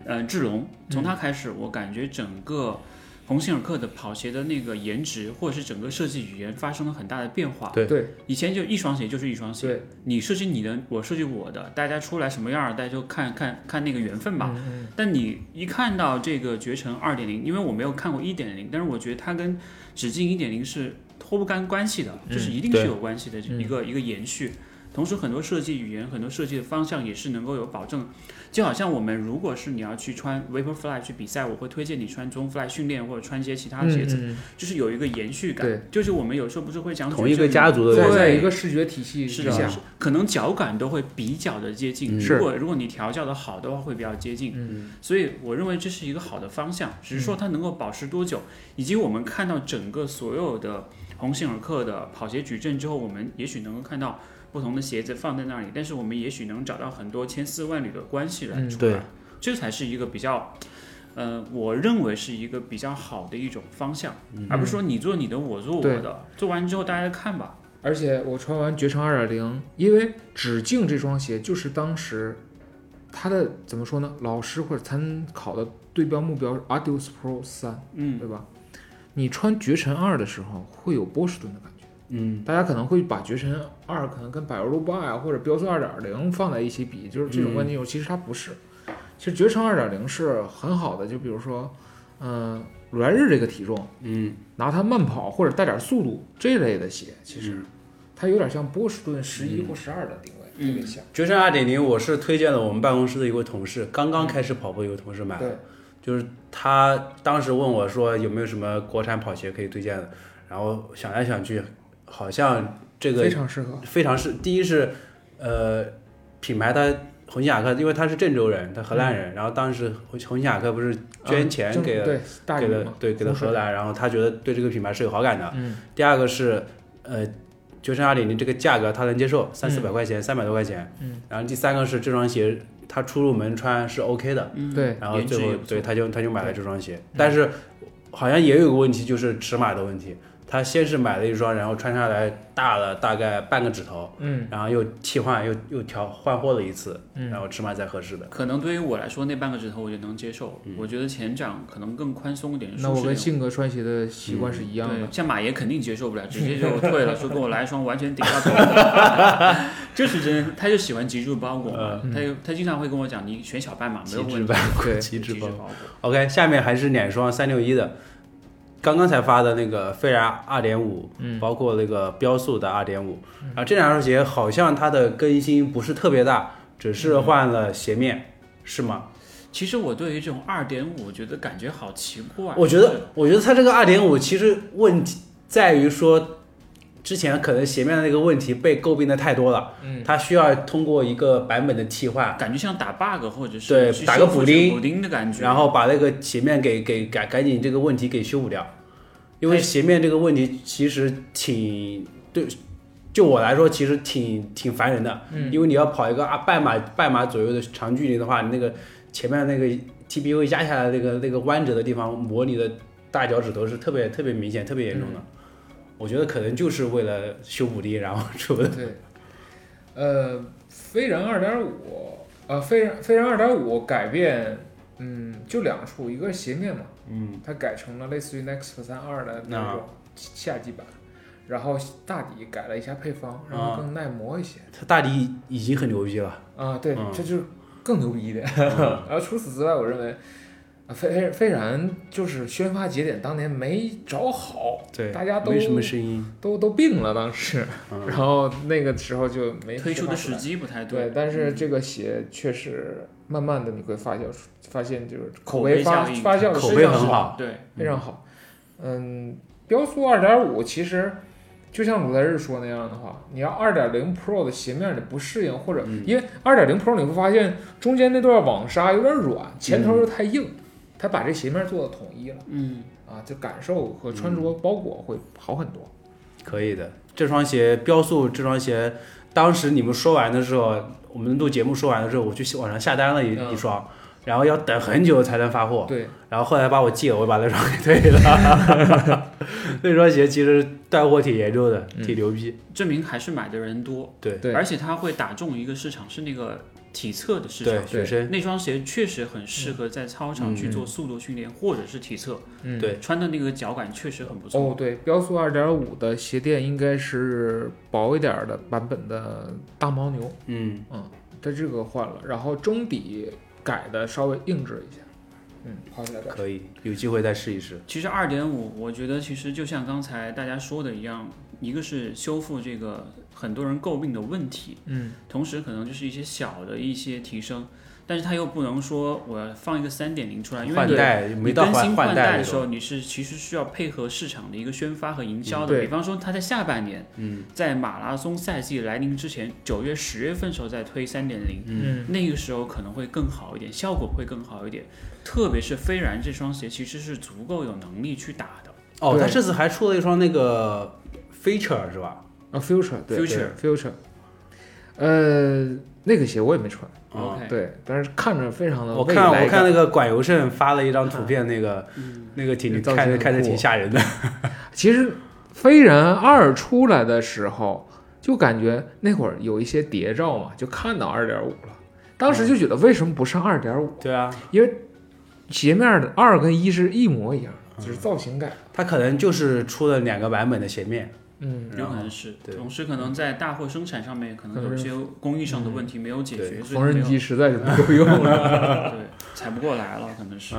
Speaker 2: 呃，志龙，从他开始，我感觉整个鸿星尔克的跑鞋的那个颜值或者是整个设计语言发生了很大的变化。
Speaker 1: 对
Speaker 3: 对
Speaker 2: 以前就一双鞋就是一双鞋，
Speaker 3: 对，
Speaker 2: 你设计你的，我设计我的，大家出来什么样儿，大家就看看看那个缘分吧。
Speaker 3: 嗯嗯
Speaker 2: 但你一看到这个绝尘二点零，因为我没有看过一点零，但是我觉得它跟直径一点零是脱不干关系的，
Speaker 3: 嗯
Speaker 2: 这是一定
Speaker 1: 对
Speaker 2: 是有关系的一个、一个延续。同时，很多设计语言、很多设计的方向也是能够有保证。就好像我们如果是你要去穿 Vaporfly 去比赛，我会推荐你穿中 Fly 训练或者穿一些其他的鞋子，
Speaker 3: 嗯嗯
Speaker 2: 就是有一个延续
Speaker 3: 对
Speaker 2: 感。就是我们有时候不是会讲
Speaker 1: 同一个家族
Speaker 3: 嗯
Speaker 1: 的
Speaker 3: 在
Speaker 1: 东西
Speaker 3: 在一个视觉体系
Speaker 2: 是
Speaker 3: 之
Speaker 2: 的，
Speaker 3: 下，
Speaker 2: 是可能脚感都会比较的接近。
Speaker 1: 嗯
Speaker 3: 是
Speaker 2: 如果如果你调教的好的话，会比较接近。
Speaker 3: 嗯
Speaker 2: 所以我认为这是一个好的方向，只是说它能够保持多久，以及我们看到整个所有的鸿星尔克的跑鞋矩阵之后，我们也许能够看到不同的鞋子放在那里，但是我们也许能找到很多千丝万缕的关系来
Speaker 3: 嗯
Speaker 2: 出来，
Speaker 1: 对
Speaker 2: 这才是一个比较。呃，我认为是一个比较好的一种方向，
Speaker 3: 嗯
Speaker 2: 而不是说你做你的，我做我的，做完之后大家看吧。
Speaker 3: 而且我穿完绝尘二点零，因为指径这双鞋就是当时它的怎么说呢？老师或者参考的对标目标是 Adidas Pro 三，
Speaker 2: 嗯，
Speaker 3: 对吧？你穿绝尘二的时候会有波士顿的感觉，
Speaker 1: 嗯
Speaker 3: 大家可能会把绝尘二可能跟百欧路霸啊呀或者标速二点零放在一起比，就是这种冠军
Speaker 1: 嗯
Speaker 3: 油，其实它不是。其实绝尘二点零是很好的，就比如说，嗯、鲁来日这个体重，
Speaker 1: 嗯
Speaker 3: 拿它慢跑或者带点速度这类的鞋，其实。
Speaker 1: 嗯。
Speaker 3: 它有点像波士顿十一或十二的定位，特别像。
Speaker 1: 绝尘二点零，我是推荐了我们办公室的一位同事，刚刚开始跑步，有个同事买，
Speaker 3: 嗯对，
Speaker 1: 就是他当时问我说有没有什么国产跑鞋可以推荐的，然后想来想去，好像这个
Speaker 3: 非常适合。
Speaker 1: 非常是第一是，呃，品牌它鸿星雅克，因为他是郑州人，他荷兰人，然后当时鸿鸿星雅克不是捐
Speaker 3: 嗯啊
Speaker 1: 钱
Speaker 3: 正
Speaker 1: 给了、
Speaker 3: 对大
Speaker 1: 给
Speaker 3: 鱼
Speaker 1: 了
Speaker 3: 嘛，
Speaker 1: 对给了
Speaker 3: 风水
Speaker 1: 荷兰，然后他觉得对这个品牌是有好感的。
Speaker 3: 嗯
Speaker 1: 第二个是呃，绝尘二点零这个价格他能接受，三四百块钱，三百多块钱。
Speaker 3: 嗯。
Speaker 1: 然后第三个是这双鞋，他出入门穿是 OK 的，
Speaker 2: 嗯，
Speaker 3: 对
Speaker 1: 然后
Speaker 2: 颜值
Speaker 1: 最后
Speaker 2: 也不错
Speaker 1: 对他就他就买了这双鞋，但是好像也有一个问题就是尺码的问题，他先是买了一双，然后穿下来大了大概半个指头，
Speaker 3: 嗯
Speaker 1: 然后又替换又又调换货了一次，然
Speaker 3: 嗯
Speaker 1: 后尺码才合适的。嗯
Speaker 2: 可能对于我来说，那半个指头我就能接受。我觉得前掌可能更宽松一点，
Speaker 3: 那
Speaker 2: 舒
Speaker 3: 我
Speaker 2: 适一
Speaker 3: 跟
Speaker 2: 点。
Speaker 3: 性格穿鞋的习惯是一样
Speaker 1: 嗯
Speaker 3: 的
Speaker 2: 对，，像马爷肯定接受 不了，直接就退了，说给我来一双完全顶到头 的。这是真的，他就喜欢极致包裹嘛，
Speaker 1: 嗯
Speaker 2: 他就他经常会跟我讲，你选小半码没有
Speaker 1: 极致
Speaker 2: 问题
Speaker 1: 包，
Speaker 3: 对
Speaker 1: 极致包
Speaker 2: 包
Speaker 1: 裹
Speaker 2: 裹。
Speaker 1: OK，下面还是两双三六一的，刚刚才发的那个飞然二点五，
Speaker 3: 嗯
Speaker 1: 包括那个标速的二点五，啊，这两双鞋好像它的更新不是特别大，只是换了鞋面，是吗？
Speaker 2: 其实我对于这种二点五，我觉得感觉好奇怪。
Speaker 1: 我觉
Speaker 2: 就是
Speaker 1: 得，我觉得它这个二点五其实问题在于说，之前可能鞋面的那个问题被诟病的太多了，
Speaker 3: 嗯，
Speaker 1: 它需要通过一个版本的替换，
Speaker 2: 感觉像打 bug 或者是
Speaker 1: 啊对
Speaker 2: 去
Speaker 1: 打个
Speaker 2: 修复
Speaker 1: 补
Speaker 2: 这
Speaker 1: 丁
Speaker 2: 补丁的感觉。
Speaker 1: 然后把那个鞋面给给赶赶紧这个问题给修补掉，因为鞋面这个问题其实挺对，就我来说其实挺挺烦人的，
Speaker 3: 嗯
Speaker 1: 因为你要跑一个啊半马半马左右的长距离的话，你那个前面那个 TPU 压下来那个那个弯折的地方磨你的大脚趾头是特别特别明显、特别严重
Speaker 3: 嗯
Speaker 1: 的。我觉得可能就是为了修补丁，然后出的。
Speaker 3: 对，呃，飞人二点五，呃，飞人飞人二点五改变，嗯，就两处，一个是鞋面嘛，
Speaker 1: 嗯，啊
Speaker 3: 它改成了类似于 Next 三二的那种夏季版，然后大底改了一下配方，让
Speaker 1: 啊
Speaker 3: 它更耐磨一些。
Speaker 1: 它大底已经很牛逼了。
Speaker 3: 啊，对，
Speaker 1: 嗯
Speaker 3: 这就是更牛逼一点。
Speaker 1: 嗯
Speaker 3: 然后除此之外，我认为。啊飞飞飞然就是宣发节点当年没找好，
Speaker 1: 对，
Speaker 3: 大家都
Speaker 1: 没什么声音。
Speaker 3: 都都病了当时，
Speaker 1: 嗯
Speaker 3: 然后那个时候就没
Speaker 2: 推出
Speaker 3: 宣发
Speaker 2: 的
Speaker 3: 出来
Speaker 2: 时机不太
Speaker 3: 对，但是这个鞋确实慢慢的你会发酵出，发现就是
Speaker 2: 口
Speaker 3: 碑
Speaker 2: 碑
Speaker 3: 发
Speaker 2: 效应
Speaker 3: 发酵的
Speaker 1: 口
Speaker 3: 非
Speaker 1: 碑
Speaker 3: 常
Speaker 1: 很
Speaker 3: 好，
Speaker 1: 好，
Speaker 2: 对，
Speaker 3: 非常好。嗯，标速二点五其实就像鲁在日说那样的话，你要二点零 Pro 的鞋面你不适应，或者、
Speaker 1: 嗯
Speaker 3: 因为二点零 Pro 你会发现中间那段网纱有点软，前头又太硬，它把这鞋面做的统一了
Speaker 2: 嗯，
Speaker 3: 啊，就感受和穿着包裹会好很多。
Speaker 1: 可以的，这双鞋标速，这双鞋，当时你们说完的时候，我们录节目说完的时候，我去网上下单了一、
Speaker 3: 嗯
Speaker 1: 一双，然后要等很久才能发 货，
Speaker 3: 对，
Speaker 1: 然后后来把我借了，我把那双给退了。那双鞋其实断货挺严重的，
Speaker 2: 嗯
Speaker 1: 挺牛逼。
Speaker 2: 证明还是买的人多，
Speaker 1: 对
Speaker 3: 对
Speaker 2: 而且它会打中一个市场，是那个体测的市
Speaker 1: 对，
Speaker 2: 场。
Speaker 1: 学生
Speaker 2: 那双鞋确实很适合在操场去
Speaker 3: 嗯
Speaker 2: 做速度训练，或者是体测。
Speaker 3: 嗯，
Speaker 1: 对
Speaker 2: 穿的那个脚感确实很不错。
Speaker 3: 哦，对，标速二点五的鞋垫应该是薄一点儿的版本的大牦牛，
Speaker 1: 嗯，
Speaker 3: 它这个换了，然后中底改的稍微硬质一些，嗯，好起来点儿。
Speaker 1: 可以，有机会再试一试。
Speaker 2: 其实二点五，我觉得其实就像刚才大家说的一样，一个是修复这个很多人诟病的问题，
Speaker 3: 嗯，
Speaker 2: 同时可能就是一些小的一些提升，但是它又不能说我放一个三点零出来，嗯因为
Speaker 1: 换
Speaker 2: 你
Speaker 1: 代没
Speaker 2: 你
Speaker 1: 到
Speaker 2: 更
Speaker 1: 换
Speaker 2: 新
Speaker 1: 换
Speaker 2: 代
Speaker 1: 那
Speaker 2: 的时
Speaker 1: 种，
Speaker 2: 候，你是其实需要配合市场的一个宣发和营销
Speaker 3: 嗯
Speaker 2: 的。
Speaker 3: 对
Speaker 2: 比方说，它在下半年，
Speaker 1: 嗯，
Speaker 2: 在马拉松赛季来临之前，九月、十月份时候再推三点零，
Speaker 3: 嗯
Speaker 2: 那个时候可能会更好一点，效果会更好一点。特别是飞然这双鞋，其实是足够有能力去打的。
Speaker 1: 哦，
Speaker 3: 对
Speaker 1: 他这次还出了一双那个 feature 是吧？
Speaker 3: 啊，Future 对
Speaker 2: Future
Speaker 3: 对 Future，呃，那个鞋我也没穿，
Speaker 1: 啊
Speaker 2: OK，
Speaker 3: 对，但是看着非常的
Speaker 1: 我
Speaker 3: 呃未
Speaker 1: 看
Speaker 3: 来
Speaker 1: 我看
Speaker 3: 感
Speaker 1: 那个管尤胜发了一张图片，那个、那个挺
Speaker 3: 造型
Speaker 1: 看着
Speaker 3: 很
Speaker 1: 看着
Speaker 3: 酷
Speaker 1: 挺吓人的。
Speaker 3: 其实飞人二出来的时候，就感觉那会儿有一些谍照嘛，就看到二点五了，当时就觉得为什么不上二点五？
Speaker 1: 对啊，
Speaker 3: 鞋面的二跟一是一模一样，就是造型改。
Speaker 1: 它可能就是出了两个版本的鞋面。
Speaker 3: 嗯，
Speaker 2: 有可能是
Speaker 1: 对。
Speaker 2: 同时，可能在大货生产上面，可能有些工艺上的问题没有解决，所以
Speaker 3: 缝纫
Speaker 2: 没有
Speaker 3: 机实在是不够用 了。
Speaker 2: 对踩不过来了，可能是。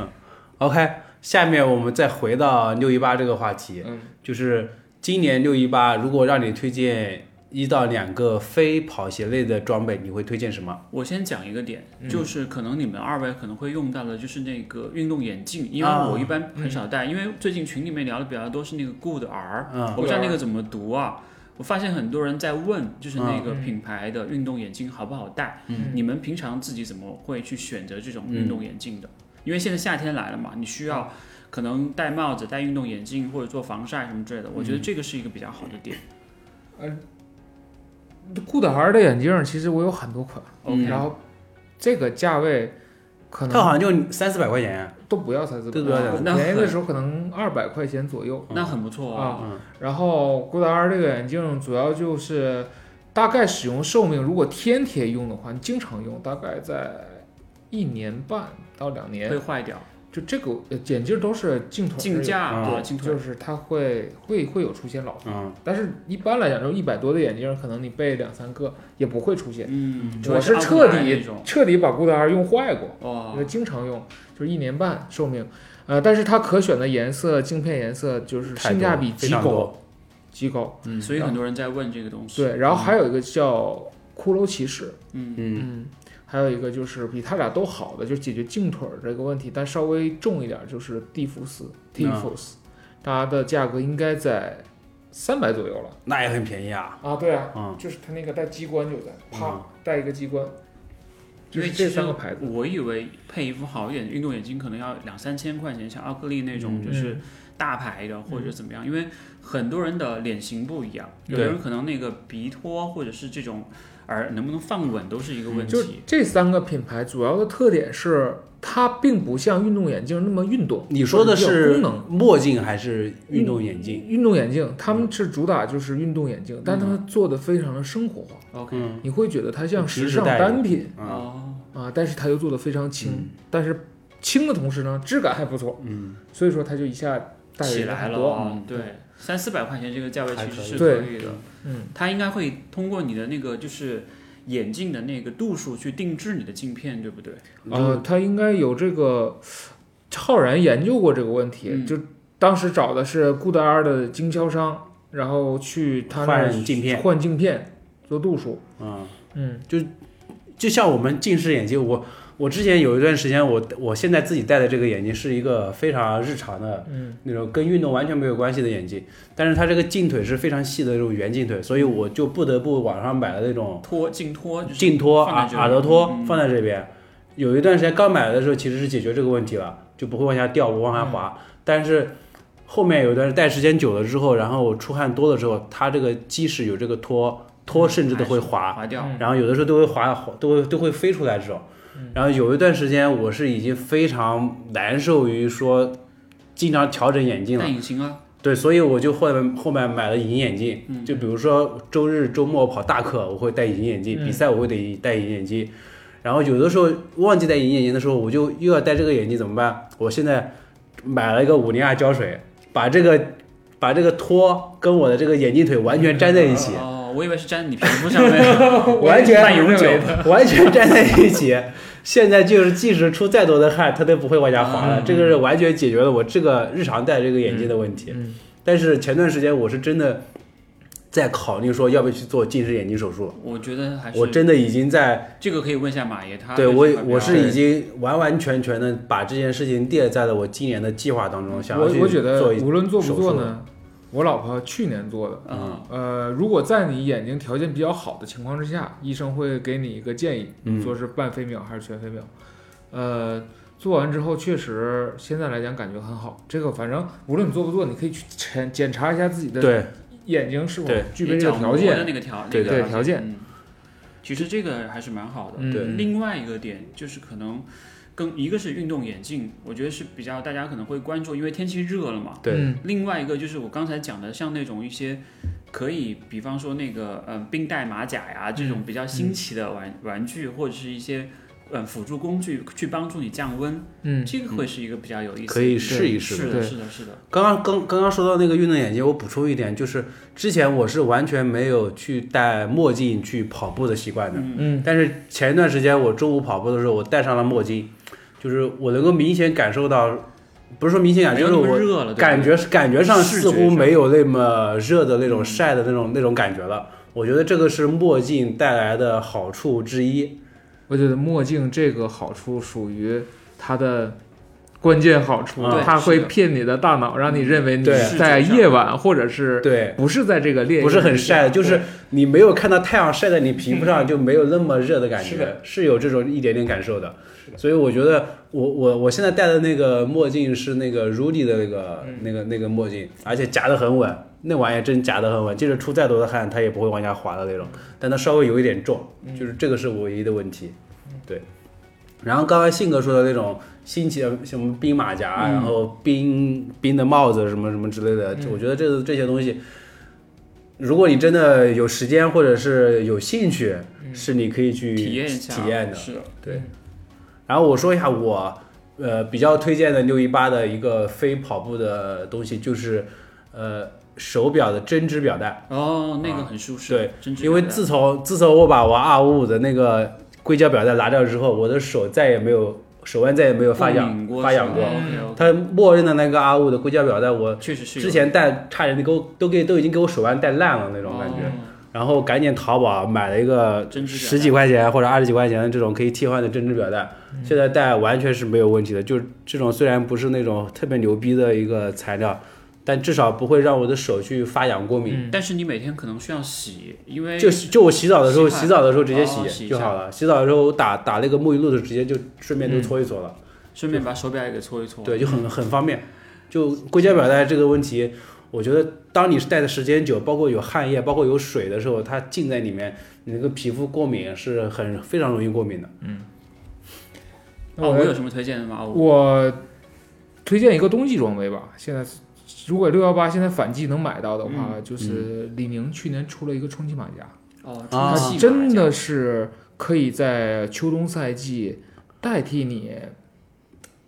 Speaker 1: OK，下面我们再回到六一八这个话题，
Speaker 3: 嗯
Speaker 1: 就是今年六一八，如果让你推荐一到两个非跑鞋类的装备，你会推荐什么？
Speaker 2: 我先讲一个点，
Speaker 3: 嗯
Speaker 2: 就是可能你们二位可能会用到的，就是那个运动眼镜，因为
Speaker 1: 啊
Speaker 2: 我一般很少
Speaker 3: 嗯
Speaker 2: 戴，因为最近群里面聊的比较多是那个 Good R，、
Speaker 3: 啊
Speaker 1: 嗯
Speaker 2: 我不知道那个怎么读啊。我发现很多人在问，就是那个品牌的运动眼镜好不好戴？
Speaker 3: 嗯
Speaker 2: 你们平常自己怎么会去选择这种运动眼镜
Speaker 3: 嗯
Speaker 2: 的？因为现在夏天来了嘛，你需要可能戴帽子、戴运动眼镜或者做防晒什么之类的。我觉
Speaker 3: 嗯
Speaker 2: 得这个是一个比较好的点。
Speaker 3: 顾德儿的眼镜其实我有很多款，
Speaker 2: OK
Speaker 3: 然后这个价位，可
Speaker 1: 它好
Speaker 3: 能
Speaker 1: 像就三四百块钱，啊
Speaker 3: 都不要三四百，
Speaker 1: 都不要三
Speaker 2: 四百
Speaker 3: 便宜的时候可能二百块钱左右。
Speaker 2: 那很不错哦
Speaker 3: 啊
Speaker 1: 嗯，
Speaker 3: 然后郭达二这个眼镜主要就是大概使用寿命，如果天天用的话，你经常用，大概在一年半到两
Speaker 2: 会
Speaker 3: 年。
Speaker 2: 坏掉，
Speaker 3: 就这个呃眼镜都是镜筒
Speaker 2: 竞价
Speaker 1: 啊
Speaker 2: 啊，
Speaker 3: 嗯对，
Speaker 2: 镜
Speaker 3: 就
Speaker 2: 腿
Speaker 3: 是它会会会有出现老化，
Speaker 1: 嗯，
Speaker 3: 但是一般来讲，就一百多的眼镜，可能你备两三个也不会出现。
Speaker 2: 嗯，
Speaker 3: 我
Speaker 2: 是
Speaker 3: 是彻
Speaker 2: 奥特曼那
Speaker 3: 底
Speaker 2: 种，
Speaker 3: 彻底把固达二用坏过，因为
Speaker 2: 哦，
Speaker 3: 经常用，就是一年半寿命。呃，但是它可选的颜色、镜片颜色就是
Speaker 1: 太
Speaker 3: 嗯性价
Speaker 1: 多
Speaker 3: 比
Speaker 1: 非
Speaker 3: 极
Speaker 1: 常
Speaker 3: 高，
Speaker 1: 多，
Speaker 3: 极高。
Speaker 2: 嗯所以很多人在问这个东西，
Speaker 3: 对，然后还有一个叫骷髅骑士，
Speaker 2: 嗯，
Speaker 1: 嗯
Speaker 3: 嗯，还有一个就是比它俩都好的，就是解决镜腿儿这个问题，但稍微重一点，就是蒂芙斯 t
Speaker 1: 嗯
Speaker 3: i f u s 它的价格应该在三百左右了
Speaker 1: 那也很便宜啊，
Speaker 3: 啊。对啊，
Speaker 1: 嗯
Speaker 3: 就是它那个带机关就在，
Speaker 1: 嗯
Speaker 3: 啪带一个机关，
Speaker 2: 因
Speaker 3: 就
Speaker 2: 为
Speaker 3: 是
Speaker 2: 其
Speaker 3: 这
Speaker 2: 实
Speaker 3: 三个牌子。
Speaker 1: 嗯
Speaker 2: 我以为配一副好一点的运动眼镜可能要两三千块钱，像奥克利那种
Speaker 1: 嗯
Speaker 2: 就是大牌的
Speaker 3: 嗯
Speaker 2: 或者怎么样，因为很多人的脸型不一样，有
Speaker 1: 对
Speaker 2: 的人可能那个鼻托或者是这种耳能不能放稳都是一个问
Speaker 3: 嗯就
Speaker 2: 题。
Speaker 3: 这三个品牌主要的特点是，它并不像运动眼镜那么运动。
Speaker 1: 你说的
Speaker 3: 或者比较
Speaker 1: 是
Speaker 3: 功能
Speaker 1: 墨镜还是运动眼镜？嗯
Speaker 3: 运动眼镜，他们是主打就是运动眼镜，但他们做的非常的生活化，
Speaker 2: OK，
Speaker 1: 嗯，
Speaker 3: 你会觉得它像
Speaker 1: 平
Speaker 3: 时
Speaker 1: 时
Speaker 3: 尚
Speaker 1: 戴着
Speaker 3: 单品
Speaker 1: 嗯
Speaker 2: 哦，
Speaker 3: 啊，但是它又做的非常轻，
Speaker 1: 嗯
Speaker 3: 但是轻的同时呢，质感还不错，
Speaker 1: 嗯，
Speaker 3: 所以说它就一下带
Speaker 2: 起
Speaker 3: 人
Speaker 2: 来
Speaker 3: 很
Speaker 2: 了
Speaker 3: 多
Speaker 2: 哦，
Speaker 3: 啊。
Speaker 2: 对，三四百块钱这个价位其实是
Speaker 1: 还
Speaker 3: 可以
Speaker 2: 可以的。
Speaker 3: 嗯，
Speaker 2: 它应该会通过你的那个就是眼镜的那个度数去定制你的镜片，对不对？
Speaker 1: 嗯
Speaker 3: 呃，它应该有这个，浩然研究过这个问题，
Speaker 2: 嗯
Speaker 3: 就当时找的是固达尔的经销商，然后去他那儿
Speaker 1: 换镜片，
Speaker 3: 换镜片做度数。
Speaker 1: 嗯。
Speaker 3: 嗯，
Speaker 1: 就像我们近视眼镜，我我之前有一段时间，我我现在自己戴的这个眼镜是一个非常日常的，
Speaker 3: 嗯，
Speaker 1: 那种跟运动完全没有关系的眼镜，但是它这个镜腿是非常细的那种圆镜腿，所以我就不得不网上买了那种
Speaker 2: 托镜托就是
Speaker 1: 镜托
Speaker 2: 放在
Speaker 1: 耳
Speaker 2: 这里
Speaker 1: 耳朵托
Speaker 2: 嗯
Speaker 1: 放在这边。有一段时间刚买的时候其实是解决这个问题了，就不会往下掉，不往下
Speaker 2: 嗯
Speaker 1: 滑。但是后面有一段戴时间久了之后，然后我出汗多了之后，它这个即使有这个托托，甚至都会滑。
Speaker 2: 划掉。
Speaker 3: 嗯
Speaker 1: 然后有的时候都会滑，滑都会都会飞出来这种
Speaker 3: 嗯。
Speaker 1: 然后有一段时间，我是已经非常难受于说经常调整眼镜
Speaker 2: 戴
Speaker 1: 了，
Speaker 2: 隐形啊，
Speaker 1: 对，所以我就后面后面买了隐眼镜。
Speaker 2: 嗯
Speaker 1: 就比如说周日周末跑大课，我会戴隐眼镜；
Speaker 3: 嗯
Speaker 1: 比赛我会得戴隐眼镜。然后有的时候忘记戴隐眼镜的时候，我就又要戴这个眼镜，怎么办？我现在买了一个五零二胶水，把这个把这个托跟我的这个眼镜腿完全粘在一起。
Speaker 2: 哦，我以为是粘你皮 肤上面。
Speaker 1: 完全
Speaker 2: 半永久，
Speaker 1: 完全粘在一起。现在就是，即使出再多的汗，它都不会往下滑了。
Speaker 2: 嗯
Speaker 1: 这个是完全解决了我这个日常戴这个眼镜的问题。
Speaker 3: 嗯
Speaker 1: 但是前段时间我是真的在考虑说要不要去做近视眼睛手术，
Speaker 2: 我觉得还是
Speaker 1: 我真的已经在
Speaker 2: 这个可以问一下马爷他
Speaker 1: 对
Speaker 2: 这
Speaker 1: 我
Speaker 2: 块表达。嗯
Speaker 1: 我是已经完完全全的把这件事情列在了我今年的计划当中，想要去
Speaker 3: 我我觉得
Speaker 1: 做一
Speaker 3: 无论做
Speaker 1: 手
Speaker 3: 不
Speaker 1: 术
Speaker 3: 做呢，我老婆去年做的。
Speaker 2: 嗯
Speaker 3: 呃，如果在你眼睛条件比较好的情况之下，医生会给你一个建议，
Speaker 1: 嗯
Speaker 3: 说是半飞秒还是全飞秒。呃，做完之后确实现在来讲感觉很好。这个反正无论你做不做，你可以去检检查一下自己的
Speaker 1: 对
Speaker 3: 眼睛是否
Speaker 1: 对
Speaker 3: 具备这个条件
Speaker 2: 的。那个条那
Speaker 1: 对
Speaker 2: 个
Speaker 3: 对
Speaker 2: 条
Speaker 3: 条件
Speaker 2: 嗯其实这个还是蛮好的。
Speaker 3: 嗯
Speaker 1: 对
Speaker 2: 另外一个点就是可能更一个是运动眼镜，我觉得是比较大家可能会关注，因为天气热了嘛。
Speaker 1: 对
Speaker 3: 嗯
Speaker 2: 另外一个就是我刚才讲的，像那种一些可以，比方说那个嗯、呃冰袋马甲呀这种比较新奇的玩、嗯玩具，或者是一些嗯、呃辅助工具去帮助你降温，
Speaker 3: 嗯，
Speaker 2: 这个会是一个比较有意思的。
Speaker 1: 可以试一试的
Speaker 2: 是的，
Speaker 3: 对
Speaker 2: 是的，是的。
Speaker 1: 刚刚刚刚刚说到那个运动眼镜，我补充一点，就是之前我是完全没有去戴墨镜去跑步的习惯的，
Speaker 2: 嗯，
Speaker 3: 嗯
Speaker 1: 但是前一段时间我中午跑步的时候，我戴上了墨镜，就是我能够明显感受到，不是说明显感，
Speaker 2: 没
Speaker 1: 啊就
Speaker 2: 有
Speaker 1: 是
Speaker 2: 那么
Speaker 1: 我
Speaker 2: 热了，对吧
Speaker 1: 感觉是感觉上
Speaker 2: 哎视觉
Speaker 1: 似乎
Speaker 2: 上
Speaker 1: 没有那么热的那种
Speaker 2: 嗯
Speaker 1: 晒的那种那种感觉了。我觉得这个是墨镜带来的好处之一。
Speaker 3: 我觉得墨镜这个好处属于它的。关键好处
Speaker 1: 嗯，
Speaker 3: 它
Speaker 2: 是
Speaker 3: 会
Speaker 2: 的
Speaker 3: 骗你的大脑，让你认为你
Speaker 1: 对
Speaker 3: 在
Speaker 2: 是这样
Speaker 3: 夜晚或者是
Speaker 1: 对，
Speaker 3: 不是在这个烈日
Speaker 1: 不是很
Speaker 3: 之下
Speaker 1: 晒，就是你没有看到太阳晒在你皮肤上，就没有那么热的感
Speaker 3: 是
Speaker 1: 觉
Speaker 3: 的，
Speaker 1: 是有这种一点点感受的
Speaker 3: 是。的
Speaker 1: 所以我觉得我我我现在戴的那个墨镜是那个 Rudy 的那个
Speaker 3: 嗯
Speaker 1: 那个那个墨镜，而且夹得很稳，那玩意儿真夹得很稳，即使出再多的汗，它也不会往下滑的那种。但它稍微有一点重，
Speaker 3: 嗯
Speaker 2: 嗯
Speaker 1: 就是这个是我唯一的问题。然后刚才信哥说的那种新奇的什么兵马甲，
Speaker 2: 嗯
Speaker 1: 然后兵兵的帽子什么什么之类的，
Speaker 3: 嗯
Speaker 1: 我觉得这这些东西，如果你真的有时间或者是有兴趣，
Speaker 3: 嗯
Speaker 1: 是你可以去
Speaker 2: 体验一下，
Speaker 1: 体验的。
Speaker 2: 是
Speaker 1: 对，然后我说一下我呃比较推荐的六一八的一个非跑步的东西，就是呃手表的针织表带。
Speaker 2: 哦，那个很舒适，
Speaker 1: 啊对
Speaker 2: 针织
Speaker 1: 因为
Speaker 2: 表带
Speaker 1: 自从自从我把我二五五的那个硅胶表带拿掉之后，我的手再也没有手腕再也没有发
Speaker 2: 共鸣
Speaker 1: 痒
Speaker 2: 过啊
Speaker 1: 发痒过。
Speaker 2: ，OK OK，
Speaker 1: 它默认的那个二五的硅胶表带，我
Speaker 2: 确实是有
Speaker 1: 之前戴差点给我都给都已经给我手腕戴烂了那种感觉。
Speaker 2: 哦
Speaker 1: 然后赶紧淘宝买了一个
Speaker 2: 针织表带嗯
Speaker 1: 十几块钱或者二十几块钱的这种可以替换的针织表带，现在戴完全是没有问题的。就是这种虽然不是那种特别牛逼的一个材料，但至少不会让我的手去发痒过敏。
Speaker 3: 嗯
Speaker 2: 但是你每天可能需要洗，因为
Speaker 1: 就就我洗澡的时候，
Speaker 2: 洗发
Speaker 1: 洗澡的时候直接
Speaker 2: 哦洗一
Speaker 1: 洗
Speaker 2: 下嗯
Speaker 1: 就好了。洗澡的时候打打那个沐浴露的时候，直接就顺便就搓一搓了，
Speaker 2: 顺便把手表也给搓一搓。
Speaker 1: 对，就很很方便。就硅胶表带这个问题，我觉得当你是戴的时间久，包括有汗液，包括有水的时候，它浸在里面，你那个皮肤过敏是很非常容易过敏的。
Speaker 3: 那
Speaker 2: 啊，
Speaker 3: 我
Speaker 2: 我
Speaker 3: 来
Speaker 2: 有什么推荐的吗？哦我
Speaker 3: 我推荐一个冬季装备吧。现在如果六幺八现在反季能买到的话，
Speaker 1: 嗯
Speaker 3: 就是李宁去年出了一个充气马甲，
Speaker 2: 哦，
Speaker 1: 啊
Speaker 2: 充
Speaker 3: 它
Speaker 2: 气
Speaker 3: 真
Speaker 2: 马甲
Speaker 3: 的是可以在秋冬赛季代替你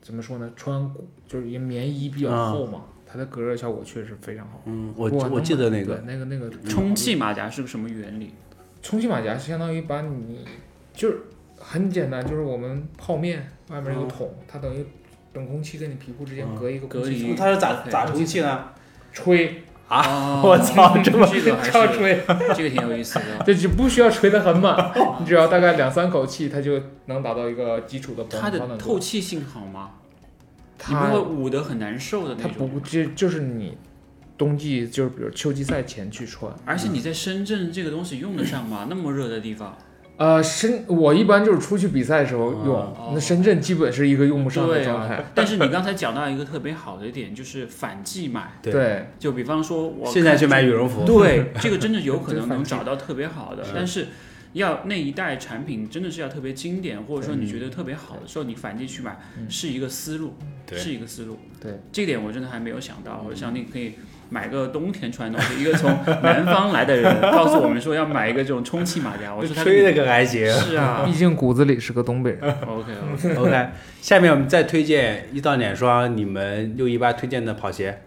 Speaker 3: 怎么说呢？穿就是因为棉衣比较厚嘛，它的隔热效果确实非常好。
Speaker 1: 嗯，我
Speaker 3: 哇
Speaker 1: 我记得那个
Speaker 3: 对那个那个
Speaker 2: 充气马甲是个什么原理？
Speaker 3: 充气马甲是相当于把你就是很简单，就是我们泡面外面有个桶，它等于等空气跟你皮肤之间
Speaker 1: 嗯
Speaker 3: 隔一个
Speaker 2: 隔
Speaker 3: 空气
Speaker 2: 离
Speaker 3: 层
Speaker 1: 它是咋
Speaker 2: 对
Speaker 1: 咋充气呢？
Speaker 3: 吹，
Speaker 1: 啊
Speaker 2: 哦
Speaker 1: 我操这么
Speaker 2: 这个 还
Speaker 3: 超
Speaker 2: 是
Speaker 3: 吹，
Speaker 2: 这个挺有意思 的。
Speaker 3: 这就不需要吹得很满，你只要大概两三口气，它就能达到一个基础的保
Speaker 2: 它
Speaker 3: 暖
Speaker 2: 的
Speaker 3: 度
Speaker 2: 透气性好吗？你不会
Speaker 3: 它
Speaker 2: 捂得很难受的那
Speaker 3: 它
Speaker 2: 种。
Speaker 3: 不这就是你冬季就是比如秋季赛前去穿，
Speaker 2: 而且你在深圳这个东西用得上吗？那么热的地方，
Speaker 3: 呃深我一般就是出去比赛的时候
Speaker 1: 哦
Speaker 3: 用，那深圳基本是一个用不上的
Speaker 2: 对
Speaker 3: 状
Speaker 2: 啊
Speaker 3: 态，。
Speaker 2: 但是你刚才讲到一个特别好的一点，就是反季买，
Speaker 1: 对
Speaker 3: 对，
Speaker 2: 就比方说我
Speaker 1: 现在去买
Speaker 2: 看
Speaker 1: 羽绒服，
Speaker 2: 对，这个真的有可
Speaker 3: 这
Speaker 2: 能
Speaker 3: 个反
Speaker 2: 能
Speaker 3: 季
Speaker 2: 找到特别好的
Speaker 1: 哦是，
Speaker 2: 但是要那一代产品真的是要特别经典，或者说你觉得特别好的时候，你反季去买
Speaker 3: 嗯
Speaker 2: 是一个思路，
Speaker 1: 对
Speaker 2: 是一个思路。
Speaker 3: 对，
Speaker 2: 这点我真的还没有想到，
Speaker 1: 嗯
Speaker 2: 我想你可以。买个冬天穿的东西，一个从南方来 的人告诉我们说要买一个这种充气马甲， 我说他
Speaker 1: 吹那个还行。
Speaker 2: 是啊
Speaker 3: 毕竟骨子里是个东
Speaker 2: 呃
Speaker 3: 北人。
Speaker 2: ，OK，
Speaker 1: OK，下面我们再推荐一到两双你们六一八推荐的跑鞋。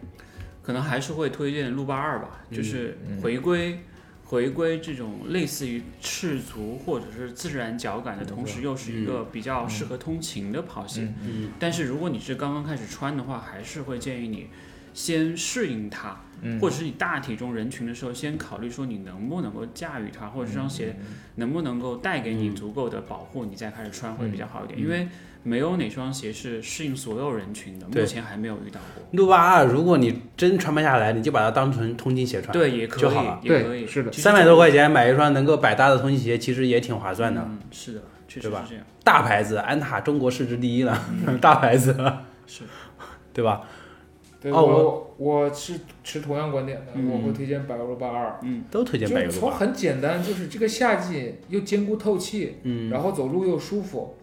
Speaker 2: 可能还是会推荐路霸二吧，就是
Speaker 3: 嗯
Speaker 2: 回归、回归这种类似于赤足或者是自然脚感的同时，又是一个比较适合通勤的跑鞋。
Speaker 3: 嗯
Speaker 1: 嗯，
Speaker 2: 但是如果你是刚刚开始穿的话，还是会建议你先适应它，
Speaker 3: 嗯
Speaker 2: 或者是你大体重人群的时候，先考虑说你能不能够驾驭它，或者这双鞋
Speaker 3: 嗯
Speaker 2: 能不能够带给你足够的保护，你再开始穿
Speaker 3: 嗯
Speaker 2: 会比较好一点。因为没有哪双鞋是适应所有人群的，
Speaker 1: 对
Speaker 2: 目前还没有遇到过。
Speaker 1: 六八二，如果你真穿不下来，你就把它当成通勤鞋穿。，
Speaker 2: 对，也可以，
Speaker 1: 就好了
Speaker 2: 也可以，
Speaker 3: 对是的
Speaker 2: 其实
Speaker 1: 三百多块钱买一双能够百搭的通勤鞋，其实也挺划算的。
Speaker 2: 嗯，是的，确
Speaker 1: 对
Speaker 2: 实是
Speaker 1: 吧
Speaker 2: 这样。
Speaker 1: 大牌子，安踏中国市值第一了， 大牌子了，
Speaker 2: 是，
Speaker 1: 对吧？
Speaker 3: 对，
Speaker 1: 哦
Speaker 3: 我我是持同样观点的，
Speaker 2: 嗯
Speaker 3: 我会推荐百欧八二。
Speaker 1: 都推
Speaker 3: 就
Speaker 1: 荐百
Speaker 3: 是
Speaker 1: 优
Speaker 3: 从
Speaker 1: 吧。
Speaker 3: 很简单，就是这个夏季又兼顾透气，
Speaker 1: 嗯，
Speaker 3: 然后走路又舒服。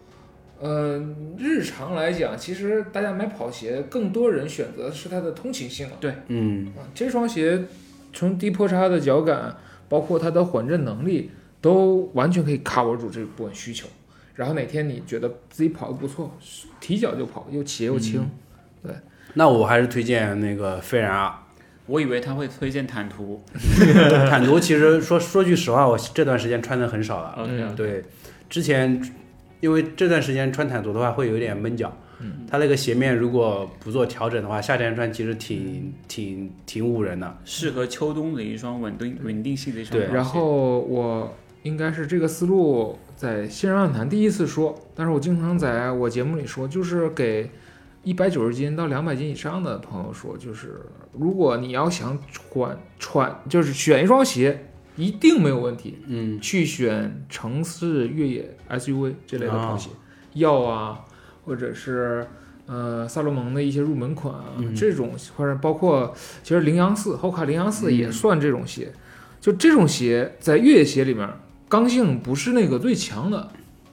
Speaker 3: 呃，日常来讲，其实大家买跑鞋，更多人选择的是它的通勤性能。
Speaker 1: 嗯，
Speaker 3: 啊，这双鞋从低坡差的脚感，包括它的缓震能力，都完全可以 cover 住这部分需求。然后哪天你觉得自己跑得不错，提脚就跑，又斜又轻。
Speaker 1: 那我还是推荐那个飞然二。
Speaker 2: 我以为他会推荐坦途。
Speaker 1: 坦途其实说说句实话，我这段时间穿的很少了。
Speaker 2: 啊 OK，
Speaker 3: 嗯
Speaker 1: 对，之前因为这段时间穿坦途的话会有点闷脚，嗯，它那个鞋面如果不做调整的话，夏天穿其实挺挺挺捂人的。
Speaker 2: 适合秋冬的一双稳定稳定性的一双
Speaker 1: 对
Speaker 2: 跑鞋。
Speaker 3: 然后我应该是这个思路在新人漫谈第一次说，但是我经常在我节目里说，就是给一百九十斤到两百斤以上的朋友说，就是如果你要想穿穿，就是选一双鞋，一定没有问题，
Speaker 1: 嗯，
Speaker 3: 去选城市越野 SUV 这类的跑鞋，药啊，或者是呃萨洛蒙的一些入门款啊，
Speaker 1: 嗯
Speaker 3: 这种或者包括其实羚羊四、后卡羚羊
Speaker 1: 嗯
Speaker 3: 四也算这种鞋。就这种鞋在越野鞋里面，刚性不是那个最强的，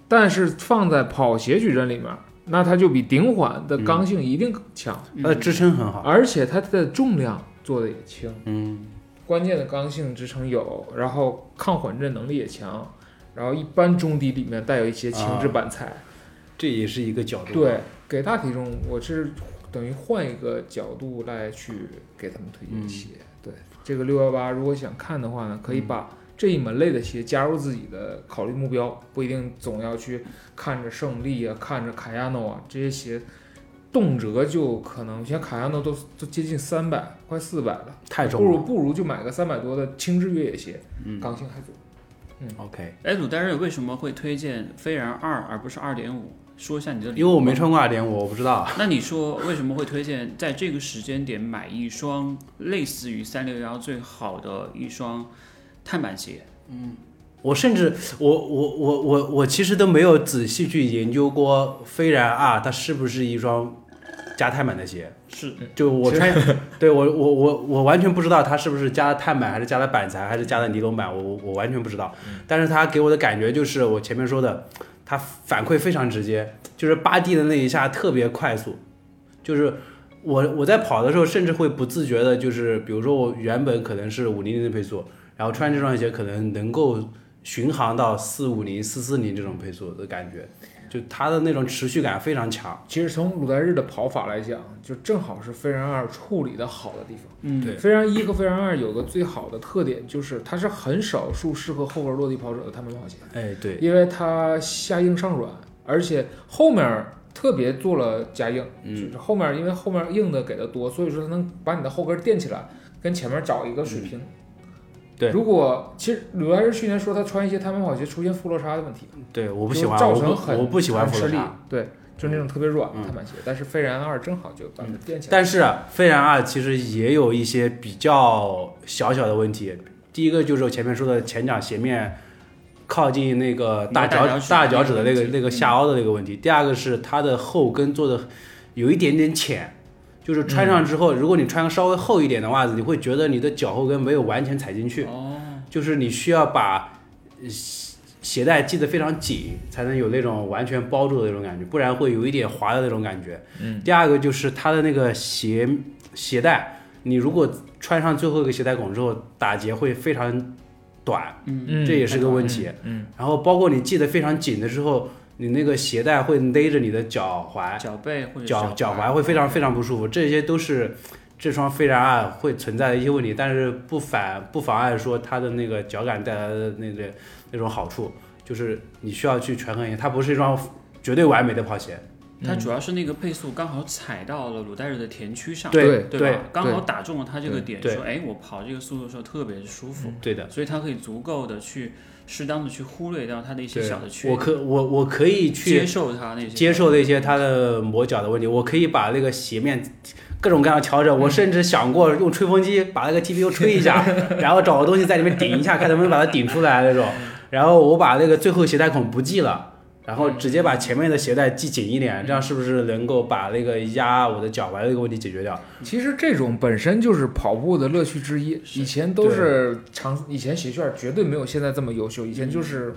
Speaker 3: 但是放在跑鞋矩阵里面，那它就比顶缓的刚
Speaker 1: 嗯
Speaker 3: 性一定强，
Speaker 2: 嗯
Speaker 1: 它的呃支撑很好。
Speaker 3: 而且它的重量做的也轻，
Speaker 1: 嗯，
Speaker 3: 关键的刚性支撑有，然后抗缓震能力也强，然后一般中底里面带有一些轻质板材，
Speaker 1: 这也是一个角度。
Speaker 3: 对，给大体重我是等于换一个角度来去给他们推荐鞋。
Speaker 1: 嗯
Speaker 3: 对，这个六幺八如果想看的话呢，可以把这一门类的鞋加入自己的考虑目标，不一定总要去看着胜利啊，看着卡亚诺啊这些鞋。动辄就可能像卡亚诺都都接近三百，快四百了，
Speaker 1: 太
Speaker 3: 不
Speaker 1: 重
Speaker 3: 如
Speaker 1: 了。
Speaker 3: 不如就买个三百多的轻质越野鞋，
Speaker 1: 嗯
Speaker 3: 刚性还足。
Speaker 1: OK，
Speaker 2: 哎，鲁大人为什么会推荐飞然二而不是二点五？说一下你的理由吧，
Speaker 1: 因为我没穿过二点五，我不知道。啊
Speaker 2: 那你说为什么会推荐在这个时间点买一双类似于三六幺最好的一双碳板鞋？
Speaker 1: 我甚至我我我我我其实都没有仔细去研究过飞然啊，它是不是一双加碳板的鞋？
Speaker 2: 是
Speaker 1: 就我穿， 对我我我我完全不知道它是不是加了碳板，还是加了板材，还是加了尼龙板，我我我完全不知道。但是它给我的感觉就是我前面说的，它反馈非常直接，就是扒地的那一下特别快速，就是我我在跑的时候甚至会不自觉的，就是比如说我原本可能是五零零的配速，然后穿这双鞋可能能够巡航到四五零、四四零这种配速的感觉，就它的那种持续感非常强。
Speaker 3: 其实从鲁代日的跑法来讲，就正好是飞然二处理的好的地方。
Speaker 2: 嗯
Speaker 1: 对
Speaker 3: 飞然一和飞然二有个最好的特点，就是它是很少数适合后跟落地跑者的碳板跑鞋，
Speaker 1: 哎，对，
Speaker 3: 因为它下硬上软，而且后面特别做了加硬，
Speaker 1: 嗯
Speaker 3: 就是后面因为后面硬的给的多，所以说它能把你的后跟垫起来，跟前面找一个水平。
Speaker 1: 嗯对
Speaker 3: 如果其实鲁代日去年说他穿一些碳板跑鞋出现负落差的问题，
Speaker 1: 对，我
Speaker 3: 我
Speaker 1: 不喜欢，
Speaker 3: 造
Speaker 1: 我
Speaker 3: 成
Speaker 1: 不
Speaker 3: 很
Speaker 1: 我不喜欢
Speaker 3: 很
Speaker 1: 弗
Speaker 3: 吃
Speaker 1: 洛
Speaker 3: 力
Speaker 1: 沙。，
Speaker 3: 对，就那种特别软
Speaker 1: 嗯
Speaker 3: 碳板鞋，但是飞然二正好就把它垫起来。
Speaker 1: 但是啊飞然二其实也有一些比较小小的问题，第一个就是我前面说的前掌斜面靠近那个大
Speaker 2: 那个大
Speaker 1: 脚
Speaker 2: 脚趾
Speaker 1: 大脚趾的那个
Speaker 2: 那个问题
Speaker 1: 那个下凹的那个问题，第二个是它的后跟做的有一点点浅。就是穿上之后，如果你穿个稍微厚一点的袜子，你会觉得你的脚后跟没有完全踩进去。
Speaker 3: 嗯
Speaker 2: 哦，
Speaker 1: 就是你需要把呃鞋带系得非常紧，才能有那种完全包住的那种感觉，不然会有一点滑的那种感觉。
Speaker 3: 嗯，
Speaker 1: 第二个就是它的那个鞋鞋带，你如果穿上最后一个鞋带孔之后，打结会非常短，
Speaker 2: 嗯，
Speaker 3: 嗯
Speaker 1: 这也是个问题。
Speaker 3: 嗯，
Speaker 1: 然后包括你系得非常紧的时候，你那个鞋带会勒着你的脚踝，
Speaker 2: 脚背或者
Speaker 1: 脚脚
Speaker 2: 踝
Speaker 1: 踝会非常非常不舒服，这些都是这双飞然二会存在的一些问题，但是不反不妨碍说它的那个脚感带来的那个那种好处，就是你需要去权衡一下，它不是一双绝对完美的跑鞋，
Speaker 2: 它主要是那个配速刚好踩到了鲁代日的田区上，
Speaker 1: 对
Speaker 2: 对
Speaker 1: 对
Speaker 2: 吧？刚好打中了他这个点，
Speaker 1: 对嗯
Speaker 2: 说哎，我跑这个速度的时候特别舒服，
Speaker 1: 对的。
Speaker 2: 所以它可以足够的去适当的去忽略掉它的一些
Speaker 1: 对
Speaker 2: 小的缺
Speaker 1: 我
Speaker 2: 点，
Speaker 1: 可我我可以
Speaker 2: 接
Speaker 1: 去
Speaker 2: 受它那些
Speaker 1: 接受那些它的磨脚的问题，我可以把那个鞋面各种各样的调整，我甚至想过用吹风机把那个 TPU 吹一下，然后找个东西在里面顶一下，看能不能把它顶出来那种。然后我把那个最后鞋带孔不系了，然后直接把前面的鞋带系紧一点，这样是不是能够把那个压我的脚踝的那个问题解决掉？
Speaker 3: 其实这种本身就是跑步的乐趣之一。
Speaker 2: 是
Speaker 3: 以前都是长，以前鞋楦绝对没有现在这么优秀。以
Speaker 1: 嗯
Speaker 3: 前就是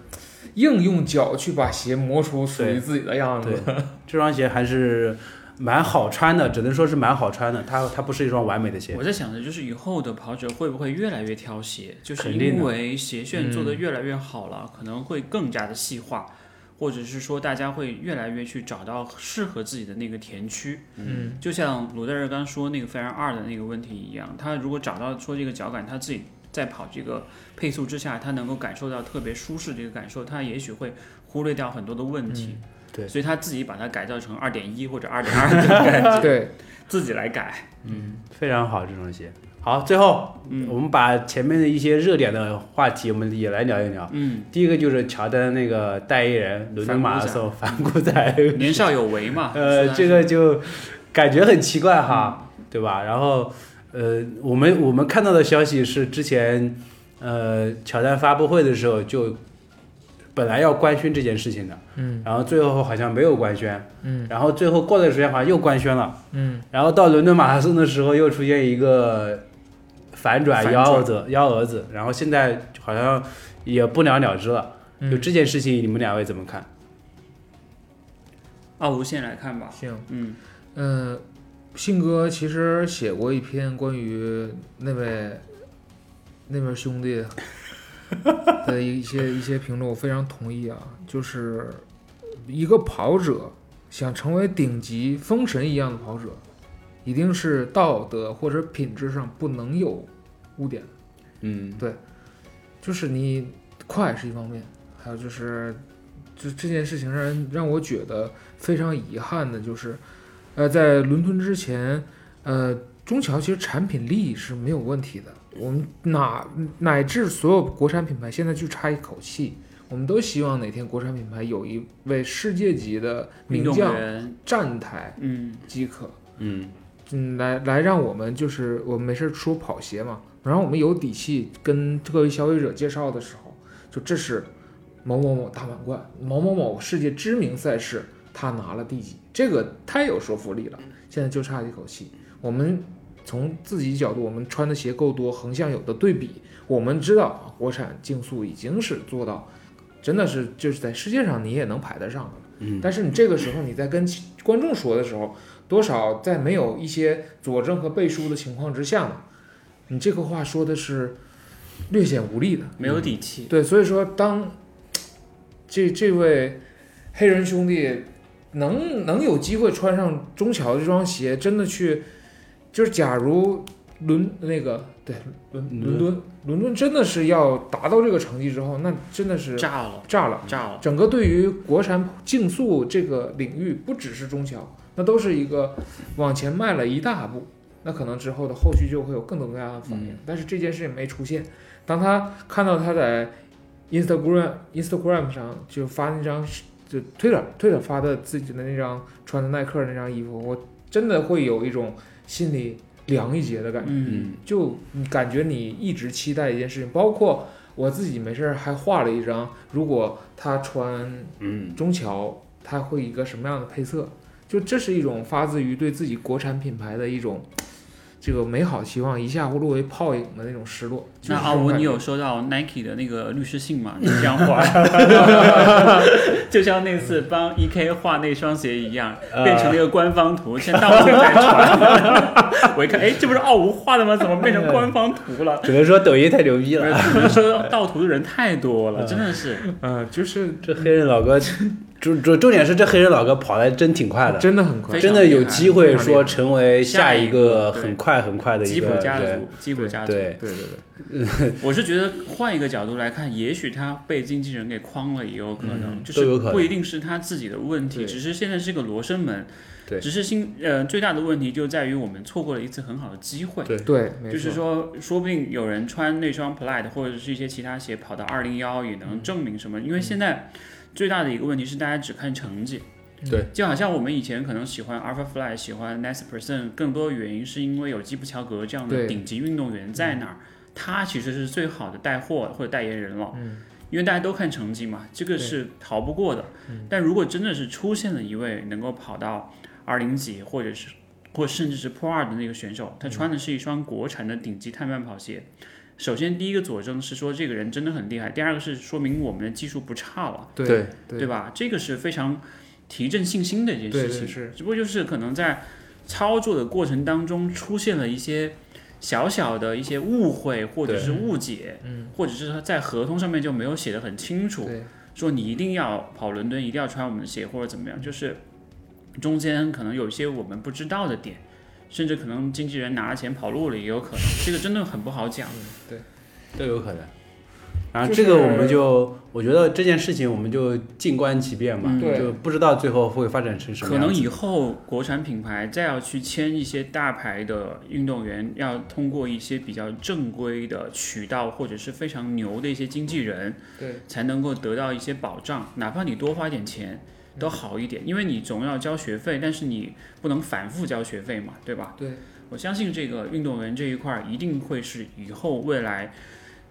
Speaker 3: 硬用脚去把鞋磨出属于自己的样
Speaker 1: 对
Speaker 3: 子。，
Speaker 1: 这双鞋还是蛮好穿的，只能说是蛮好穿的。它它不是一双完美的鞋，
Speaker 2: 我在想的就是以后的跑者会不会越来越挑鞋，就是
Speaker 1: 肯定的嗯
Speaker 2: 因为鞋楦做的越来越好了，可能会更加的细化，或者是说大家会越来越去找到适合自己的那个田区。
Speaker 3: 嗯，
Speaker 2: 就像鲁代尔刚说那个飞然二的那个问题一样，他如果找到说这个脚感，他自己在跑这个配速之下，他能够感受到特别舒适这个感受，他也许会忽略掉很多的问题。
Speaker 1: 嗯对
Speaker 2: 所以他自己把它改造成二点一或者二点二，
Speaker 3: 对，
Speaker 2: 自己来改。
Speaker 1: 非常好，这双鞋。好，最后，
Speaker 2: 嗯
Speaker 1: 我们把前面的一些热点的话题，我们也来聊一聊。
Speaker 2: 嗯，
Speaker 1: 第一个就是乔丹那个代言人伦敦马拉松反骨仔，
Speaker 2: 年少有为嘛。
Speaker 1: 呃，
Speaker 2: 是啊嗯
Speaker 1: 这个就感觉很奇怪哈，对吧？然后，呃，我们我们看到的消息是之前，呃，乔丹发布会的时候就本来要官宣这件事情的，
Speaker 3: 嗯
Speaker 1: 然后最后好像没有官宣，
Speaker 3: 嗯
Speaker 1: 然后最后过段时间好像又官宣了。
Speaker 3: 嗯，
Speaker 1: 然后到伦敦马拉松的时候，又出现一个反转
Speaker 2: 反
Speaker 1: 幺
Speaker 2: 转
Speaker 1: 蛾子，幺蛾子。然后现在好像也不了了之了。
Speaker 3: 嗯
Speaker 1: 就这件事情，你们两位怎么看？
Speaker 2: 奥无线来看吧。
Speaker 3: 行，
Speaker 2: 嗯
Speaker 3: 嗯，信哥其实写过一篇关于那位那位兄弟 的一些一些评论，我非常同意啊，就是一个跑者想成为顶级封神一样的跑者，一定是道德或者品质上不能有污点。
Speaker 1: 嗯
Speaker 3: 就是你快是一方面，还有就是，就这件事情让人让我觉得非常遗憾的就是，呃，在伦敦之前，呃，中桥其实产品力是没有问题的，我们哪乃至所有国产品牌现在就差一口气，我们都希望哪天国产品牌有一位世界级的
Speaker 2: 运
Speaker 3: 名
Speaker 2: 动
Speaker 3: 将
Speaker 2: 员，
Speaker 3: 站台
Speaker 2: 嗯
Speaker 3: 即可。
Speaker 1: 嗯
Speaker 3: 嗯，来来让我们就是我们没事儿说跑鞋嘛，然后我们有底气跟各位消费者介绍的时候，就这是某某某大满贯，某某某世界知名赛事，他拿了第几，这个太有说服力
Speaker 1: 嗯
Speaker 3: 了。现在就差一口气，我们从自己角度，我们穿的鞋够多，横向有的对比，我们知道啊国产竞速已经是做到，真的是就是在世界上你也能排得上了。
Speaker 1: 嗯
Speaker 3: 但是你这个时候你在跟其观众说的时候，多少在没有一些佐证和背书的情况之下呢，你这个话说的是略显无力的。
Speaker 2: 没有底气。
Speaker 3: 对，所以说当这这位黑人兄弟能能有机会穿上中桥这双鞋，真的去，就是假如伦那个对伦伦
Speaker 1: 伦
Speaker 3: 敦伦敦真的是要达到这个成绩之后，那真的是
Speaker 2: 炸了，
Speaker 3: 炸了。
Speaker 2: 炸了！
Speaker 3: 整个对于国产竞速这个领域，不只是中小，那都是一个往前迈了一大步。那可能之后的后续就会有更多更大的反应，但是这件事情没出现。当他看到他在 Instagram Instagram 上就发那张就 Twitter Twitter 发的自己的那张穿的耐克那张衣服，我真的会有一种心里凉一截的感觉。
Speaker 2: 嗯，
Speaker 1: 嗯
Speaker 3: 就你感觉你一直期待一件事情，包括我自己没事儿还画了一张，如果他穿
Speaker 1: 嗯
Speaker 3: 中桥，他会一个什么样的配色？就这是一种发自于对自己国产品牌的一种这个美好期望，一下落为泡影的那种失落。就是
Speaker 2: 那
Speaker 3: 这
Speaker 2: 阿
Speaker 3: 种
Speaker 2: 吴，
Speaker 3: 感
Speaker 2: 你
Speaker 3: 觉
Speaker 2: 有收到 Nike 的那个律师信吗？你这样画，就像那次帮 EK 画那双鞋一样，变成了一个官方图，现在到处在传。我一看，哎，这不是奥吴画的吗？怎么变成官方 图了？
Speaker 1: 只能说抖音太牛逼
Speaker 2: 不是
Speaker 1: 了，
Speaker 2: 只能说盗图的人太多了，真的是
Speaker 3: 呃，就是
Speaker 1: 这黑人老哥，重重重点是这黑人老哥跑的真挺快的，
Speaker 3: 真的很快
Speaker 2: 非，常
Speaker 1: 真的有机会
Speaker 3: 非常厉害
Speaker 1: 说成为下一个
Speaker 2: 下一个
Speaker 1: 很快很快的一
Speaker 2: 吉普
Speaker 1: 个
Speaker 2: 家
Speaker 1: 人
Speaker 2: 族，吉普家族。
Speaker 1: 对，
Speaker 3: 对对对。
Speaker 2: 我是觉得换一个角度来看，也许他被经纪人给框了，也有可能，就
Speaker 1: 嗯都有
Speaker 2: 是
Speaker 1: 可能
Speaker 2: 不一定是他自己的问题，
Speaker 3: 对
Speaker 2: 只是现在是个罗生门。
Speaker 1: 对
Speaker 2: 只是新呃最大的问题就在于我们错过了一次很好的机会。
Speaker 1: 对
Speaker 3: 对，没
Speaker 2: 就是
Speaker 3: 错
Speaker 2: 说，说不定有人穿那双 Plaid 或者是一些其他鞋跑到二零幺也
Speaker 1: 嗯
Speaker 2: 能证明什么，因为现在最大的一个问题是大家只看成绩。
Speaker 1: 对，
Speaker 2: 就好像我们以前可能喜欢 Alphafly、喜欢 Ness Person，更多原因是因为有基普乔格这样的
Speaker 3: 对
Speaker 2: 顶级运动员在那儿，他其实是最好的带货或者代言人了。
Speaker 3: 嗯，
Speaker 2: 因为大家都看成绩嘛，这个是逃不过的。
Speaker 3: 嗯
Speaker 2: 但如果真的是出现了一位能够跑到二零几，或者是或甚至是破二的那个选
Speaker 3: 嗯
Speaker 2: 手，他穿的是一双国产的顶级碳板跑鞋。首先，第一个佐证是说这个人真的很厉害；第二个是说明我们的技术不差了，
Speaker 3: 对
Speaker 1: 对
Speaker 2: 对吧？这个是非常提振信心的一件
Speaker 3: 对
Speaker 2: 事
Speaker 3: 对
Speaker 2: 情。
Speaker 3: 是
Speaker 2: 只不过就是可能在操作的过程当中出现了一些小小的一些误会或者是误解，
Speaker 3: 嗯，
Speaker 2: 或者是在合同上面就没有写的很清楚，
Speaker 3: 对
Speaker 2: 说你一定要跑伦敦，一定要穿我们的鞋或者怎么样，就是中间可能有一些我们不知道的点，甚至可能经纪人拿了钱跑路了也有可能，这个真的很不好讲。
Speaker 3: 对，
Speaker 1: 都有可能。然后
Speaker 3: 就是
Speaker 1: 这个我们就，我觉得这件事情我们就静观其变吧
Speaker 2: 嗯，
Speaker 3: 对
Speaker 1: 就不知道最后会发展成什么
Speaker 2: 可
Speaker 1: 样子。
Speaker 2: 能以后国产品牌再要去签一些大牌的运动员，要通过一些比较正规的渠道，或者是非常牛的一些经纪人，
Speaker 3: 对，
Speaker 2: 才能够得到一些保障。哪怕你多花一点钱，都好一点，因为你总要交学费，但是你不能反复交学费嘛，对吧？
Speaker 3: 对，
Speaker 2: 我相信这个运动员这一块儿一定会是以后未来。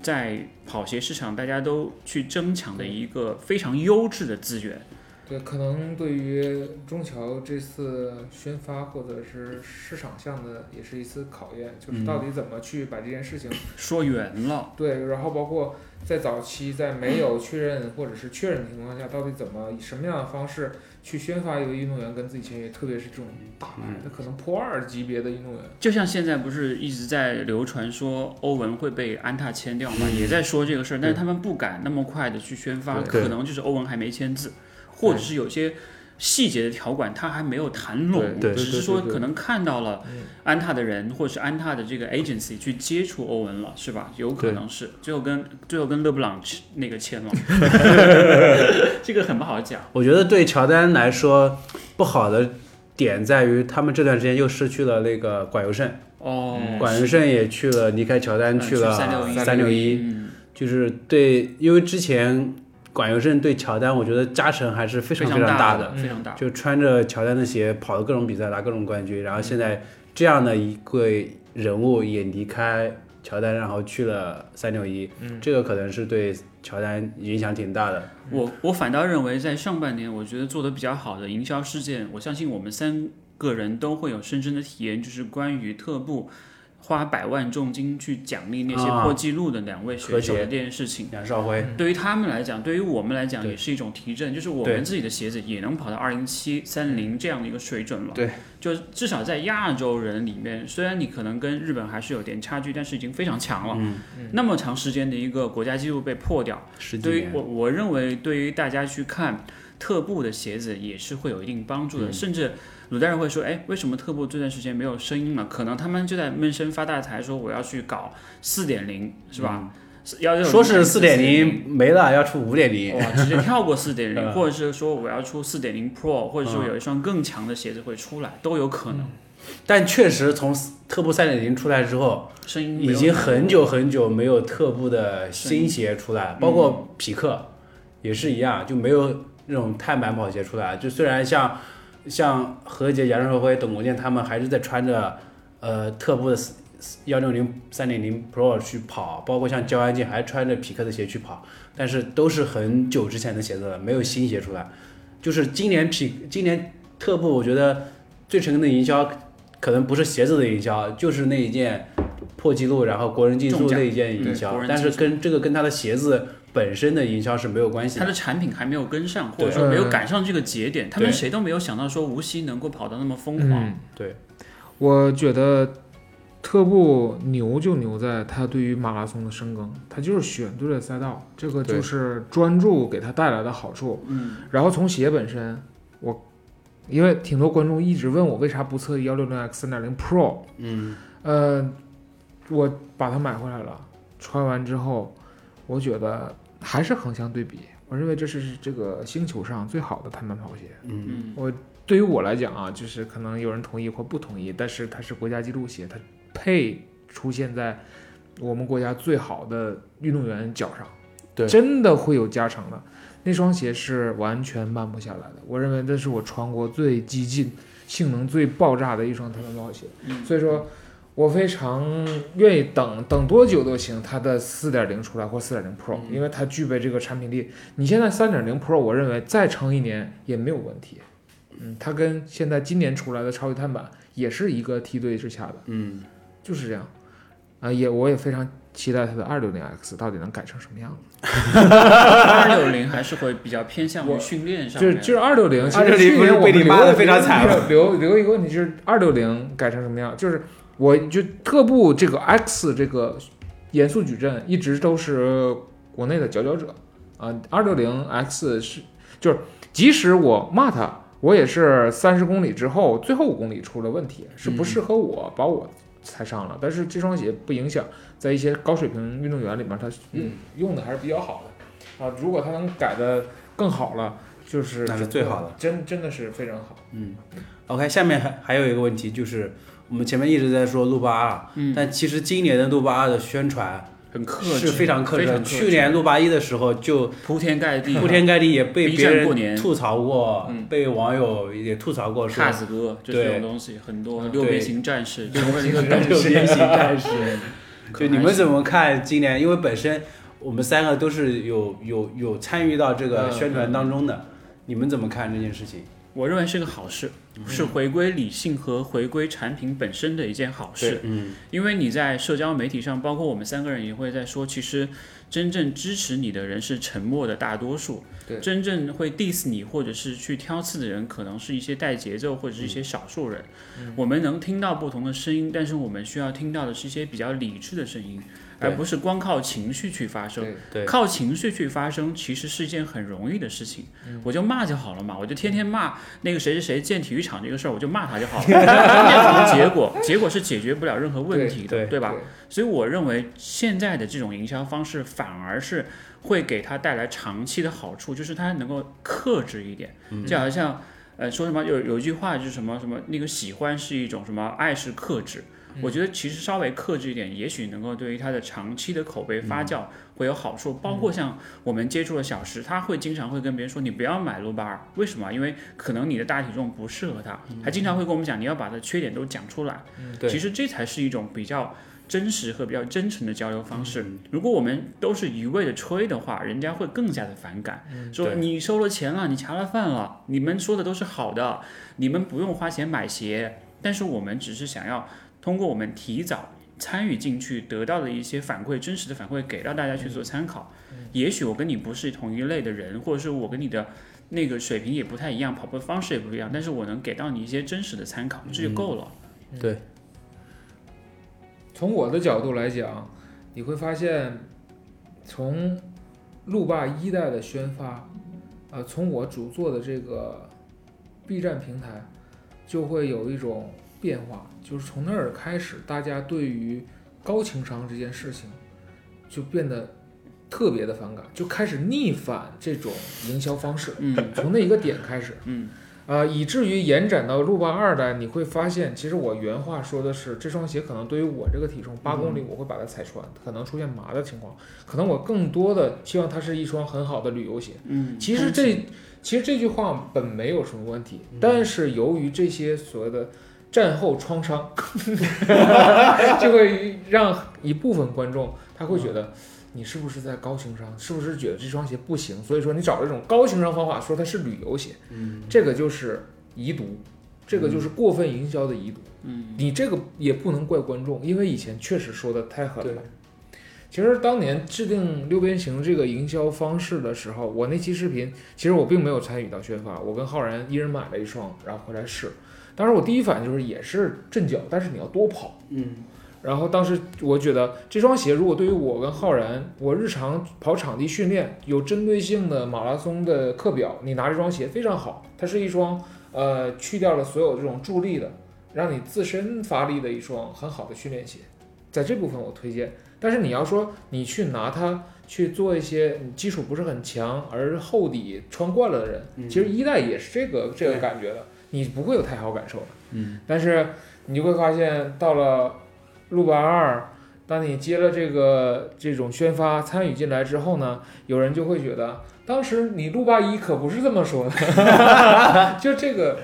Speaker 2: 在跑鞋市场，大家都去争抢的一个非常优质的资源。
Speaker 3: 对，可能对于中桥这次宣发或者是市场项的，也是一次考验，就是到底怎么去把这件事情、
Speaker 2: 说远了，
Speaker 3: 对，然后包括在早期在没有确认或者是确认的情况下，到底怎么以什么样的方式去宣发一个运动员跟自己签约，特别是这种大
Speaker 1: 嗯
Speaker 3: 牌，他可能破二级别的运动员，
Speaker 2: 就像现在不是一直在流传说欧文会被安踏签掉嘛，也在说这个事儿，但是他们不敢那么快的去宣发，
Speaker 1: 对
Speaker 2: 可能就是欧文还没签字，或者是有些细节的条款他还没有谈拢，
Speaker 1: 对对
Speaker 2: 只是说
Speaker 3: 对对对
Speaker 2: 可能看到了
Speaker 3: 嗯
Speaker 2: 安踏的人或者是安踏的这个 agency 去接触欧文了，是吧？有可能是最后跟最后跟勒布朗签那个 签了，这个很不好讲。
Speaker 1: 我觉得对乔丹来说不好的点在于，他们这段时间又失去了那个管尤胜，
Speaker 2: 哦，
Speaker 1: 嗯管尤胜也去了，离开乔丹
Speaker 2: 嗯
Speaker 1: 去
Speaker 2: 去
Speaker 1: 了
Speaker 2: 361
Speaker 1: 三六一，
Speaker 2: 嗯，
Speaker 1: 就是对，因为之前管尤胜对乔丹，我觉得加成还是非
Speaker 2: 非
Speaker 1: 常
Speaker 2: 常
Speaker 1: 常大嗯
Speaker 2: 的，非常大。
Speaker 1: 就穿着乔丹的鞋跑了各种比赛，拿各种冠军，然后现在这样的一位人物也离开乔丹，然后去了三六一，
Speaker 3: 嗯，
Speaker 1: 这个可能是对乔丹影响挺大的。
Speaker 2: 我我反倒认为，在上半年，我觉得做得比较好的营销事件，我相信我们三个人都会有深深的体验，就是关于特步花百万重金去奖励那些
Speaker 1: 啊
Speaker 2: 破纪录的两位选
Speaker 1: 和
Speaker 2: 手
Speaker 1: 谐
Speaker 2: 的这件事情。
Speaker 1: 梁少辉，
Speaker 2: 对于他们来讲，对于我们来讲
Speaker 1: 对
Speaker 2: 也是一种提振，就是我
Speaker 1: 对
Speaker 2: 们自己的鞋子也能跑到二零七、三零这样的一个水准了。
Speaker 1: 对，
Speaker 2: 就至少在亚洲人里面，虽然你可能跟日本还是有点差距，但是已经非常强了。
Speaker 1: 嗯
Speaker 2: 那么长时间的一个国家纪录被破掉，
Speaker 1: 十几
Speaker 2: 对于
Speaker 1: 年，
Speaker 2: 我我认为对于大家去看特步的鞋子也是会有一定帮助
Speaker 1: 嗯
Speaker 2: 的，甚至鲁代尔会说，哎，为什么特步这段时间没有声音了？可能他们就在闷声发大财，说我要去搞四点零，是吧？是要有
Speaker 1: 嗯呃说是四
Speaker 2: 4.0
Speaker 1: 点零没了，要出五点零，
Speaker 2: 哇，直接跳过四点零，
Speaker 1: 嗯
Speaker 2: 或者是说我要出四点零 Pro，或者说有一双更强的鞋子会出来，都有可能。
Speaker 1: 但确实从特步三点零出来之后，
Speaker 2: 声音没
Speaker 1: 嗯
Speaker 2: 有
Speaker 1: 已经很久很久没有特步的新鞋出来，
Speaker 2: 嗯
Speaker 1: 包括匹克也是一样，就没有那种碳板跑鞋出来。就虽然像像何洁、杨少辉、董国建他们还是在穿着呃特步的幺六零、三点零 Pro 去跑，包括像焦安静还穿着匹克的鞋去跑，但是都是很久之前的鞋子了，没有新鞋出来。就是今年匹今年特步，我觉得最成功的营销可能不是鞋子的营销，就是那一件破纪录，然后国人竞速
Speaker 2: 中奖
Speaker 1: 那一件
Speaker 2: 对
Speaker 1: 营销
Speaker 2: 国，人
Speaker 1: 但是
Speaker 2: 竞速
Speaker 1: 跟这个跟他的鞋子本身的营销是没有关系
Speaker 2: 它
Speaker 1: 的。
Speaker 2: 的产品还没有跟上，或
Speaker 1: 对
Speaker 2: 者说没有
Speaker 3: 嗯
Speaker 2: 赶上这个节点，他们
Speaker 1: 对
Speaker 2: 谁都没有想到说无锡能够跑到那么疯狂。
Speaker 3: 嗯，
Speaker 1: 对，
Speaker 3: 我觉得特步牛就牛在他对于马拉松的深耕，他就是选对了赛道，这个
Speaker 1: 对
Speaker 3: 就是专注给他带来的好处。
Speaker 2: 嗯
Speaker 3: 然后从鞋本身，我因为挺多观众一直问我为啥不测幺六零 X 三点零 Pro，
Speaker 1: 嗯，
Speaker 3: 呃，我把它买回来了，穿完之后，我觉得还是横向对比，我认为这是这个星球上最好的碳板跑鞋。
Speaker 1: 嗯，
Speaker 2: 嗯，
Speaker 3: 对于我来讲啊，就是可能有人同意或不同意，但是它是国家纪录鞋，它配出现在我们国家最好的运动员脚上，
Speaker 1: 对
Speaker 3: 真的会有加成的。那双鞋是完全慢不下来的，我认为这是我穿过最激进、性能最爆炸的一双碳板跑鞋，
Speaker 2: 嗯
Speaker 3: 所以说。 我非常愿意等等多久都行，它的4.0出来或4.0 Pro，、
Speaker 1: 嗯
Speaker 3: 因为它具备这个产品力。你现在3.0 Pro，我认为再撑一年也没有问题。嗯，它跟现在今年出来的超级碳板也是一个梯队之下的，
Speaker 1: 嗯，
Speaker 3: 就是这样。啊、也我也非常期待它的二六零 X 到底能改成什么样子。
Speaker 2: 二六零还是会比较偏向于训练上
Speaker 3: 就是
Speaker 2: 面，
Speaker 3: 就是二六零，
Speaker 1: 260不是被你骂得非常惨吗
Speaker 3: 留留一个问题就是二六零改成什么样？就是我就特步这个 X 这个严肃矩阵一直都是国内的佼佼者啊。二六零 X 是就是即使我骂它，我也是三十公里之后最后五公里出了问题，是
Speaker 2: 嗯
Speaker 3: 不适合我，把我才上了。但是这双鞋不影响，在一些高水平运动员里面，它用、用的还是比较好的啊。如果它能改的更好了。就是
Speaker 1: 那是最好的，
Speaker 3: 真真的是非常好。
Speaker 1: OK，下面还还有一个问题就是，我们前面一直在说路霸二，啊
Speaker 2: 嗯
Speaker 1: 但其实今年的路霸二的宣传
Speaker 2: 很克制，
Speaker 1: 是非常克制的。
Speaker 2: 非制
Speaker 1: 去年路霸一的时候就
Speaker 2: 铺天 盖地，
Speaker 1: 铺天盖地，也被
Speaker 2: B
Speaker 1: 别
Speaker 2: 站
Speaker 1: 人
Speaker 2: 过年
Speaker 1: 吐槽过
Speaker 2: 嗯，
Speaker 1: 被网友也吐槽过说
Speaker 2: pass 哥，就这种东西很多，
Speaker 3: 嗯
Speaker 2: 六边形战士
Speaker 3: 对
Speaker 2: 成为了一个
Speaker 3: 六
Speaker 2: 东
Speaker 1: 六
Speaker 2: 西。
Speaker 1: 边形战士。
Speaker 2: 可
Speaker 1: 就你
Speaker 2: 还
Speaker 1: 们怎
Speaker 2: 行
Speaker 1: 么看今年？因为本身我们三个都是有有有参与到这个
Speaker 3: 嗯
Speaker 1: 宣传当中的，你们怎么看这件事情？
Speaker 2: 我认为是个好事，是回归理性和回归产品本身的一件好事。
Speaker 1: 嗯，
Speaker 2: 因为你在社交媒体上，包括我们三个人也会在说，其实真正支持你的人是沉默的大多数，
Speaker 3: 对
Speaker 2: 真正会 diss 你或者是去挑刺的人，可能是一些带节奏或者是一些少数人。我们能听到不同的声音，但是我们需要听到的是一些比较理智的声音，
Speaker 1: 对
Speaker 2: 而不是光靠情绪去发声。
Speaker 3: 对，
Speaker 1: 对
Speaker 2: 靠情绪去发声，其实是一件很容易的事情。
Speaker 1: 嗯
Speaker 2: 我就骂就好了嘛，我就天天骂那个谁谁谁建体育场这个事儿，我就骂他就好了。那 有什么结果？结果是解决不了任何问题的，
Speaker 1: 对对
Speaker 2: 吧？所以我认为现在的这种营销方式反而是会给他带来长期的好处，就是他能够克制一点，
Speaker 1: 嗯
Speaker 2: 就好像呃说什么有有一句话就是什么什么那个喜欢是一种什么爱是克制。
Speaker 1: 嗯
Speaker 2: 我觉得其实稍微克制一点，也许能够对于他的长期的口碑
Speaker 1: 嗯
Speaker 2: 发酵会有好处。包括像我们接触的小石，他会经常会跟别人说你不要买路巴尔，为什么？因为可能你的大体重不适合他，还经常会跟我们讲你要把他的缺点都讲出来。
Speaker 1: 嗯对
Speaker 2: 其实这才是一种比较真实和比较真诚的交流方式。
Speaker 1: 嗯
Speaker 2: 如果我们都是一味的吹的话，人家会更加的反感，说
Speaker 1: 嗯对
Speaker 2: 你收了钱了，你查了饭了，你们说的都是好的，你们不用花钱买鞋，但是我们只是想要通过我们提早。参与进去得到的一些反馈，真实的反馈给到大家去做参考。
Speaker 3: 嗯
Speaker 2: 也许我跟你不是同一类的人，或者是我跟你的那个水平也不太一样，跑步的方式也不一样，但是我能给到你一些真实的参考，
Speaker 3: 嗯
Speaker 2: 这就够了。
Speaker 3: 从我的角度来讲，你会发现，从路霸一代的宣发，呃，从我主做的这个 B 站平台，就会有一种变化，就是从那儿开始，大家对于高情商这件事情就变得特别的反感，就开始逆反这种营销方式。
Speaker 2: 嗯
Speaker 3: 从那一个点开始，
Speaker 2: 嗯
Speaker 3: 啊，以至于延展到路霸二代，你会发现，其实我原话说的是，这双鞋可能对于我这个体重，八公里我会把它踩穿，可能出现麻的情况，可能我更多的希望它是一双很好的旅游鞋。
Speaker 2: 嗯，
Speaker 3: 其实这其实这句话本没有什么问题，但是由于这些所谓的战后创伤， 就会让一部分观众他会觉得。你是不是在高情商？是不是觉得这双鞋不行？所以说你找这种高情商方法说它是旅游鞋，
Speaker 1: 嗯，
Speaker 3: 这个就是遗毒，这个就是过分营销的遗毒。
Speaker 2: 嗯
Speaker 3: 你这个也不能怪观众，因为以前确实说的太狠
Speaker 1: 对
Speaker 3: 了。其实当年制定六边形这个营销方式的时候，我那期视频其实我并没有参与到宣发，我跟浩然一人买了一双，然后回来试。当时我第一反应就是也是震脚，但是你要多跑。
Speaker 1: 嗯，
Speaker 3: 然后当时我觉得这双鞋如果对于我跟浩然，我日常跑场地训练有针对性的马拉松的课表，你拿这双鞋非常好，它是一双呃去掉了所有这种助力的，让你自身发力的一双很好的训练鞋，在这部分我推荐。但是你要说你去拿它去做一些你基础不是很强而厚底穿惯了的人，
Speaker 1: 嗯
Speaker 3: 其实一代也是这个这个
Speaker 1: 对
Speaker 3: 感觉的，你不会有太好感受的。
Speaker 2: 嗯
Speaker 3: 但是你就会发现，到了路霸二，当你接了这个这种宣发参与进来之后呢，有人就会觉得，当时你路霸一可不是这么说的， 就这个，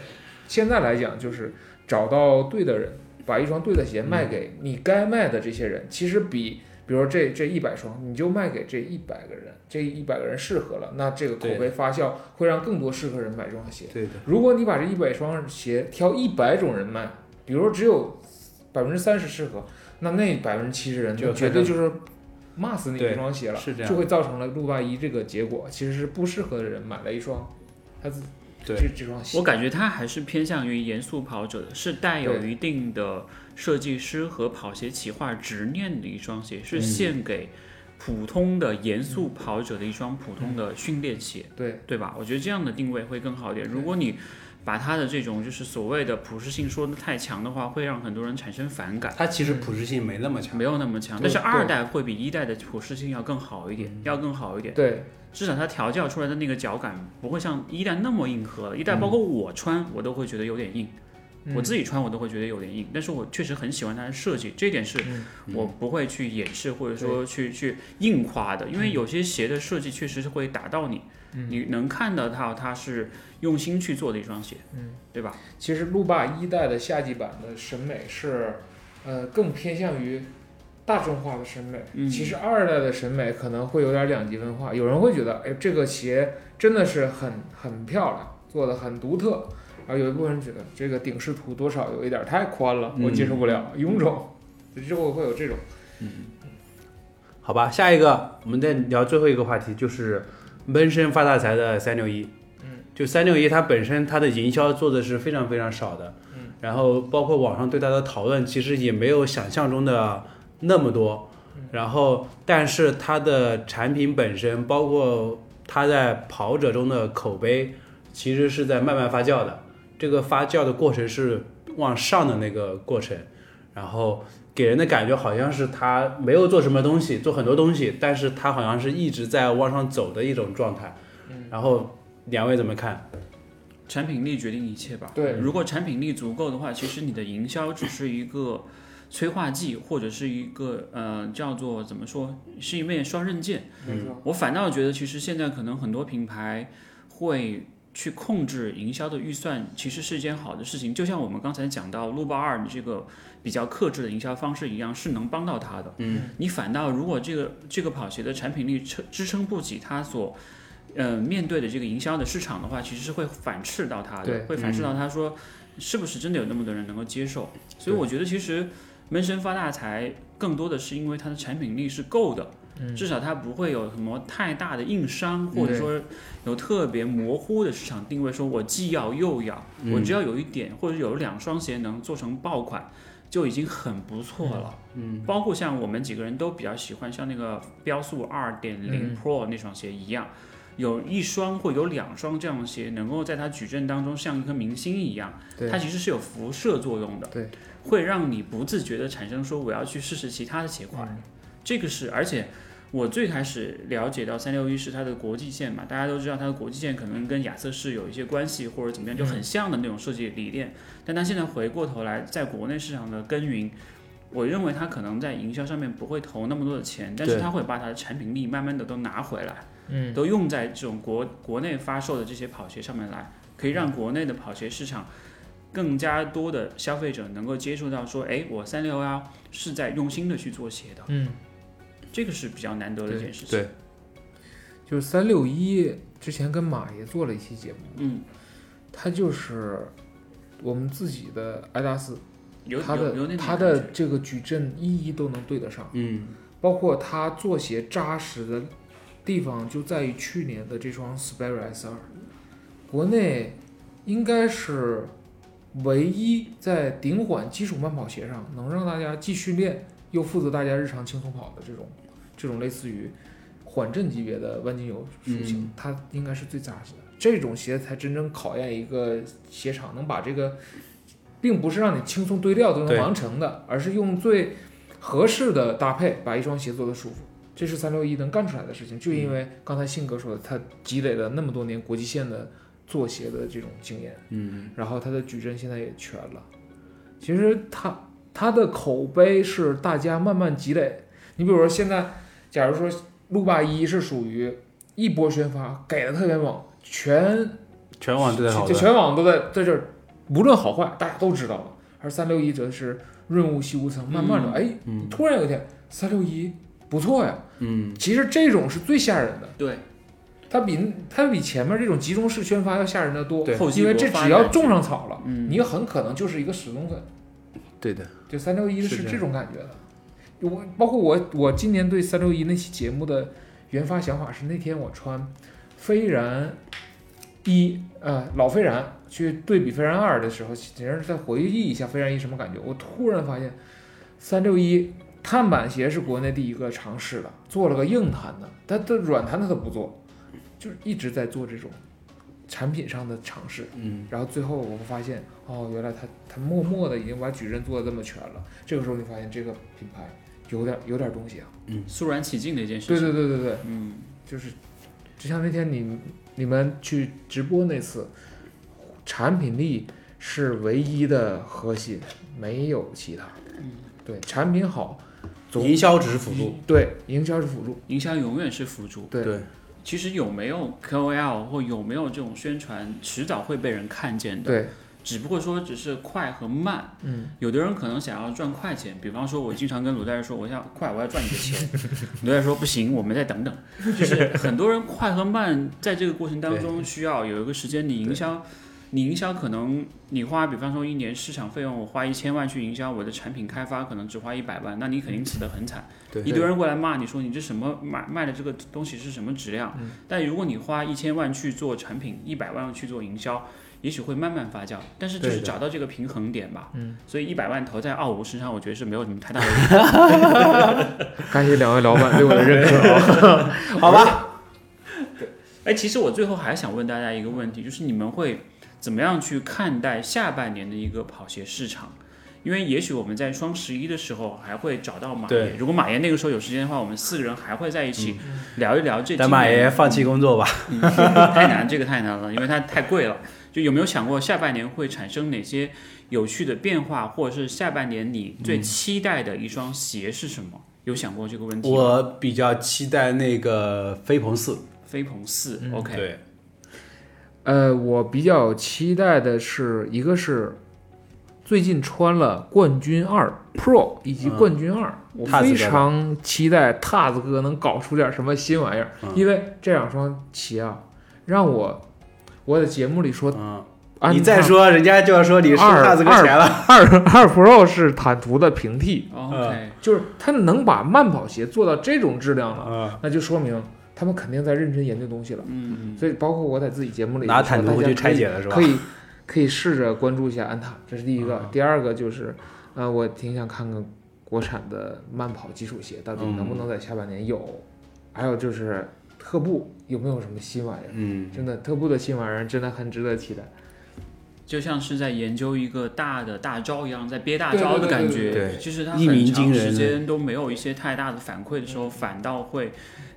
Speaker 3: 现在来讲就是找到对的人，把一双对的鞋卖给你该卖的这些人，其实比。比如说这这一百双，你就卖给这一百个人，这一百个人适合了，那这个口
Speaker 1: 对
Speaker 3: 碑发酵会让更多适合人买这双鞋。
Speaker 1: 对的，
Speaker 3: 如果你把这一百双鞋挑一百种人卖，比如说只有百分之三十适合，那那百分之七十人
Speaker 1: 就
Speaker 3: 就绝对就是骂死你这双鞋了，
Speaker 1: 是这样
Speaker 3: 就会造成了路霸一这个结果，其实是不适合的人买了一双，他自
Speaker 1: 对
Speaker 3: 这这双鞋
Speaker 2: 我感觉他还是偏向于严肃跑者的，是带有
Speaker 3: 对
Speaker 2: 一定的设计师和跑鞋企划执念的一双鞋，是
Speaker 1: 嗯
Speaker 2: 献给普通的严肃跑者的一双普通的训练鞋，
Speaker 3: 对
Speaker 2: 对吧？我觉得这样的定位会更好一点。如果你把他的这种就是所谓的普适性说的太强的话，会让很多人产生反感。
Speaker 1: 它其实普适性没那么强
Speaker 2: 没。有那么强，
Speaker 3: 对
Speaker 2: 但是二
Speaker 3: 对
Speaker 2: 代会比一代的普适性要更好一点，要更好一点。
Speaker 3: 对
Speaker 2: 至少它调教出来的那个脚感不会像一代那么硬核，一
Speaker 3: 嗯
Speaker 2: 代包括我穿我都会觉得有点硬，我自
Speaker 3: 己
Speaker 2: 己穿我都会觉得有点硬，但是我确实很喜欢它的设计，这一点是
Speaker 3: 嗯
Speaker 2: 我不会去掩饰或者说去去硬夸的，因
Speaker 3: 嗯
Speaker 2: 为有些鞋的设计确实是会打到你，你能看得到它是用心去做的一双鞋，
Speaker 3: 嗯，
Speaker 2: 对吧？
Speaker 3: 其实路霸一代的夏季版的审美是，呃，更偏向于大众化的审美。
Speaker 2: 嗯
Speaker 3: 其实二代的审美可能会有点两极分化，有人会觉得，哎，这个鞋真的是很很漂亮，做的很独特。然后有一部分人觉得这个顶视图多少有一点太宽了，我接受不了，臃肿，之后会有这种。
Speaker 1: 好吧，下一个我们再聊最后一个话题，就是闷声发大财的三六一。
Speaker 3: 嗯，
Speaker 1: 就三六一它本身它的营销做的是非常非常少的，
Speaker 3: 嗯，
Speaker 1: 然后包括网上对它的讨论，其实也没有想象中的那么多
Speaker 3: 嗯。
Speaker 1: 然后，但是它的产品本身，包括它在跑者中的口碑，其实是在慢慢发酵的。这个发酵的过程是往上的那个过程，然后给人的感觉好像是他没有做什么东西，做很多东西，但是他好像是一直在往上走的一种状态。
Speaker 3: 嗯
Speaker 1: 然后两位怎么看？
Speaker 2: 产品力决定一切吧。
Speaker 3: 对
Speaker 2: 如果产品力足够的话，其实你的营销只是一个催化剂，或者是一个呃叫做怎么说，是一面双刃剑。
Speaker 3: 没错，
Speaker 2: 我反倒觉得，其实现在可能很多品牌会去控制营销的预算，其实是件好的事情。就像我们刚才讲到路霸二，你这个比较克制的营销方式一样，是能帮到他的。
Speaker 1: 嗯，
Speaker 2: 你反倒如果这个这个跑鞋的产品力支支撑不起它所。呃，面对的这个营销的市场的话，其实是会反斥到他
Speaker 3: 对
Speaker 2: 的，会反斥到他说，是不是真的有那么多人能够接受？所以我觉得，其实闷声发大财更多的是因为它的产品力是够的，
Speaker 3: 嗯
Speaker 2: 至少它不会有什么太大的硬
Speaker 1: 嗯
Speaker 2: 伤，或者
Speaker 3: 对
Speaker 2: 说有特别模糊的市场定位，说我既要又要，
Speaker 1: 嗯
Speaker 2: 我只要有一点或者有两双鞋能做成爆款，就已经很不错了。
Speaker 1: 嗯，
Speaker 2: 包括像我们几个人都比较喜欢像那个标速二点零
Speaker 3: 嗯
Speaker 2: Pro 那双鞋一样。有一双或有两双这样的鞋，能够在它矩阵当中像一颗明星一样，
Speaker 3: 对
Speaker 2: 它，其实是有辐射作用的，
Speaker 3: 对，
Speaker 2: 会让你不自觉的产生说我要去试试其他的鞋款，
Speaker 3: 嗯
Speaker 2: 这个是，而且我最开始了解到三六一是它的国际线嘛，大家都知道它的国际线可能跟亚瑟士有一些关系或者怎么样，就很像的那种设计理念。但它现在回过头来在国内市场的耕耘，我认为它可能在营销上面不会投那么多的钱，但是
Speaker 1: 对
Speaker 2: 它会把它的产品力慢慢的都拿回来，
Speaker 3: 嗯，
Speaker 2: 都用在这种国国内发售的这些跑鞋上面来，可以让国内的跑鞋市场更加多的消费者能够接触到说，哎，我三六幺是在用心的去做鞋的。
Speaker 3: 嗯，
Speaker 2: 这个是比较难得的一件事情。
Speaker 1: 对
Speaker 3: 就是三六一之前跟马爷做了一期节目，
Speaker 2: 嗯，
Speaker 3: 它就是我们自己的adidas，
Speaker 2: 有
Speaker 3: 它
Speaker 2: 有有那
Speaker 3: 的
Speaker 2: 种
Speaker 3: 它
Speaker 2: 感觉
Speaker 3: 的这个矩阵一一都能对得上，
Speaker 1: 嗯
Speaker 3: 包括它做鞋扎实的地方就在于去年的这双 Sperry S 二，国内应该是唯一在顶缓基础慢跑鞋上能让大家既训练又负责大家日常轻松跑的这种这种类似于缓震级别的万金油属性，
Speaker 1: 嗯
Speaker 3: 它应该是最扎实的。这种鞋才真正考验一个鞋厂能把这个，并不是让你轻松堆料就能
Speaker 1: 对
Speaker 3: 完成的，而是用最合适的搭配把一双鞋做得舒服。这是三六一能干出来的事情，就因为刚才信哥说的，他积累了那么多年国际线的做鞋的这种经验，
Speaker 1: 嗯，
Speaker 3: 然后他的矩阵现在也全了。其实他他的口碑是大家慢慢积累。你比如说现在，假如说路霸一是属于一波宣发给的特别猛，全
Speaker 1: 全网对他好
Speaker 3: 就
Speaker 1: 的，
Speaker 3: 全网都在在这儿，无论好坏大家都知道了。而三六一则是润物细无声，慢慢的，哎，
Speaker 1: 嗯
Speaker 3: 突然有一天三六一不错呀。
Speaker 1: 嗯
Speaker 3: 其实这种是最吓人的，
Speaker 2: 对
Speaker 3: 它比它比前面这种集中式宣发要吓人的多，
Speaker 1: 对
Speaker 2: 后继
Speaker 3: 因为
Speaker 2: 国
Speaker 3: 这
Speaker 2: 发展
Speaker 3: 只要种上草了，
Speaker 2: 嗯
Speaker 3: 你很可能就是一个死忠粉。
Speaker 1: 对的，
Speaker 3: 就三六一
Speaker 1: 是
Speaker 3: 是
Speaker 1: 这样
Speaker 3: 这种感觉的。我包括我，我今年对三六一那期节目的原发想法是，那天我穿飞然一，呃，老飞然去对比飞然二的时候，简直是在回忆一下飞然一什么感觉。我突然发现，三六一碳板鞋是国内第一个尝试的，做了个硬弹的，但它软弹它都不做，就是一直在做这种产品上的尝试。
Speaker 1: 嗯
Speaker 3: 然后最后我会发现，哦，原来他他默默的已经把矩阵做的这么全了。这个时候你发现这个品牌有点有点东西啊。
Speaker 2: 肃然起敬的一件事情。
Speaker 3: 对对对对对，
Speaker 2: 嗯，
Speaker 3: 就是，就像那天你你们去直播那次，产品力是唯一的核心，没有其他。
Speaker 2: 嗯，
Speaker 3: 对，产品好，总
Speaker 1: 营销只是辅助，
Speaker 3: 对营销是辅助。
Speaker 2: 营销永远是辅助。
Speaker 3: 对
Speaker 1: 对，
Speaker 2: 其实有没有 KOL 或有没有这种宣传，迟早会被人看见的。
Speaker 3: 对
Speaker 2: 只不过说只是快和慢。
Speaker 3: 嗯，
Speaker 2: 有的人可能想要赚快钱，比方说，我经常跟罗大爷说，我想快，我要赚你的钱。罗大爷说不行，我们再等等。就是很多人快和慢在这个过程当中需要有一个时间，你营销，你营销可能你花，比方说一年市场费用，我花一千万去营销我的产品开发，可能只花一百万，那你肯定死得很惨。
Speaker 1: 对
Speaker 2: 一堆人过来骂你说你这什么买卖的这个东西是什么质量，
Speaker 1: 嗯
Speaker 2: 但如果你花一千万去做产品，一百万去做营销，也许会慢慢发酵，但是就
Speaker 1: 对
Speaker 2: 是
Speaker 1: 的
Speaker 2: 找到这个平衡点吧。
Speaker 3: 嗯，
Speaker 2: 所以一百万投在二五身上，我觉得是没有什么太大的
Speaker 3: 感谢两位老板对我的认可啊。
Speaker 1: 好吧，
Speaker 2: 哎，其实我最后还想问大家一个问题，就是你们会怎么样去看待下半年的一个跑鞋市场？因为也许我们在双十一的时候还会找到马
Speaker 1: 对
Speaker 2: 爷，如果马爷那个时候有时间的话，我们四个人还会在一起聊一聊这。
Speaker 1: 等马爷放弃工作吧。
Speaker 2: 嗯 太难，这个太难了，因为它太贵了。就有没有想过下半年会产生哪些有趣的变化，或者是下半年你最期待的一双鞋是什么？有想过这个问题吗？
Speaker 1: 我比较期待那个飞鹏四，
Speaker 2: 飞鹏四、o
Speaker 3: 嗯
Speaker 2: k
Speaker 1: 对，
Speaker 3: 呃，我比较期待的是，一个是最近穿了冠军二 Pro 以及冠军二、我
Speaker 1: 嗯踏子哥
Speaker 3: 非
Speaker 1: 的
Speaker 3: 常期待踏子哥能搞出点什么新玩意儿，
Speaker 1: 嗯
Speaker 3: 因为这两双鞋啊，让我我在节目里说，
Speaker 1: 嗯，
Speaker 3: 啊
Speaker 1: 你再说人家就要说你是
Speaker 3: 二
Speaker 1: 大子哥钱了。
Speaker 3: 二二 Pro 是坦途的平替，
Speaker 2: o k
Speaker 3: 就是他能把慢跑鞋做到这种质量了，
Speaker 1: 嗯，
Speaker 3: 那就说明他们肯定在认真研究东西了。
Speaker 2: 嗯，
Speaker 3: 所以包括我在自己节目里
Speaker 1: 拿
Speaker 3: 也说
Speaker 1: 坦途
Speaker 3: 大
Speaker 1: 回
Speaker 3: 家
Speaker 1: 去
Speaker 3: 可
Speaker 1: 拆
Speaker 3: 以
Speaker 1: 解了是吧
Speaker 3: 可？以可以试着关注一下安踏，这是第一个。
Speaker 1: 嗯
Speaker 3: 第二个就是，呃，我挺想看看国产的慢跑基础鞋到底能
Speaker 1: 嗯
Speaker 3: 不能在下半年有，还有就是特步有没有什么新玩意儿。
Speaker 1: 嗯，
Speaker 3: 真的，特步的新玩意儿真的很值得期待。
Speaker 2: 就像是在研究一个大的大招一样，在憋大
Speaker 3: 对对
Speaker 2: 招的
Speaker 3: 对
Speaker 2: 感
Speaker 3: 对
Speaker 1: 对
Speaker 2: 觉。
Speaker 1: 对
Speaker 2: 其实它
Speaker 1: 一鸣
Speaker 2: 很
Speaker 1: 惊
Speaker 2: 长
Speaker 1: 人
Speaker 2: 时间都没有一些太大的反馈的时候，反倒会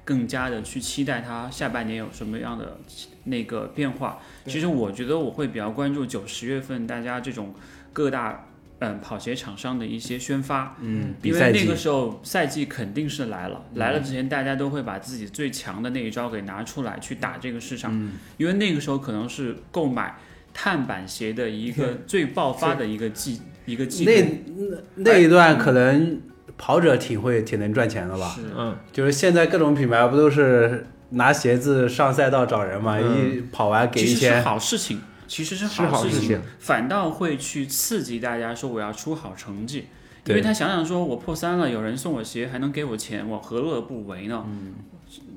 Speaker 2: 更加的去期待它下半年有什么样的那个变化。
Speaker 3: 对
Speaker 2: 其实我觉得我会比较关注九十月份大家这种各大嗯跑鞋厂商的一些宣发，
Speaker 1: 嗯，比
Speaker 2: 因
Speaker 1: 赛
Speaker 2: 为那
Speaker 1: 季嗯
Speaker 2: 个时候赛季肯定是来了，来了之前大家都会把自己最强的那一招给拿出来去打这个市场，因为那个时候可能是购买碳板鞋的一个最爆发的一个季一个季
Speaker 1: 那
Speaker 2: 度，
Speaker 1: 那那一段
Speaker 2: 哎嗯
Speaker 1: 可能跑者挺会挺能赚钱的吧？
Speaker 2: 是
Speaker 3: 嗯，
Speaker 1: 就是现在各种品牌不都是拿鞋子上赛道找人嘛？
Speaker 3: 嗯
Speaker 1: 一跑完给
Speaker 2: 其
Speaker 1: 一
Speaker 2: 实是
Speaker 1: 千，
Speaker 2: 好事情，其实是
Speaker 3: 是好
Speaker 2: 事
Speaker 3: 事情，
Speaker 2: 反倒会去刺激大家说我要出好成绩。因
Speaker 1: 对
Speaker 2: 为他想想说，我破三了，有人送我鞋，还能给我钱，我何乐不为呢？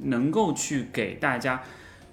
Speaker 2: 能够去给大家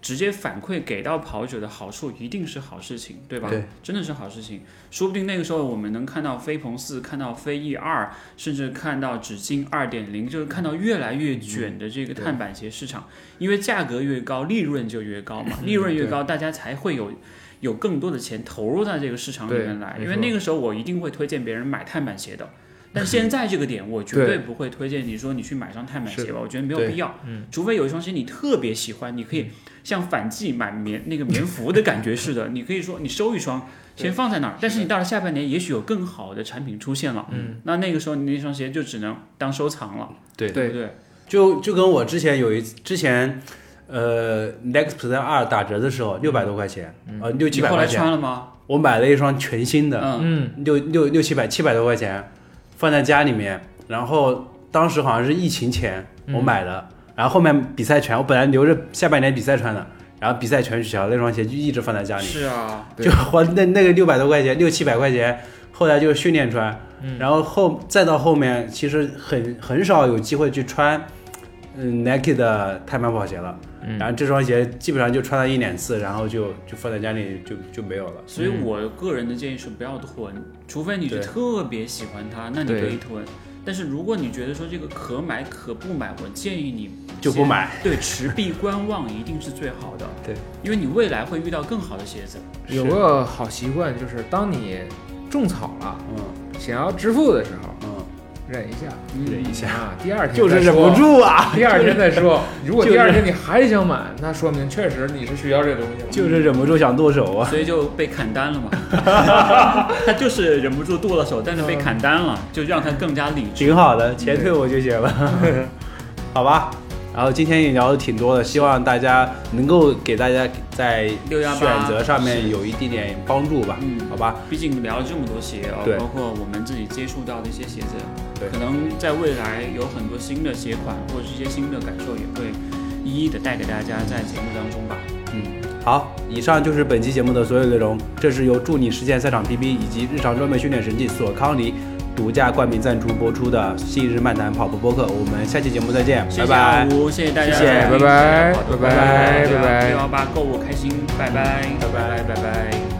Speaker 2: 直接反馈给到跑者的好处，一定是好事情，对吧？
Speaker 1: 对
Speaker 2: 真的是好事情。说不定那个时候我们能看到飞鹏四，看到飞翼二，甚至看到只进二点零，就是看到越来越卷的这个碳板鞋市场，因为价格越高，利润就越高嘛，利润越高，大家才会有。有更多的钱投入在这个市场里面来，
Speaker 3: 对没
Speaker 2: 因
Speaker 3: 错
Speaker 2: 为那个时候我一定会推荐别人买碳板鞋的，但现在这个点我绝对不会推荐你说你去买双碳板鞋吧，我觉得没有
Speaker 1: 对
Speaker 2: 必要
Speaker 3: 嗯，
Speaker 2: 除非有一双鞋你特别喜欢，你可以像反季买棉那个棉服的感觉似的，你可以说你收一双先放在那儿，但是你到了下半年也许有更好的产品出现了，
Speaker 3: 嗯，
Speaker 2: 那那个时候你那双鞋就只能当收藏了，
Speaker 1: 对
Speaker 2: 对不对？
Speaker 1: 就就跟我之前有一次之前，呃，Next Plan 二打折的时候六百多块钱，呃六七
Speaker 2: 嗯你
Speaker 1: 百
Speaker 2: 后来
Speaker 1: 块钱，
Speaker 2: 穿了吗？
Speaker 1: 我买了一双全新的，
Speaker 2: 嗯，
Speaker 3: 嗯，
Speaker 1: 六六六七百七百多块钱，放在家里面，然后当时好像是疫情前
Speaker 3: 嗯
Speaker 1: 我买的，然后后面比赛全我本来留着下半年比赛穿的，然后比赛全取消，那双鞋就一直放在家里，
Speaker 2: 是啊，
Speaker 3: 对
Speaker 1: 就花那那个六百多块钱，六七百块钱，后来就是训练穿，
Speaker 3: 嗯
Speaker 1: 然后后再到后面，其实很很少有机会去穿，嗯，Nike 的碳板跑鞋了，
Speaker 3: 嗯
Speaker 1: 然后这双鞋基本上就穿了一两次，然后就就放在家里就就没有了。
Speaker 2: 所以我个人的建议是不要囤，除非你是
Speaker 1: 嗯对
Speaker 2: 特别喜欢它，那你
Speaker 3: 对
Speaker 2: 可以囤。但是如果你觉得说这个可买可不买，我建议你
Speaker 1: 就不
Speaker 2: 先
Speaker 1: 买。
Speaker 2: 对，持币观望一定是最好的。
Speaker 1: 对，
Speaker 2: 因为你未来会遇到更好的鞋 子。
Speaker 3: 有个好习惯就是，当你种草了，
Speaker 1: 嗯
Speaker 3: 想要致富的时候，
Speaker 1: 嗯，
Speaker 3: 忍一下，
Speaker 1: 忍一下，
Speaker 3: 啊，第 二天
Speaker 1: 就是
Speaker 3: 再
Speaker 1: 忍
Speaker 3: 说
Speaker 1: 不住啊，
Speaker 3: 第二天再说。如果
Speaker 1: 就是
Speaker 3: 第二天你还想买，那说明确实你是需要这东西了。
Speaker 1: 就是忍不住想剁手啊。
Speaker 2: 所以就被砍 单了嘛。他就是忍不住剁了手，但是
Speaker 1: 嗯
Speaker 2: 被砍单了，就让他更加理智。
Speaker 1: 挺好的，钱退我就行了，好吧？然后今天也聊的挺多的，希望大家能够给大家在
Speaker 2: 618
Speaker 1: 选择上面有一丁点帮助吧，
Speaker 2: 嗯
Speaker 1: 好吧？
Speaker 2: 毕竟聊了这么多鞋啊
Speaker 1: 对，
Speaker 2: 包括我们自己接触到的一些鞋子
Speaker 1: 对，
Speaker 2: 可能在未来有很多新的鞋款或者是一些新的感受，也会一一的带给大家在节目当中吧。
Speaker 1: 嗯，好，以上就是本期节目的所有内容。这是由助你实现赛场 PB 以及日常装备训练神器索康尼独家冠名赞助播出的《昔日漫谈跑步播客》，我们下期节目再见，
Speaker 2: 谢谢啊
Speaker 1: 拜
Speaker 2: 阿
Speaker 1: 拜，
Speaker 2: 吴，谢谢大家，
Speaker 1: 谢谢
Speaker 3: 拜拜拜拜
Speaker 2: 拜
Speaker 3: 拜拜
Speaker 2: 六幺八购物开心，拜拜，拜拜，拜拜。